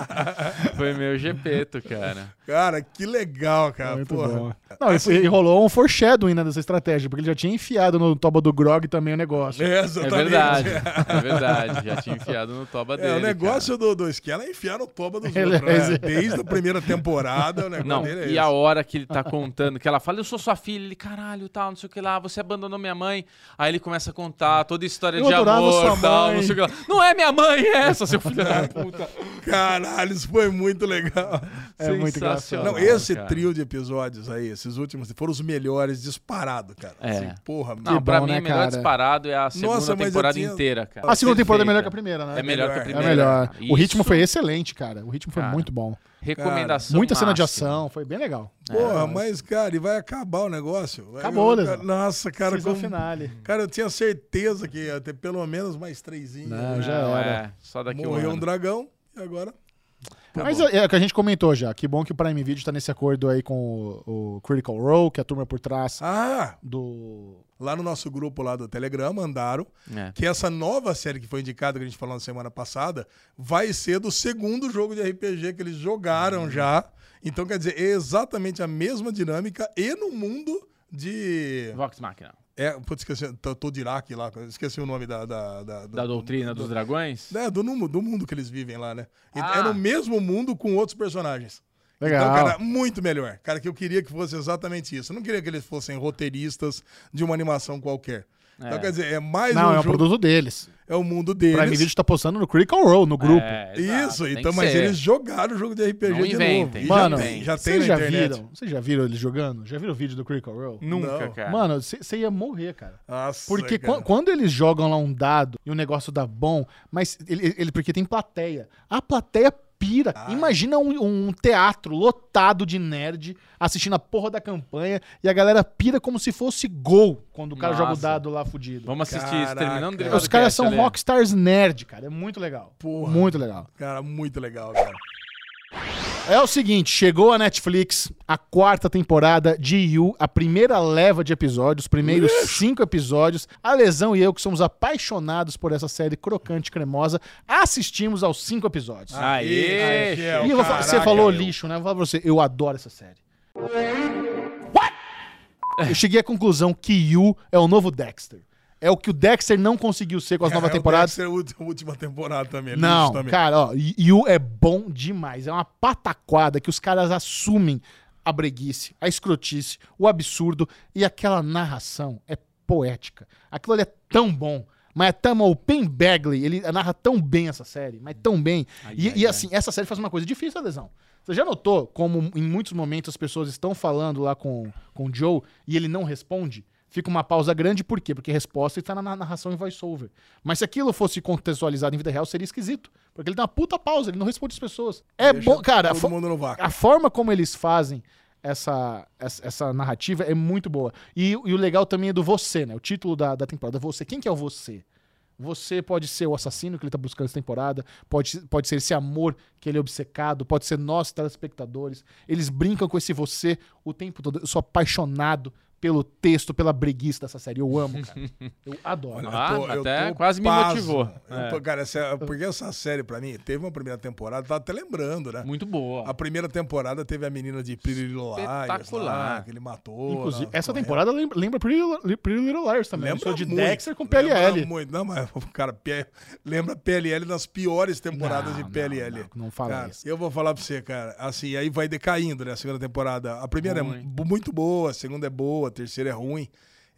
[SPEAKER 2] Gepeto. Foi meu Gepeto, cara.
[SPEAKER 3] Cara, que legal, cara.
[SPEAKER 1] Muito
[SPEAKER 3] porra.
[SPEAKER 1] bom.
[SPEAKER 2] É,
[SPEAKER 1] Não,
[SPEAKER 2] assim-
[SPEAKER 1] e- e rolou um foreshadowing né, dessa estratégia, porque ele já tinha enfiado no toba do Grog também o negócio.
[SPEAKER 2] É
[SPEAKER 3] É, exatamente.
[SPEAKER 2] verdade, é verdade. Já tinha enfiado no toba dele.
[SPEAKER 3] É, o
[SPEAKER 2] cara.
[SPEAKER 3] negócio do, do Esquela é enfiar no toba dos
[SPEAKER 1] Ele-
[SPEAKER 3] outros. né? Desde a primeira temporada, o negócio
[SPEAKER 2] Não,
[SPEAKER 3] dele é
[SPEAKER 2] e a
[SPEAKER 3] esse.
[SPEAKER 2] hora que ele tá contando, que ela fala, eu sou sua filha, ele, caralho, tal, não sei o que lá, você abandonou minha mãe. Aí ele começa a contar toda a história
[SPEAKER 1] Eu
[SPEAKER 2] de
[SPEAKER 1] adorava
[SPEAKER 2] amor,
[SPEAKER 1] sua
[SPEAKER 2] tal,
[SPEAKER 1] mãe.
[SPEAKER 2] não sei o que lá. Não é minha mãe é essa, seu filho da puta.
[SPEAKER 3] Caralho, isso foi muito legal.
[SPEAKER 1] É muito engraçado.
[SPEAKER 2] Sensacional.
[SPEAKER 3] Não, esse
[SPEAKER 2] Ah, cara.
[SPEAKER 3] trio de episódios aí, esses últimos, foram os melhores disparado, cara.
[SPEAKER 2] É.
[SPEAKER 3] Assim, porra,
[SPEAKER 2] Não, pra
[SPEAKER 1] bom,
[SPEAKER 2] mim,
[SPEAKER 1] né,
[SPEAKER 2] o melhor
[SPEAKER 1] cara?
[SPEAKER 2] disparado é a segunda
[SPEAKER 3] Nossa, mas eu
[SPEAKER 2] temporada
[SPEAKER 3] tinha-
[SPEAKER 2] inteira, cara.
[SPEAKER 1] A segunda temporada é melhor que a
[SPEAKER 2] Perfeita.
[SPEAKER 1] primeira, né?
[SPEAKER 2] É melhor que a
[SPEAKER 3] É
[SPEAKER 1] É
[SPEAKER 2] primeira.
[SPEAKER 1] melhor.
[SPEAKER 2] cara.
[SPEAKER 1] O ritmo
[SPEAKER 2] Isso,
[SPEAKER 1] foi excelente, cara. O ritmo foi
[SPEAKER 2] Cara, é
[SPEAKER 1] muito bom.
[SPEAKER 2] Recomendação.
[SPEAKER 1] Muita cena de
[SPEAKER 2] máxima.
[SPEAKER 1] ação, foi bem legal.
[SPEAKER 2] é,
[SPEAKER 3] Porra, mas, cara, e vai acabar o negócio? Vai-
[SPEAKER 1] Acabou,
[SPEAKER 3] eu-
[SPEAKER 1] Lesão.
[SPEAKER 3] Nossa, cara,
[SPEAKER 1] Season
[SPEAKER 3] como...
[SPEAKER 1] finale.
[SPEAKER 3] Cara, eu tinha certeza que ia ter pelo menos mais trezinhos.
[SPEAKER 1] Não,
[SPEAKER 3] né?
[SPEAKER 1] Ah, já era.
[SPEAKER 2] É, só daqui
[SPEAKER 3] Morreu
[SPEAKER 2] um
[SPEAKER 3] um
[SPEAKER 2] ano.
[SPEAKER 3] dragão e agora tá
[SPEAKER 1] Mas é, é o que a gente comentou já. Que bom que o Prime Video tá nesse acordo aí com o, o Critical Role, que é a turma por trás
[SPEAKER 3] Ah,
[SPEAKER 1] do.
[SPEAKER 3] lá no nosso grupo lá do Telegram mandaram
[SPEAKER 2] É.
[SPEAKER 3] que essa nova série que foi indicada, que a gente falou na semana passada, vai ser do segundo jogo de RPG que eles jogaram
[SPEAKER 2] Hum.
[SPEAKER 3] já. Então, quer dizer, é exatamente a mesma dinâmica e no mundo de.
[SPEAKER 2] Vox Machina.
[SPEAKER 3] É, putz, esqueci, tô, tô de Iraque lá, esqueci o nome da. Da, da,
[SPEAKER 2] Da
[SPEAKER 3] do-
[SPEAKER 2] doutrina dos dragões?
[SPEAKER 3] É, do, nu- do mundo que eles vivem lá, né? E-
[SPEAKER 2] Ah.
[SPEAKER 3] É no mesmo mundo com outros personagens.
[SPEAKER 1] Legal.
[SPEAKER 3] Então, cara, muito melhor. Cara, que eu queria que fosse exatamente isso. Eu não queria que eles fossem roteiristas de uma animação qualquer. Então,
[SPEAKER 2] É.
[SPEAKER 3] quer dizer, é mais
[SPEAKER 1] Não,
[SPEAKER 3] um
[SPEAKER 1] é um
[SPEAKER 3] jogo,
[SPEAKER 1] produto deles.
[SPEAKER 3] é o mundo
[SPEAKER 1] O Prime
[SPEAKER 3] deles.
[SPEAKER 1] Video tá postando no Critical Role, no grupo.
[SPEAKER 2] É, exato,
[SPEAKER 3] Isso,
[SPEAKER 2] tem que
[SPEAKER 3] então, mas
[SPEAKER 2] ser.
[SPEAKER 3] eles jogaram o jogo de RPG
[SPEAKER 2] Não
[SPEAKER 3] de novo.
[SPEAKER 2] inventem,
[SPEAKER 3] E
[SPEAKER 1] Mano,
[SPEAKER 3] já tem, já tem
[SPEAKER 1] vocês
[SPEAKER 3] na
[SPEAKER 1] já
[SPEAKER 3] internet.
[SPEAKER 1] viram? Vocês já viram eles jogando? Já viram o vídeo do Critical Role?
[SPEAKER 2] Nunca,
[SPEAKER 3] Não.
[SPEAKER 2] cara.
[SPEAKER 1] Mano, você ia morrer, cara.
[SPEAKER 3] Nossa,
[SPEAKER 1] Porque
[SPEAKER 3] cara.
[SPEAKER 1] quan- quando eles jogam lá um dado e o negócio dá bom, mas ele, ele- porque tem plateia. A plateia pira. Imagina um, um teatro lotado de nerd assistindo a porra da campanha e a galera pira como se fosse gol quando o cara joga o
[SPEAKER 2] Nossa.
[SPEAKER 1] dado lá fudido.
[SPEAKER 2] Vamos assistir isso,
[SPEAKER 3] Caraca.
[SPEAKER 2] terminando o
[SPEAKER 1] Os
[SPEAKER 2] Derivado
[SPEAKER 1] caras
[SPEAKER 2] Cast,
[SPEAKER 1] são
[SPEAKER 2] Ale.
[SPEAKER 1] rockstars nerd, cara. É muito legal.
[SPEAKER 3] Porra.
[SPEAKER 1] Muito legal.
[SPEAKER 3] Cara, muito legal, cara.
[SPEAKER 1] É o seguinte, chegou a Netflix a quarta temporada de You, a primeira leva de episódios, os primeiros cinco episódios. A Lesão e eu, que somos apaixonados por essa série crocante e cremosa, assistimos aos cinco episódios.
[SPEAKER 2] Aê,
[SPEAKER 3] Aê,
[SPEAKER 1] e eu vou fa- você
[SPEAKER 3] Ah, é caraca,
[SPEAKER 1] falou
[SPEAKER 3] meu.
[SPEAKER 1] lixo, né? Eu vou falar pra você, eu adoro essa série. Eu cheguei à conclusão que Yu é o novo Dexter. É o que o Dexter não conseguiu ser com as novas
[SPEAKER 3] É,
[SPEAKER 1] temporadas.
[SPEAKER 3] Deve ser a ulti- última temporada também. é lixo
[SPEAKER 1] Não,
[SPEAKER 3] também.
[SPEAKER 1] cara, ó, Yu é bom demais. É uma pataquada que os caras assumem a breguice, a escrotice, o absurdo e aquela narração é poética. Aquilo ali é tão bom. Mas é tão o Pen Bagley, ele narra tão bem essa série, mas tão bem. e, e, assim, essa série faz uma coisa difícil, Lesão. Você já notou como em muitos momentos as pessoas estão falando lá com, com o Joe e ele não responde? Fica uma pausa grande, por quê? Porque a resposta está na na narração em voiceover. Mas se aquilo fosse contextualizado em vida real, seria esquisito. Porque ele dá uma puta pausa, ele não responde as pessoas. É
[SPEAKER 3] Deixa
[SPEAKER 1] bom, cara. a
[SPEAKER 3] Todo
[SPEAKER 1] fo-
[SPEAKER 3] mundo no vácuo.
[SPEAKER 1] a forma como eles fazem essa, essa, essa narrativa é muito boa. E, e o legal também é do você, né? O título da, da temporada, você. Quem que é o você? Você pode ser o assassino que ele tá buscando essa temporada, pode, pode ser esse amor que ele é obcecado, pode ser nós, telespectadores. Eles brincam com esse você o tempo todo. Eu sou apaixonado pelo texto, pela breguice dessa série. Eu amo, cara. Eu adoro.
[SPEAKER 2] Ah, até quase me
[SPEAKER 3] pasmo.
[SPEAKER 2] motivou.
[SPEAKER 3] Eu
[SPEAKER 2] É.
[SPEAKER 3] tô- cara, essa- porque essa série, pra mim, teve uma primeira temporada, tava até lembrando, né?
[SPEAKER 2] Muito
[SPEAKER 3] A
[SPEAKER 2] boa.
[SPEAKER 3] primeira temporada teve a menina de Pretty Little Liars lá,
[SPEAKER 2] Espetacular.
[SPEAKER 3] que ele matou.
[SPEAKER 1] Inclusive,
[SPEAKER 3] lá,
[SPEAKER 1] essa
[SPEAKER 3] correndo.
[SPEAKER 1] temporada lembra, lembra Pretty Little- Pretty Little Liars também.
[SPEAKER 3] Lembra
[SPEAKER 1] Lembra de
[SPEAKER 3] muito,
[SPEAKER 1] Dexter com PLL.
[SPEAKER 3] Lembra muito. Não, mas, cara, P- lembra PLL das piores temporadas
[SPEAKER 1] Não,
[SPEAKER 3] de
[SPEAKER 1] não,
[SPEAKER 3] PLL.
[SPEAKER 1] não, não fala
[SPEAKER 3] Cara,
[SPEAKER 1] isso.
[SPEAKER 3] Eu vou falar pra você, cara. Assim, aí vai decaindo, né? A segunda temporada. A primeira é bu- muito boa, a segunda é boa, a terceira é ruim.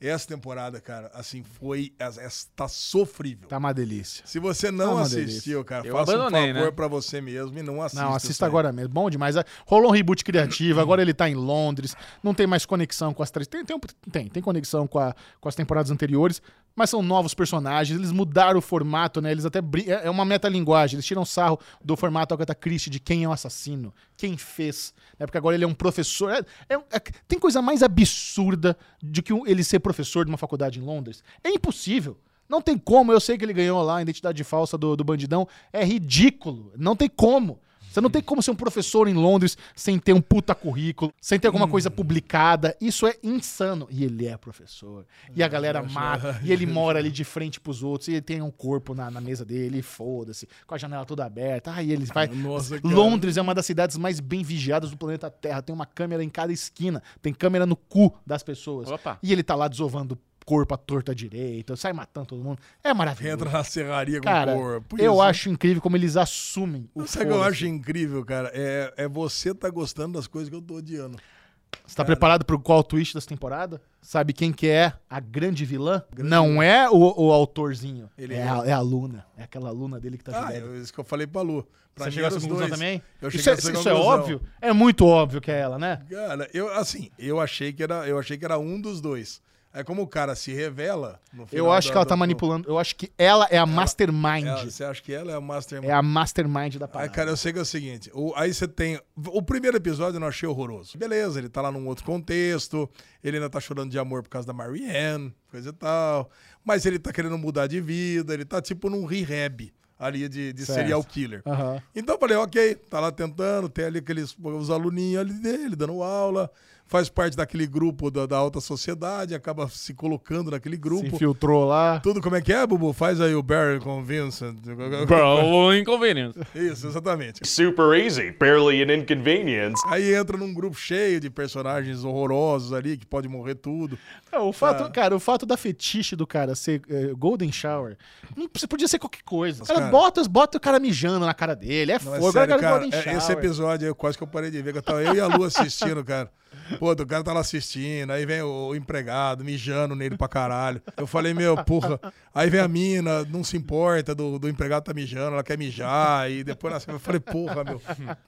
[SPEAKER 3] Essa temporada, cara, assim, foi. as- essa Tá sofrível.
[SPEAKER 1] Tá uma delícia.
[SPEAKER 3] Se você
[SPEAKER 1] Tá
[SPEAKER 3] não
[SPEAKER 1] uma
[SPEAKER 3] assistiu, cara,
[SPEAKER 2] Eu
[SPEAKER 3] faça um
[SPEAKER 2] abandonei,
[SPEAKER 3] favor
[SPEAKER 2] né?
[SPEAKER 3] pra você mesmo e não assista.
[SPEAKER 1] Não,
[SPEAKER 3] isso
[SPEAKER 1] assista
[SPEAKER 3] aí.
[SPEAKER 1] agora mesmo. Bom demais. Rolou um reboot criativo, agora ele tá em Londres, não tem mais conexão com as três. Tem, tem, um- tem, tem conexão com, a- com as temporadas anteriores, mas são novos personagens, eles mudaram o formato, né? Eles até. brin- É é uma metalinguagem, eles tiram sarro do formato Agatha Christie de quem é o assassino, quem fez. Né? Porque agora ele é um professor. É- é- é- tem coisa mais absurda do que um- ele ser professor de uma faculdade em Londres. É impossível. Não tem como, eu sei que ele ganhou lá a identidade falsa do, do bandidão. É ridículo. Não tem como. Você não tem como ser um professor em Londres sem ter um puta currículo, sem ter alguma
[SPEAKER 3] Hum.
[SPEAKER 1] coisa publicada. Isso é insano. E ele é professor. E a galera mata. E ele mora ali de frente pros outros. E ele tem um corpo na, na mesa dele. E foda-se. Com a janela toda aberta. Aí ele vai.
[SPEAKER 3] Ah, Nossa, cara.
[SPEAKER 1] Londres é uma das cidades mais bem vigiadas do planeta Terra. Tem uma câmera em cada esquina. Tem câmera no cu das pessoas.
[SPEAKER 2] Opa.
[SPEAKER 1] E ele tá lá desovando corpo à torta à direita, sai matando todo mundo. É maravilhoso.
[SPEAKER 3] Entra na serraria com
[SPEAKER 1] Cara,
[SPEAKER 3] corpo.
[SPEAKER 1] eu
[SPEAKER 3] Isso.
[SPEAKER 1] acho incrível como eles assumem o
[SPEAKER 3] Sabe o que eu
[SPEAKER 1] foda-se.
[SPEAKER 3] acho incrível, cara? É, é você tá gostando das coisas que eu tô odiando.
[SPEAKER 1] Você
[SPEAKER 3] É.
[SPEAKER 1] tá preparado pro qual twist dessa temporada? Sabe quem que é a grande vilã? Não é o, o autorzinho.
[SPEAKER 3] Ele
[SPEAKER 1] é,
[SPEAKER 3] é.
[SPEAKER 1] A, é a Luna. É aquela Luna dele que tá
[SPEAKER 3] Ah,
[SPEAKER 1] ajudando.
[SPEAKER 3] eu- isso que eu falei pra Lu. Pra
[SPEAKER 1] Você
[SPEAKER 3] mim
[SPEAKER 1] chegou a
[SPEAKER 3] era
[SPEAKER 1] essa
[SPEAKER 3] os
[SPEAKER 1] conclusão
[SPEAKER 3] dois.
[SPEAKER 1] também?
[SPEAKER 3] Eu
[SPEAKER 1] Isso,
[SPEAKER 3] cheguei
[SPEAKER 1] é,
[SPEAKER 3] a essa
[SPEAKER 1] isso é
[SPEAKER 3] conclusão.
[SPEAKER 1] óbvio? É muito óbvio que é ela, né?
[SPEAKER 3] Cara, eu assim, eu achei que era, eu achei que era um dos dois. É como o cara se revela no final
[SPEAKER 1] Eu acho
[SPEAKER 3] da-
[SPEAKER 1] que ela
[SPEAKER 3] da-
[SPEAKER 1] tá
[SPEAKER 3] do-
[SPEAKER 1] manipulando. Eu acho que ela é a mastermind.
[SPEAKER 3] Ela- você acha que ela é a
[SPEAKER 1] é
[SPEAKER 3] mastermind?
[SPEAKER 1] a mastermind da
[SPEAKER 3] Aí,
[SPEAKER 1] parada.
[SPEAKER 3] cara, eu sei que é o seguinte, o- aí você tem... O primeiro episódio eu não achei horroroso. Beleza, ele tá lá num outro contexto, ele ainda tá chorando de amor por causa da Marianne, coisa e tal. Mas ele tá querendo mudar de vida, ele tá tipo num rehab ali de, de
[SPEAKER 1] Certo.
[SPEAKER 3] serial killer.
[SPEAKER 1] Aham.
[SPEAKER 3] Então eu falei, ok, tá lá tentando, tem ali aqueles os aluninhos ali dele, dando aula, faz parte daquele grupo da, da alta sociedade, acaba se colocando naquele
[SPEAKER 1] Se
[SPEAKER 3] grupo.
[SPEAKER 1] infiltrou lá.
[SPEAKER 3] Tudo como é que é, Bubu? Faz aí o Barry com Vincent.
[SPEAKER 2] Bro, inconvenience.
[SPEAKER 3] Isso, exatamente.
[SPEAKER 7] Super easy, barely an inconvenience.
[SPEAKER 3] Aí entra num grupo cheio de personagens horrorosos ali, que pode morrer tudo.
[SPEAKER 1] É, o fato, cara, o fato da fetiche do cara ser eh, Golden Shower, não, precisa- podia ser qualquer coisa. cara,
[SPEAKER 3] cara-
[SPEAKER 1] bota, bota o cara mijando na cara dele, é
[SPEAKER 3] Não, é
[SPEAKER 1] fogo,
[SPEAKER 3] sério,
[SPEAKER 1] agora
[SPEAKER 3] cara,
[SPEAKER 1] Golden
[SPEAKER 3] é-
[SPEAKER 1] Shower.
[SPEAKER 3] esse episódio eu quase que eu parei de ver, que eu tava eu e a Lu assistindo, cara. Pô, o cara tá lá assistindo, aí vem o, o empregado mijando nele pra caralho. Eu falei, meu, porra. Aí vem a mina, não se importa, do, do empregado tá mijando, ela quer mijar, e depois ela, eu falei, porra, meu,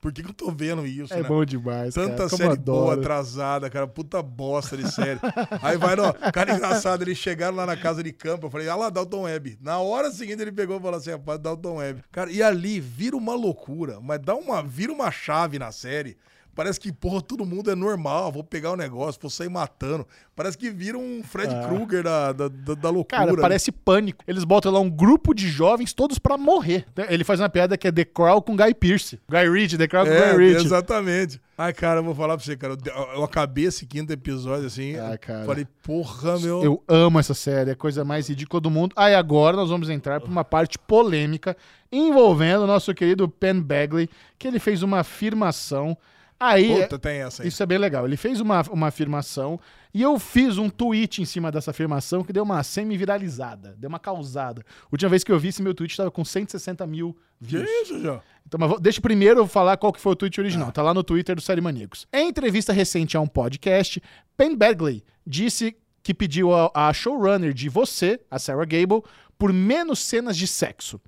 [SPEAKER 3] por que, que eu tô vendo isso, né?
[SPEAKER 1] É bom demais,
[SPEAKER 3] Tanta
[SPEAKER 1] cara, como eu
[SPEAKER 3] série boa,
[SPEAKER 1] adoro.
[SPEAKER 3] atrasada, cara. Puta bosta de série. Aí vai, não. Cara, engraçado, eles chegaram lá na casa de campo. Eu falei, ah lá, Dalton Web. Na hora seguinte ele pegou e falou assim, rapaz, Dalton Web. Cara, e ali vira uma loucura, mas dá uma, vira uma chave na série. Parece que, porra, todo mundo é normal. Vou pegar o negócio, vou sair matando. Parece que vira um Fred Krueger da, da, da- da loucura.
[SPEAKER 1] Ah. Cara,
[SPEAKER 3] né?
[SPEAKER 1] parece pânico. Eles botam lá um grupo de jovens todos pra morrer. Ele faz uma piada que é The Crow com Guy Pearce. Guy Ritchie, The Crow com
[SPEAKER 3] É,
[SPEAKER 1] Guy Ritchie.
[SPEAKER 3] exatamente. Ai, cara, eu vou falar pra você, cara. Eu, eu acabei esse quinto episódio, assim.
[SPEAKER 1] Ah,
[SPEAKER 3] eu
[SPEAKER 1] cara.
[SPEAKER 3] Falei, porra, meu.
[SPEAKER 1] Eu amo essa série, é a coisa mais ridícula do mundo. Aí agora nós vamos entrar para uma parte polêmica envolvendo o nosso querido Pen Bagley, que ele fez uma afirmação Aí,
[SPEAKER 3] Puta, tem essa aí.
[SPEAKER 1] isso é bem legal. Ele fez uma, uma afirmação e eu fiz um tweet em cima dessa afirmação que deu uma semi-viralizada, deu uma causada. Última vez que eu vi esse meu tweet estava com 160 mil
[SPEAKER 3] Que
[SPEAKER 1] views.
[SPEAKER 3] isso, João?
[SPEAKER 1] Então, mas vou- deixa primeiro eu falar qual que foi o tweet original. Tá lá no Twitter do Série Maníacos. Em entrevista recente a um podcast, Penn Bagley disse que pediu a, a showrunner de Você, a Sarah Gable, por menos cenas de sexo.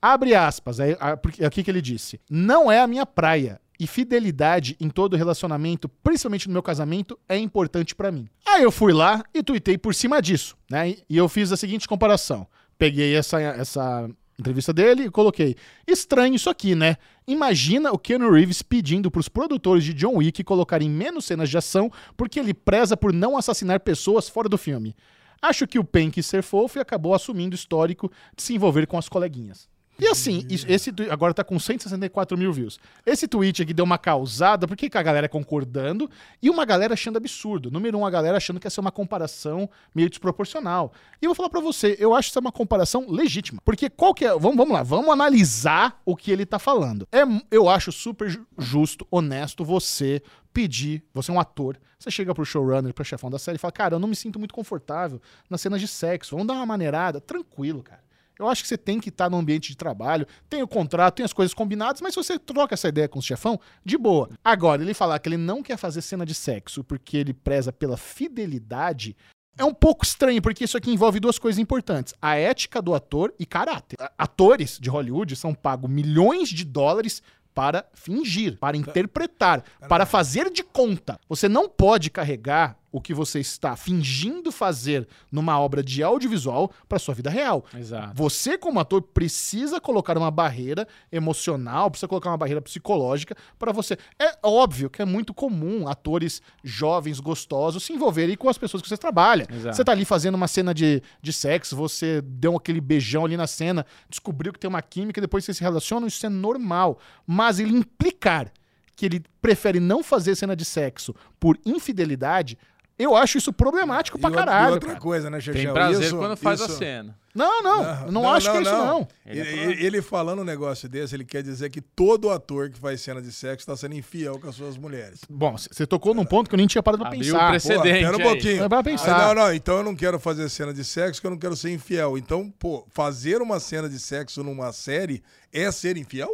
[SPEAKER 1] Abre aspas, aí, a- porque- aqui que ele disse. Não é a minha praia. E fidelidade em todo relacionamento, principalmente no meu casamento, é importante pra mim. Aí eu fui lá e tuitei por cima disso, né? E- E eu fiz a seguinte comparação. Peguei essa, essa entrevista dele e coloquei. Estranho isso aqui, né? Imagina o Keanu Reeves pedindo pros produtores de John Wick colocarem menos cenas de ação porque ele preza por não assassinar pessoas fora do filme. Acho que o Pen quis ser fofo e acabou assumindo o histórico de se envolver com as coleguinhas. E assim, isso- esse tui- agora tá com 164 mil views. Esse tweet aqui deu uma causada, porque que a galera concordando e uma galera achando absurdo. Número um, a galera achando que essa é uma comparação meio desproporcional. E eu vou falar pra você, eu acho que isso é uma comparação legítima. Porque qual que é. Vamos, vamos lá, vamos analisar o que ele tá falando. É, mu- eu acho super ju- justo, honesto você pedir, você é um ator, você chega pro showrunner, pro chefão da série e fala: Cara, eu não me sinto muito confortável nas cenas de sexo, vamos dar uma maneirada, tranquilo, cara. Eu acho que você tem que estar no ambiente de trabalho, tem o contrato, tem as coisas combinadas, mas se você troca essa ideia com o chefão, de boa. Agora, ele falar que ele não quer fazer cena de sexo porque ele preza pela fidelidade. É um pouco estranho, porque isso aqui envolve duas coisas importantes: a ética do ator e caráter. A- Atores de Hollywood são pagos milhões de dólares para fingir, para interpretar, para fazer de conta. Você não pode carregar o que você está fingindo fazer numa obra de audiovisual para sua vida real.
[SPEAKER 2] Exato.
[SPEAKER 1] Você, como ator, precisa colocar uma barreira emocional, precisa colocar uma barreira psicológica pra você. É óbvio que é muito comum atores jovens, gostosos, se envolverem com as pessoas que você trabalha.
[SPEAKER 2] Exato.
[SPEAKER 1] Você tá ali fazendo uma cena de, de sexo, você deu aquele beijão ali na cena, descobriu que tem uma química, depois vocês se relacionam, isso é normal. Mas ele implicar que ele prefere não fazer cena de sexo por infidelidade, eu acho isso problemático pra
[SPEAKER 3] Ah, E outra-
[SPEAKER 1] caralho.
[SPEAKER 3] E outra
[SPEAKER 1] cara.
[SPEAKER 3] coisa, né, Xexel?
[SPEAKER 2] Tem prazer
[SPEAKER 3] Isso-
[SPEAKER 2] quando faz a
[SPEAKER 3] isso-
[SPEAKER 2] cena.
[SPEAKER 1] Não, não, não, acho que é isso não.
[SPEAKER 3] Ele, ele- ele falando um negócio desse, ele quer dizer que todo ator que faz cena de sexo tá sendo infiel com as suas mulheres.
[SPEAKER 1] Bom, você tocou num ponto que eu nem tinha parado pra
[SPEAKER 2] Abriu
[SPEAKER 1] pensar.
[SPEAKER 2] o precedente
[SPEAKER 3] pera um
[SPEAKER 2] aí.
[SPEAKER 3] pouquinho.
[SPEAKER 1] Mas vai É pensar.
[SPEAKER 3] Ah, não, não, então eu não quero fazer cena de sexo, que eu não quero ser infiel. Então, pô, fazer uma cena de sexo numa série é ser infiel?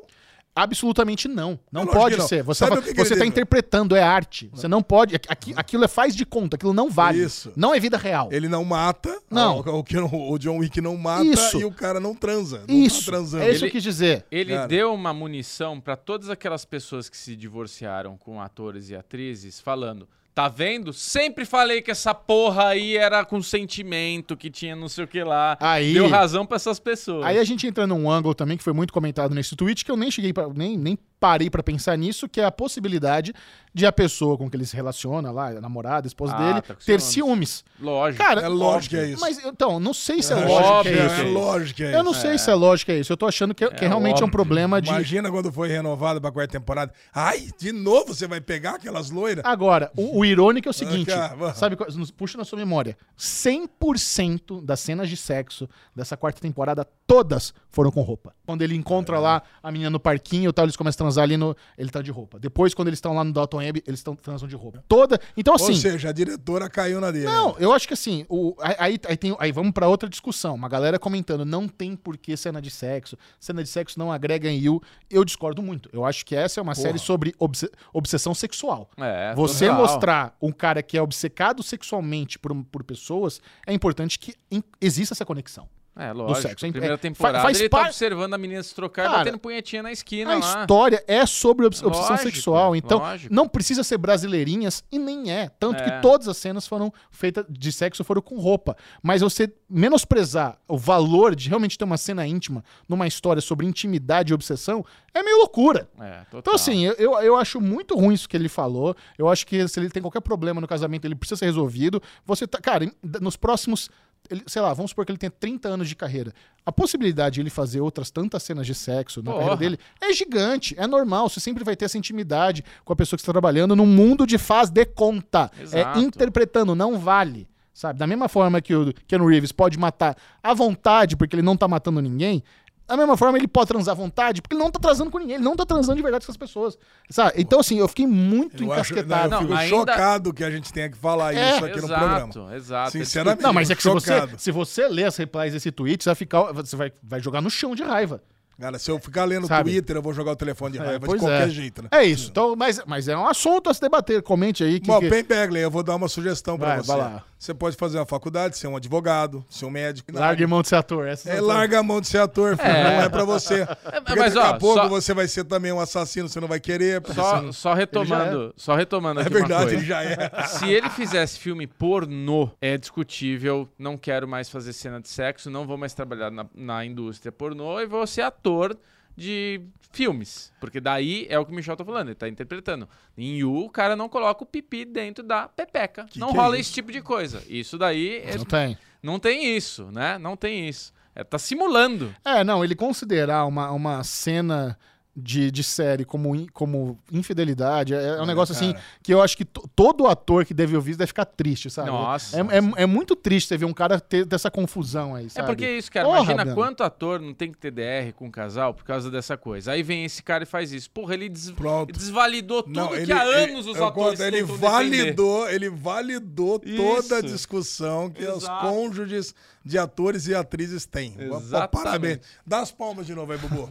[SPEAKER 1] Absolutamente não. Não
[SPEAKER 3] É lógico
[SPEAKER 1] pode
[SPEAKER 3] que não.
[SPEAKER 1] ser. Você,
[SPEAKER 3] Sabe
[SPEAKER 1] fa-
[SPEAKER 3] o que que
[SPEAKER 1] você
[SPEAKER 3] ele
[SPEAKER 1] tá
[SPEAKER 3] deu?
[SPEAKER 1] interpretando, é arte. Você não pode. aqui- aquilo é faz de conta, aquilo não vale.
[SPEAKER 3] Isso.
[SPEAKER 1] Não é vida real.
[SPEAKER 3] Ele não mata,
[SPEAKER 1] Não.
[SPEAKER 3] O, o que não- o John Wick não mata
[SPEAKER 1] Isso.
[SPEAKER 3] e o cara não transa. Não
[SPEAKER 1] Isso.
[SPEAKER 3] tá transando.
[SPEAKER 1] É isso que eu
[SPEAKER 2] Ele-
[SPEAKER 1] quis dizer.
[SPEAKER 2] Ele
[SPEAKER 3] Cara.
[SPEAKER 2] deu uma munição pra todas aquelas pessoas que se divorciaram com atores e atrizes, falando: tá vendo? Sempre falei que essa porra aí era com sentimento, que tinha não sei o que lá.
[SPEAKER 1] Aí-
[SPEAKER 2] Deu razão pra essas pessoas.
[SPEAKER 1] Aí a gente entra num ângulo também que foi muito comentado nesse tweet, que eu nem cheguei pra, nem, nem parei pra pensar nisso, que é a possibilidade de a pessoa com que ele se relaciona lá, a namorada, a esposa
[SPEAKER 2] Ah,
[SPEAKER 1] dele,
[SPEAKER 2] tá com
[SPEAKER 1] ter
[SPEAKER 2] ciúmes.
[SPEAKER 1] ciúmes.
[SPEAKER 2] Lógico.
[SPEAKER 1] Cara,
[SPEAKER 3] É lógico que é isso.
[SPEAKER 1] Mas então, não sei se é,
[SPEAKER 3] É
[SPEAKER 1] lógico que
[SPEAKER 2] óbvio,
[SPEAKER 1] é
[SPEAKER 3] É
[SPEAKER 1] isso.
[SPEAKER 3] lógico, é
[SPEAKER 1] Eu não
[SPEAKER 3] isso.
[SPEAKER 1] sei se é lógico que é isso. Eu tô achando que, que realmente é um
[SPEAKER 2] óbvio.
[SPEAKER 1] problema de
[SPEAKER 3] Imagina quando foi renovado pra quarta temporada. Ai, de novo você vai pegar aquelas loiras?
[SPEAKER 1] Agora, o, o irônico é o seguinte,
[SPEAKER 3] Ah, cara,
[SPEAKER 1] sabe, qual- nos- puxa na sua memória, 100% das cenas de sexo dessa quarta temporada, todas foram com roupa. Quando ele encontra
[SPEAKER 3] É.
[SPEAKER 1] lá a menina no parquinho e tal, eles começam a transar ali no... Ele tá de roupa. Depois, quando eles estão lá no Dalton Web, eles tão, transam de roupa. Toda... Então, assim...
[SPEAKER 3] É. Ou seja, a diretora caiu na dele.
[SPEAKER 1] Não,
[SPEAKER 2] né?
[SPEAKER 1] eu acho que assim, o, aí- aí, aí, tem- aí vamos pra outra discussão. Uma galera comentando, não tem por que cena de sexo, cena de sexo não agrega em you. Eu discordo muito. Eu acho que essa é uma série sobre obse- obsessão sexual.
[SPEAKER 2] É,
[SPEAKER 1] Você
[SPEAKER 2] total.
[SPEAKER 1] mostrar um cara que é obcecado sexualmente por, por pessoas, é importante que in- exista essa conexão.
[SPEAKER 2] É, lógico.
[SPEAKER 1] sexo, hein? É,
[SPEAKER 2] Primeira
[SPEAKER 1] fa-
[SPEAKER 2] temporada
[SPEAKER 1] faz
[SPEAKER 2] ele
[SPEAKER 1] par-
[SPEAKER 2] tá observando a menina se trocar
[SPEAKER 1] Cara,
[SPEAKER 2] e batendo punhetinha na esquina
[SPEAKER 1] A
[SPEAKER 2] lá.
[SPEAKER 1] história é sobre obs-
[SPEAKER 2] Lógico,
[SPEAKER 1] obsessão sexual, então
[SPEAKER 2] lógico.
[SPEAKER 1] não precisa ser brasileirinhas e nem é. Tanto
[SPEAKER 2] É.
[SPEAKER 1] que todas as cenas foram feitas de sexo foram com roupa. Mas você menosprezar o valor de realmente ter uma cena íntima numa história sobre intimidade e obsessão é meio loucura.
[SPEAKER 2] É, total.
[SPEAKER 1] Então, assim, eu, eu, eu acho muito ruim isso que ele falou. Eu acho que se ele tem qualquer problema no casamento, ele precisa ser resolvido. Você tá. Cara, em- nos próximos. ele- sei lá, vamos supor que ele tenha 30 anos de carreira. A possibilidade de ele fazer outras tantas cenas de sexo na
[SPEAKER 2] Porra.
[SPEAKER 1] carreira dele é gigante, é normal. Você sempre vai ter essa intimidade com a pessoa que está trabalhando num mundo de faz de conta.
[SPEAKER 2] Exato.
[SPEAKER 1] É interpretando, não vale. Sabe? Da mesma forma que o Ken Reeves pode matar à vontade, porque ele não tá matando ninguém. Da mesma forma, ele pode transar à vontade, porque ele não tá transando com ninguém, ele não tá transando de verdade com as pessoas. Sabe? Então, assim, eu fiquei muito
[SPEAKER 3] Eu, acho, não, eu
[SPEAKER 1] encasquetado.
[SPEAKER 2] Não,
[SPEAKER 3] fico
[SPEAKER 2] ainda-
[SPEAKER 3] chocado que a gente tenha que falar
[SPEAKER 1] tá. É,
[SPEAKER 3] isso aqui no
[SPEAKER 2] exato,
[SPEAKER 3] programa.
[SPEAKER 2] exato.
[SPEAKER 3] Sinceramente,
[SPEAKER 1] Não, mas é que se você,
[SPEAKER 3] chocado.
[SPEAKER 1] se você ler as replies desse tweet, você vai ficar. Você vai, vai jogar no chão de raiva.
[SPEAKER 3] Cara, se eu ficar lendo
[SPEAKER 1] Sabe?
[SPEAKER 3] Twitter, eu vou jogar o telefone de
[SPEAKER 1] É,
[SPEAKER 3] raiva de
[SPEAKER 1] pois
[SPEAKER 3] qualquer
[SPEAKER 1] é.
[SPEAKER 3] jeito, né?
[SPEAKER 1] É isso. Então, mas, mas é um assunto a se debater. Comente aí que.
[SPEAKER 3] Bom,
[SPEAKER 1] que-
[SPEAKER 3] Ben Begley, eu vou dar uma sugestão pra
[SPEAKER 1] Vai,
[SPEAKER 3] você.
[SPEAKER 1] vai lá.
[SPEAKER 3] Você pode fazer uma faculdade, ser um advogado, ser um médico. Não,
[SPEAKER 1] Larga mão de ser ator. Essa
[SPEAKER 3] É, larga a mão de ser ator, filho. Não é pra você. Porque
[SPEAKER 2] mas,
[SPEAKER 3] daqui a
[SPEAKER 2] ó,
[SPEAKER 3] pouco
[SPEAKER 2] só-
[SPEAKER 3] você vai ser também um assassino, você não vai querer. porque você
[SPEAKER 2] Só,
[SPEAKER 3] não-
[SPEAKER 2] só retomando, só retomando
[SPEAKER 3] É
[SPEAKER 2] aqui uma
[SPEAKER 3] verdade,
[SPEAKER 2] coisa.
[SPEAKER 3] ele já é.
[SPEAKER 2] Se ele fizesse filme pornô, é discutível. Não quero mais fazer cena de sexo, não vou mais trabalhar na, na indústria pornô e vou ser ator de filmes. Porque daí é o que o Michel tá falando, ele tá interpretando. Em You, o cara não coloca o pipi dentro da pepeca. não
[SPEAKER 3] que é
[SPEAKER 2] rola
[SPEAKER 3] isso?
[SPEAKER 2] esse tipo de coisa. Isso daí é-
[SPEAKER 1] Não tem.
[SPEAKER 2] não tem isso, né? Não tem isso. É, tá simulando.
[SPEAKER 1] É, não, ele considerar uma, uma cena de, de série como, in- como infidelidade é, é um negócio assim que eu acho que to- todo ator que deve ouvir isso deve ficar triste, sabe?
[SPEAKER 2] Nossa.
[SPEAKER 1] É, é, é muito triste você ver um cara ter dessa confusão aí,
[SPEAKER 2] É
[SPEAKER 1] sabe?
[SPEAKER 2] porque é isso, cara.
[SPEAKER 1] Porra,
[SPEAKER 2] Imagina
[SPEAKER 1] Dani.
[SPEAKER 2] quanto ator não tem que ter DR com um casal por causa dessa coisa. Aí vem esse cara e faz isso. Porra, ele des-
[SPEAKER 3] Pronto.
[SPEAKER 2] desvalidou tudo
[SPEAKER 3] Não,
[SPEAKER 2] que
[SPEAKER 3] ele-
[SPEAKER 2] há anos os
[SPEAKER 3] eu
[SPEAKER 2] atores
[SPEAKER 3] conto, ele
[SPEAKER 2] tentam defender.
[SPEAKER 3] validou, ele validou toda a
[SPEAKER 2] Isso.
[SPEAKER 3] discussão que os
[SPEAKER 2] Exato.
[SPEAKER 3] cônjuges de atores e atrizes têm.
[SPEAKER 2] Exatamente.
[SPEAKER 3] Parabéns. Dá as palmas de novo aí, Bubu.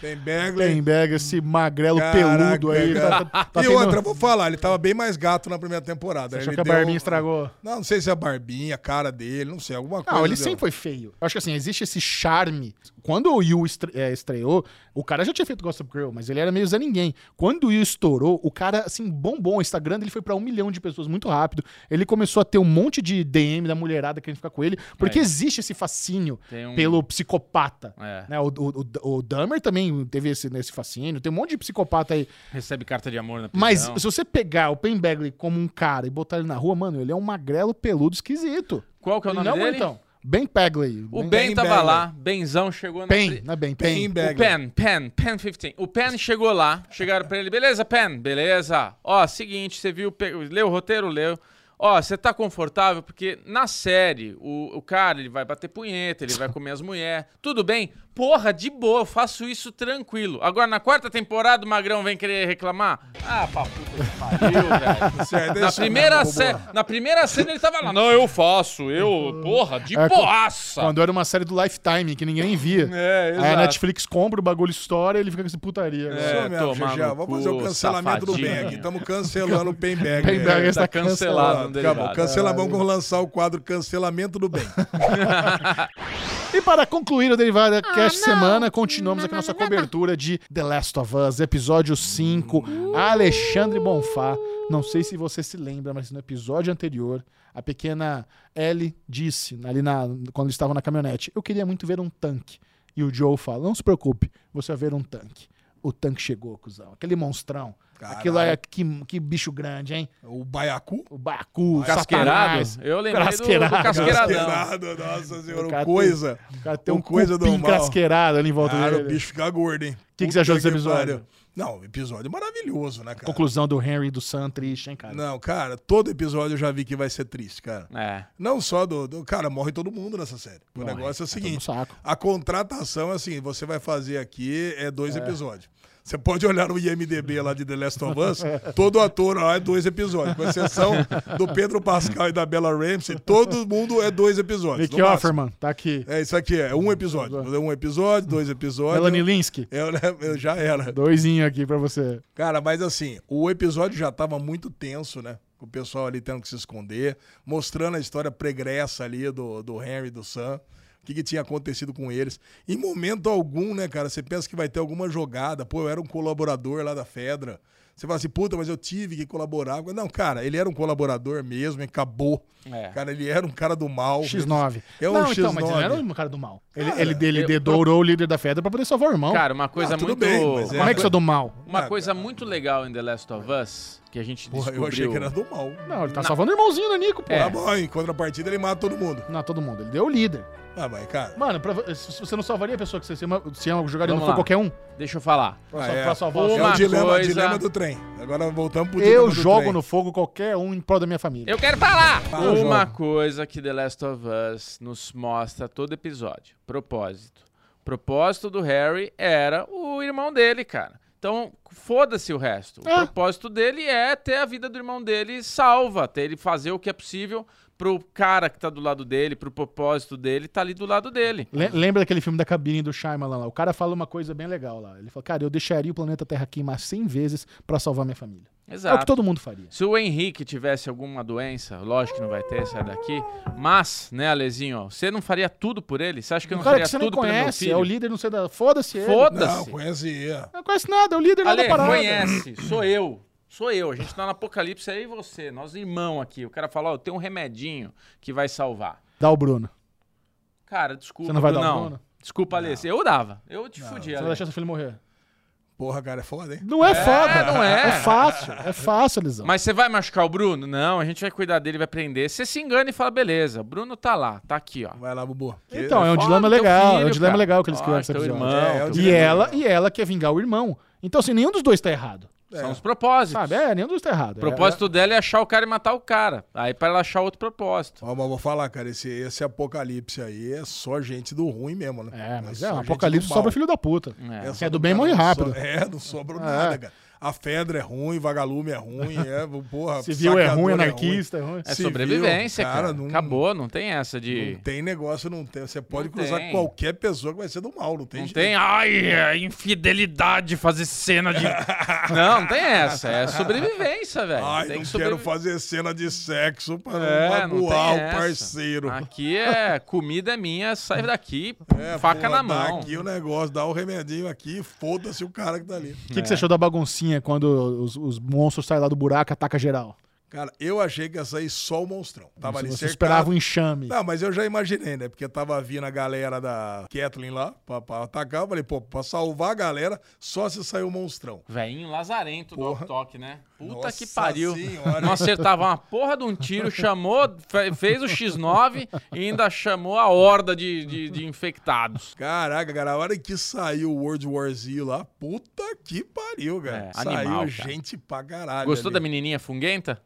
[SPEAKER 3] Ben Begley.
[SPEAKER 1] Lemberg, esse magrelo
[SPEAKER 3] Caraca,
[SPEAKER 1] peludo aí.
[SPEAKER 3] cara.
[SPEAKER 1] Tá, tá- tá
[SPEAKER 3] e
[SPEAKER 1] tendo-
[SPEAKER 3] outra, eu vou falar, ele tava bem mais gato na primeira temporada.
[SPEAKER 1] Achou
[SPEAKER 3] Ele
[SPEAKER 1] que a
[SPEAKER 3] deu-
[SPEAKER 1] barbinha estragou?
[SPEAKER 3] Não, não sei se é a barbinha, a cara dele, não sei, alguma coisa.
[SPEAKER 1] Não, ele
[SPEAKER 3] deu.
[SPEAKER 1] sempre foi feio. Eu acho que assim, existe esse charme. Quando o Yu estre- eh, estreou, o cara já tinha feito Gossip Girl, mas ele era meio Zé Ninguém. Quando o Yu estourou, o cara, assim, bombou o Instagram, ele foi pra um milhão de pessoas muito rápido. Ele começou a ter um monte de DM da mulherada querendo ficar com ele, porque
[SPEAKER 2] É.
[SPEAKER 1] existe esse fascínio
[SPEAKER 2] Tem um-
[SPEAKER 1] pelo psicopata.
[SPEAKER 2] É.
[SPEAKER 1] né? O, o, o, o Dahmer também teve esse, esse fascínio. Tem um monte de psicopata aí.
[SPEAKER 2] Recebe carta de amor na prisão.
[SPEAKER 1] Mas se você pegar o Pen Bagley como um cara e botar ele na rua, mano, ele é um magrelo peludo esquisito.
[SPEAKER 2] Qual que é o
[SPEAKER 1] Ele
[SPEAKER 2] nome
[SPEAKER 1] não,
[SPEAKER 2] dele?
[SPEAKER 1] então. Ben Bagley.
[SPEAKER 2] O Ben,
[SPEAKER 1] Ben-
[SPEAKER 2] tava
[SPEAKER 3] Bagley.
[SPEAKER 2] lá, Benzão chegou na...
[SPEAKER 1] Pen,
[SPEAKER 2] pri-
[SPEAKER 1] não é Ben,
[SPEAKER 3] Ben
[SPEAKER 1] Pen.
[SPEAKER 2] O
[SPEAKER 3] Begley.
[SPEAKER 2] Pen, Pen, Pen 15. O Pen chegou lá, chegaram pra ele, beleza, Pen, beleza. Ó, seguinte, você viu, pe- leu o roteiro, leu. Ó, você tá confortável porque na série o, o cara ele vai bater punheta, ele vai comer as mulheres. Tudo bem? Porra, de boa, eu faço isso tranquilo. Agora na quarta temporada o Magrão vem querer reclamar? Ah, pra puta que pariu, velho.
[SPEAKER 3] Certo,
[SPEAKER 2] Na
[SPEAKER 3] isso-
[SPEAKER 2] primeira,
[SPEAKER 3] Bobo.
[SPEAKER 2] ce- na primeira cena ele tava lá, não, eu faço, eu, porra, de
[SPEAKER 1] É, co-
[SPEAKER 2] boaça.
[SPEAKER 1] Quando era uma série do Lifetime que ninguém via.
[SPEAKER 2] É,
[SPEAKER 1] Aí a
[SPEAKER 2] exato.
[SPEAKER 1] Netflix compra o bagulho estoura e ele fica com essa putaria. né?
[SPEAKER 3] Isso
[SPEAKER 1] agora.
[SPEAKER 2] É,
[SPEAKER 3] mesmo,
[SPEAKER 2] tomar
[SPEAKER 3] GG.
[SPEAKER 2] no
[SPEAKER 3] Vamos fazer o
[SPEAKER 2] cu,
[SPEAKER 3] cancelamento do
[SPEAKER 2] safadinho.
[SPEAKER 3] Beg. Estamos cancelando o Pen Beg.
[SPEAKER 1] Ben Begley
[SPEAKER 2] Tá
[SPEAKER 1] está
[SPEAKER 2] cancelado.
[SPEAKER 1] cancelado.
[SPEAKER 2] no
[SPEAKER 3] Acabou.
[SPEAKER 2] derivado.
[SPEAKER 3] Cancela, vamos lançar o quadro Cancelamento do Bem.
[SPEAKER 1] E para concluir o Derivada Cast Semana, continuamos aqui nossa cobertura de The Last of Us, episódio 5, Alexandre Bonfá. Não sei se você se lembra, mas no episódio anterior, a pequena Ellie disse, ali na, quando eles estavam na caminhonete, eu queria muito ver um tanque. E o Joe fala, não se preocupe, você vai ver um tanque. O tanque chegou, cuzão. Aquele monstrão.
[SPEAKER 3] Caralho.
[SPEAKER 1] Aquilo é que, que bicho grande, hein?
[SPEAKER 3] O Baiacu?
[SPEAKER 1] O Baku, o
[SPEAKER 2] Casqueirado?
[SPEAKER 1] Satanás.
[SPEAKER 2] Eu lembrei do-
[SPEAKER 1] Casqueirado.
[SPEAKER 2] do Casqueiradão.
[SPEAKER 3] Casqueirado, nossa
[SPEAKER 1] O
[SPEAKER 3] senhora.
[SPEAKER 1] cara
[SPEAKER 3] o
[SPEAKER 1] tem-
[SPEAKER 3] Coisa.
[SPEAKER 1] O cara tem
[SPEAKER 3] O
[SPEAKER 1] um
[SPEAKER 3] coisa
[SPEAKER 1] cupim
[SPEAKER 3] do mal.
[SPEAKER 1] casqueirado ali em volta
[SPEAKER 3] Cara, o
[SPEAKER 1] dele.
[SPEAKER 3] bicho fica gordo, hein?
[SPEAKER 1] Que que
[SPEAKER 3] Puta
[SPEAKER 1] você achou desse
[SPEAKER 3] que
[SPEAKER 1] episódio?
[SPEAKER 3] pariu. Não, episódio maravilhoso, né, cara?
[SPEAKER 1] Conclusão do Henry e do Sam, triste, hein, cara?
[SPEAKER 3] Não, cara, todo episódio eu já vi que vai ser triste, cara.
[SPEAKER 2] É.
[SPEAKER 3] Não só do, do- Cara, morre todo mundo nessa série. O negócio é o seguinte:
[SPEAKER 1] Tá todo saco.
[SPEAKER 3] a contratação é assim, você vai fazer aqui é dois episódios. Você pode olhar no IMDB lá de The Last of Us, todo ator lá é dois episódios, com exceção do Pedro Pascal e da Bella Ramsey, todo mundo é dois episódios.
[SPEAKER 1] Nick
[SPEAKER 3] no máximo.
[SPEAKER 1] Offerman, tá aqui.
[SPEAKER 3] É, isso aqui é um episódio. Um episódio, dois episódios.
[SPEAKER 1] Melanie Linsky,
[SPEAKER 3] Eu, né, eu já era.
[SPEAKER 1] doisinho aqui pra você.
[SPEAKER 3] Cara, mas assim, o episódio já tava muito tenso, né? O pessoal ali tendo que se esconder, mostrando a história pregressa ali do, do Henry e do Sam, o que, que tinha acontecido com eles. Em momento algum, né, cara, você pensa que vai ter alguma jogada. Pô, eu era um colaborador lá da Fedra. Você fala assim, puta, mas eu tive que colaborar. Não, cara, ele era um colaborador mesmo, e acabou.
[SPEAKER 2] É.
[SPEAKER 3] Cara, ele era um cara do mal.
[SPEAKER 1] X9.
[SPEAKER 3] É um
[SPEAKER 1] não,
[SPEAKER 3] X9.
[SPEAKER 1] então, mas ele não era o cara do mal. Ele,
[SPEAKER 3] Cara,
[SPEAKER 1] ele, ele
[SPEAKER 2] eu-
[SPEAKER 1] dedurou o líder da Fedra pra poder salvar o irmão.
[SPEAKER 2] Cara, uma coisa
[SPEAKER 3] tudo
[SPEAKER 2] muito.
[SPEAKER 3] bem, mas
[SPEAKER 1] Como é que você é do mal?
[SPEAKER 2] Uma
[SPEAKER 3] Ah,
[SPEAKER 2] coisa muito legal em The Last of Us, que a gente
[SPEAKER 3] Porra,
[SPEAKER 2] descobriu.
[SPEAKER 3] eu achei que era do mal.
[SPEAKER 1] Não, ele tá salvando o irmãozinho, né, Nico, pô?
[SPEAKER 2] É.
[SPEAKER 3] Tá bom, em contrapartida ele mata todo mundo.
[SPEAKER 1] Não, todo mundo. Ele deu o líder.
[SPEAKER 3] Ah, mas, cara.
[SPEAKER 1] Mano, pra- se se você não salvaria a pessoa que você se ama, se ama jogaria,
[SPEAKER 2] Vamos
[SPEAKER 1] não foi
[SPEAKER 2] lá.
[SPEAKER 1] qualquer um.
[SPEAKER 2] Deixa eu falar.
[SPEAKER 1] Pra,
[SPEAKER 3] Ah,
[SPEAKER 1] sal-
[SPEAKER 3] é.
[SPEAKER 1] pra salvar
[SPEAKER 2] Uma
[SPEAKER 3] é o dilema,
[SPEAKER 2] coisa-
[SPEAKER 3] dilema do trem. trem. Agora voltamos pro
[SPEAKER 1] Eu
[SPEAKER 3] ditador do
[SPEAKER 1] jogo
[SPEAKER 3] trem.
[SPEAKER 1] no fogo qualquer um em prol da minha família.
[SPEAKER 2] Eu quero falar!
[SPEAKER 3] Fala,
[SPEAKER 2] Uma
[SPEAKER 3] João.
[SPEAKER 2] coisa que The Last of Us nos mostra a todo episódio: propósito. O propósito do Harry era o irmão dele, cara. Então, foda-se o resto. O
[SPEAKER 1] É.
[SPEAKER 2] propósito dele é ter a vida do irmão dele salva, ter ele fazer o que é possível pro cara que tá do lado dele, pro propósito dele, tá ali do lado dele.
[SPEAKER 1] Le- Lembra daquele filme da cabine do Shyamalan lá? O cara fala uma coisa bem legal lá. Ele fala, cara, eu deixaria o planeta Terra queimar 100 vezes pra salvar minha família. É o que
[SPEAKER 2] Exato.
[SPEAKER 1] todo mundo faria.
[SPEAKER 2] Se o Henrique tivesse alguma doença, lógico que não vai ter, sai daqui. Mas, né, Alezinho, você não faria tudo por ele? Você acha que eu
[SPEAKER 1] Um
[SPEAKER 2] não
[SPEAKER 1] cara
[SPEAKER 2] faria
[SPEAKER 1] que você não
[SPEAKER 2] tudo pelo meu
[SPEAKER 1] conhece,
[SPEAKER 2] filho?
[SPEAKER 1] é o líder, não sei da... Foda-se ele.
[SPEAKER 3] Não,
[SPEAKER 1] assim.
[SPEAKER 2] Foda-se.
[SPEAKER 3] conhece. é.
[SPEAKER 1] Não conhece nada, é o líder lá
[SPEAKER 2] Ale,
[SPEAKER 1] da parada.
[SPEAKER 2] conhece, sou eu. Sou eu, a gente tá no apocalipse, aí você, nós irmão aqui. O cara fala, ó, eu tenho um remedinho que vai salvar.
[SPEAKER 1] Dá o Bruno.
[SPEAKER 2] Cara, desculpa,
[SPEAKER 1] Você não vai dar o
[SPEAKER 2] Brunão.
[SPEAKER 1] dono?
[SPEAKER 2] Desculpa, Ale, eu dava. Eu te fudi,
[SPEAKER 1] Você
[SPEAKER 2] Ale.
[SPEAKER 1] vai deixar seu filho morrer.
[SPEAKER 3] Porra, cara, é foda, hein?
[SPEAKER 1] Não é, foda.
[SPEAKER 2] não é.
[SPEAKER 1] É fácil. É fácil, Lisão.
[SPEAKER 2] Mas você vai machucar o Bruno? Não, a gente vai cuidar dele, vai prender. Você se engana e fala, beleza, o Bruno tá lá, tá aqui, ó.
[SPEAKER 3] Vai lá, Bubu.
[SPEAKER 1] Então, é um
[SPEAKER 2] Foda,
[SPEAKER 1] dilema
[SPEAKER 2] teu
[SPEAKER 1] legal. é um
[SPEAKER 2] filho,
[SPEAKER 1] dilema
[SPEAKER 2] cara.
[SPEAKER 1] legal que eles
[SPEAKER 2] Ó,
[SPEAKER 1] criaram nesse
[SPEAKER 2] teu
[SPEAKER 1] episódio.
[SPEAKER 2] irmão,
[SPEAKER 3] É, é o
[SPEAKER 2] teu-
[SPEAKER 1] E ela, e ela quer vingar o irmão. Então, assim, nenhum dos dois tá errado.
[SPEAKER 2] São os propósitos.
[SPEAKER 1] Sabe? É, nenhum dos dois tá errado.
[SPEAKER 2] O propósito dela é achar o cara e matar o cara. Aí pra ela achar outro propósito.
[SPEAKER 3] Ó, mas vou falar, cara, esse, esse apocalipse aí é só gente do ruim mesmo, né?
[SPEAKER 1] É, é mas
[SPEAKER 3] só
[SPEAKER 1] é, um
[SPEAKER 3] gente
[SPEAKER 1] apocalipse
[SPEAKER 3] do mal.
[SPEAKER 1] sobra filho da puta.
[SPEAKER 2] É.
[SPEAKER 1] Quem
[SPEAKER 3] só
[SPEAKER 1] é do bem morre
[SPEAKER 3] cara,
[SPEAKER 1] rápido.
[SPEAKER 3] não so- é, não sobra nada, cara. A Fedra é ruim, Vagalume é ruim, é, porra.
[SPEAKER 1] Civil é
[SPEAKER 3] saqueador
[SPEAKER 1] ruim, anarquista é ruim.
[SPEAKER 2] É
[SPEAKER 3] Civil,
[SPEAKER 2] sobrevivência, cara.
[SPEAKER 3] não-
[SPEAKER 2] Acabou, não tem essa de.
[SPEAKER 3] Não tem negócio, não tem. Você pode
[SPEAKER 2] Não
[SPEAKER 3] cruzar
[SPEAKER 2] tem.
[SPEAKER 3] com qualquer pessoa que vai ser do mal, não tem
[SPEAKER 2] Não
[SPEAKER 3] jeito.
[SPEAKER 2] tem, ai, é infidelidade, fazer cena de. não, não tem essa. É sobrevivência, velho.
[SPEAKER 3] Ai,
[SPEAKER 2] É, tem
[SPEAKER 3] não
[SPEAKER 2] que
[SPEAKER 3] quero
[SPEAKER 2] sobrevi-
[SPEAKER 3] fazer cena de sexo para
[SPEAKER 2] É,
[SPEAKER 3] não
[SPEAKER 2] não tem
[SPEAKER 3] magoar o
[SPEAKER 2] essa.
[SPEAKER 3] parceiro.
[SPEAKER 2] Aqui é comida é minha, sai daqui,
[SPEAKER 3] É,
[SPEAKER 2] faca
[SPEAKER 3] pô,
[SPEAKER 2] na
[SPEAKER 3] dá
[SPEAKER 2] mão.
[SPEAKER 3] Aqui o negócio, dá o remedinho aqui, foda-se o cara que tá ali.
[SPEAKER 1] O que, que você achou da baguncinha quando os, os monstros saem lá do buraco e atacam geral?
[SPEAKER 3] Cara, eu achei que ia sair só o monstrão. Tava ali
[SPEAKER 1] você
[SPEAKER 3] cercado.
[SPEAKER 1] esperava um enxame.
[SPEAKER 3] Não, mas eu já imaginei, né? Porque tava vindo a galera da Kathleen lá pra, pra atacar. Eu falei, pô, pra salvar a galera, só se sair o monstrão.
[SPEAKER 2] Velhinho lazarento
[SPEAKER 3] Porra.
[SPEAKER 2] do toque, né? Puta
[SPEAKER 3] Nossa
[SPEAKER 2] que pariu.
[SPEAKER 3] Senhora,
[SPEAKER 2] Não acertava uma porra de um tiro, chamou, fe- fez o X9 e ainda chamou a horda de, de, de infectados.
[SPEAKER 3] Caraca, cara, a hora que saiu o World War Z lá, puta que pariu, cara.
[SPEAKER 2] É,
[SPEAKER 3] saiu
[SPEAKER 2] animal, cara.
[SPEAKER 3] gente pra caralho.
[SPEAKER 2] Gostou da
[SPEAKER 3] ali.
[SPEAKER 2] menininha funguenta?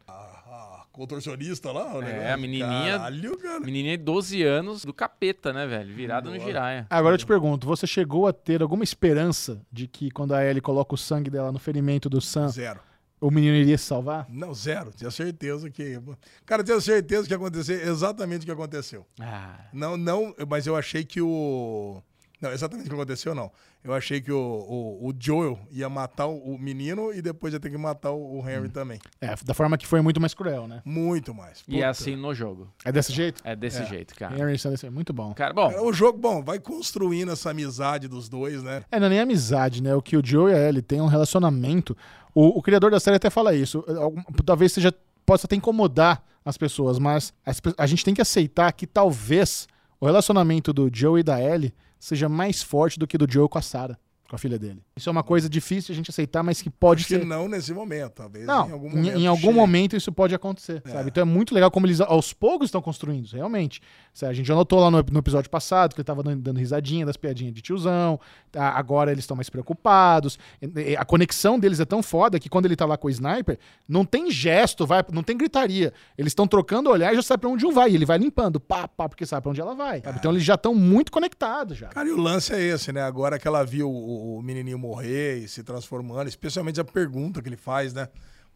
[SPEAKER 3] Ah, contorcionista lá, o negócio.
[SPEAKER 2] a menininha-
[SPEAKER 3] Caralho, cara.
[SPEAKER 2] Menininha de 12 anos do capeta, né, velho? Virada no giraia.
[SPEAKER 1] Agora eu te pergunto, você chegou a ter alguma esperança de que quando a Ellie coloca o sangue dela no ferimento do Sam,
[SPEAKER 3] Zero.
[SPEAKER 1] o menino iria se salvar?
[SPEAKER 3] Não, zero. Tinha certeza que. Cara, tinha certeza que ia acontecer exatamente o que aconteceu.
[SPEAKER 2] Ah,
[SPEAKER 3] Não, não, mas eu achei que o. Não, exatamente o que aconteceu, não. Eu achei que o, o, o Joel ia matar o o menino e depois ia ter que matar o o Henry também.
[SPEAKER 1] É, da forma que foi é muito mais cruel, né?
[SPEAKER 3] Muito mais.
[SPEAKER 2] e é assim no jogo.
[SPEAKER 1] É desse jeito?
[SPEAKER 2] É desse jeito, cara.
[SPEAKER 1] Henry Sanders é muito bom.
[SPEAKER 2] Cara, bom,
[SPEAKER 3] Cara, O um jogo, bom, vai construindo essa amizade dos dois, né?
[SPEAKER 1] É, não é nem amizade, né? O que o Joe e a Ellie têm é um relacionamento. O, o criador da série até fala isso. É, Algum- Talvez seja possa até incomodar as pessoas, mas as pe- a gente tem que aceitar que talvez o relacionamento do Joe e da Ellie seja mais forte do que do Joe com a Sarah, com a filha dele. Isso é uma coisa difícil de a gente aceitar, mas que pode
[SPEAKER 3] Acho que
[SPEAKER 1] ser.
[SPEAKER 3] não nesse momento, talvez.
[SPEAKER 1] Não,
[SPEAKER 3] em algum
[SPEAKER 1] em-
[SPEAKER 3] momento.
[SPEAKER 1] em algum
[SPEAKER 3] chegue.
[SPEAKER 1] momento isso pode acontecer, sabe? Então é muito legal como eles aos poucos estão construindo, isso, realmente. Sabe, A gente já notou lá no, no episódio passado que ele tava dando, dando risadinha das piadinhas de tiozão, tá? agora eles estão mais preocupados. E- e A conexão deles é tão foda que quando ele tá lá com o sniper, não tem gesto, vai, não tem gritaria. Eles estão trocando olhar e já sabe pra onde um vai. E ele vai limpando, pá, pá, porque sabe pra onde ela vai. sabe? Então eles já estão muito conectados já.
[SPEAKER 3] Cara, e o lance é esse, né? Agora que ela viu o, o menininho morrer e se transformando, especialmente a pergunta que ele faz, né?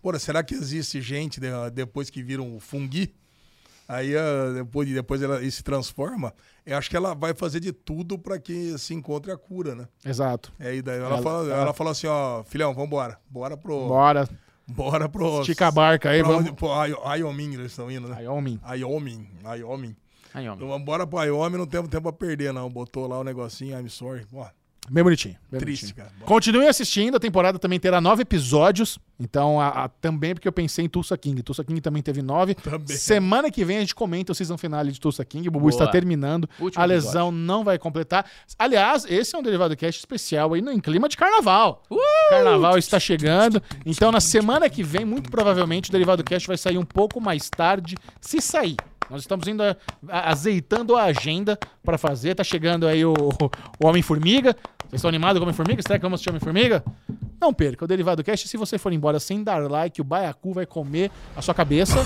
[SPEAKER 3] Pô, será que existe gente de- depois que viram o fungui? Aí ah, depois, depois ela ele se transforma. Eu acho que ela vai fazer de tudo pra que se encontre a cura, né?
[SPEAKER 1] Exato.
[SPEAKER 3] É, E daí ela,
[SPEAKER 1] Ela-
[SPEAKER 3] fala,
[SPEAKER 1] ela-
[SPEAKER 3] ela fala assim, ó, filhão, vambora. Bora pro...
[SPEAKER 1] Bora,
[SPEAKER 3] Bora pro...
[SPEAKER 1] estica a barca aí,
[SPEAKER 3] pra
[SPEAKER 1] vamos.
[SPEAKER 3] onde- pro Io- Wyoming eles estão indo, né?
[SPEAKER 1] Wyoming.
[SPEAKER 3] Wyoming, Wyoming.
[SPEAKER 2] aí, homem.
[SPEAKER 3] Então vambora pro Wyoming, não temos tempo a perder, não. Botou lá o negocinho, I'm sorry. Ó,
[SPEAKER 1] Bem bonitinho. bem
[SPEAKER 3] Triste,
[SPEAKER 1] bonitinho.
[SPEAKER 3] cara.
[SPEAKER 1] Continue assistindo, a temporada também terá nove episódios. Então, a- a- também porque eu pensei em Tulsa King. Tulsa King também teve nove.
[SPEAKER 3] Também.
[SPEAKER 1] Semana que vem a gente comenta o season finale de Tulsa King. O Bubu
[SPEAKER 2] Boa.
[SPEAKER 1] está terminando.
[SPEAKER 2] Último
[SPEAKER 1] a lesão não vai completar. Aliás, esse é um derivado cast especial aí no, em clima de carnaval. Carnaval está chegando. Então, na semana que vem, muito provavelmente, o derivado cast vai sair um pouco mais tarde, se sair. Nós estamos indo a- a- azeitando a agenda para fazer. Tá chegando aí o, o Homem-Formiga. Vocês estão animados com o Homem-Formiga? Será que vamos assistir Homem-Formiga? Não Não perca o Derivado Cast. Se você for embora sem dar like, o Baiacu vai comer a sua cabeça.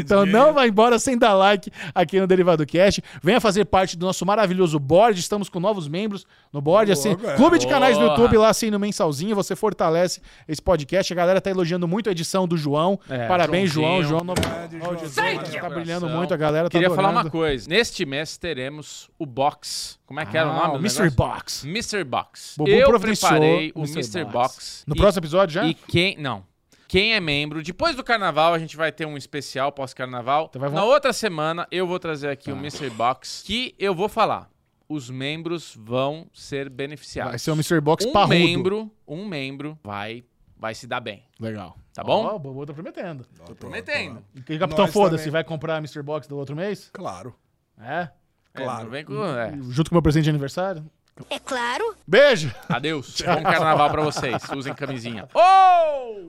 [SPEAKER 1] Então não vai embora sem dar like aqui no Derivado Cast. Venha fazer parte do nosso maravilhoso board. Estamos com novos membros no board. Assim,
[SPEAKER 3] velho.
[SPEAKER 1] clube de canais no
[SPEAKER 2] Boa.
[SPEAKER 1] YouTube lá assim no mensalzinho. Você fortalece esse podcast. A galera tá elogiando muito a edição do João.
[SPEAKER 2] É,
[SPEAKER 1] Parabéns, João.
[SPEAKER 2] Joãozinho.
[SPEAKER 1] João, no...
[SPEAKER 3] João.
[SPEAKER 1] tá brilhando muito. A galera tá
[SPEAKER 2] Queria falar
[SPEAKER 1] adorando.
[SPEAKER 2] uma coisa. Neste mês teremos o box. Como é que era o
[SPEAKER 1] Ah,
[SPEAKER 2] nome? do
[SPEAKER 1] Mystery
[SPEAKER 2] negócio?
[SPEAKER 1] Box.
[SPEAKER 2] Mr. Box.
[SPEAKER 1] Bubu
[SPEAKER 2] Eu
[SPEAKER 1] providenciou
[SPEAKER 2] preparei o
[SPEAKER 1] Mr.
[SPEAKER 2] Mr. Box.
[SPEAKER 1] No
[SPEAKER 2] e-
[SPEAKER 1] próximo episódio já?
[SPEAKER 2] E quem. Não. Quem é membro, depois do carnaval, a gente vai ter um especial pós-carnaval.
[SPEAKER 1] Então vai Ah.
[SPEAKER 2] Na
[SPEAKER 1] vol-
[SPEAKER 2] outra semana, eu vou trazer aqui o Mr. Box, que eu vou falar. Os membros vão ser beneficiados.
[SPEAKER 1] Vai ser o Mr. Box
[SPEAKER 2] um
[SPEAKER 1] parrudo.
[SPEAKER 2] membro, um membro vai, vai se dar bem.
[SPEAKER 1] Legal.
[SPEAKER 2] Tá bom?
[SPEAKER 1] Ó, o Bobo tá prometendo.
[SPEAKER 2] Tô prometendo.
[SPEAKER 1] E Capitão
[SPEAKER 3] Nós
[SPEAKER 1] Foda-se
[SPEAKER 3] também.
[SPEAKER 1] vai comprar Mr. Box do outro mês?
[SPEAKER 3] Claro.
[SPEAKER 1] É?
[SPEAKER 2] É, não vem com. é.
[SPEAKER 1] Junto com o meu presente de aniversário?
[SPEAKER 6] É claro.
[SPEAKER 1] Beijo!
[SPEAKER 2] Adeus. Bom carnaval pra vocês. Usem camisinha.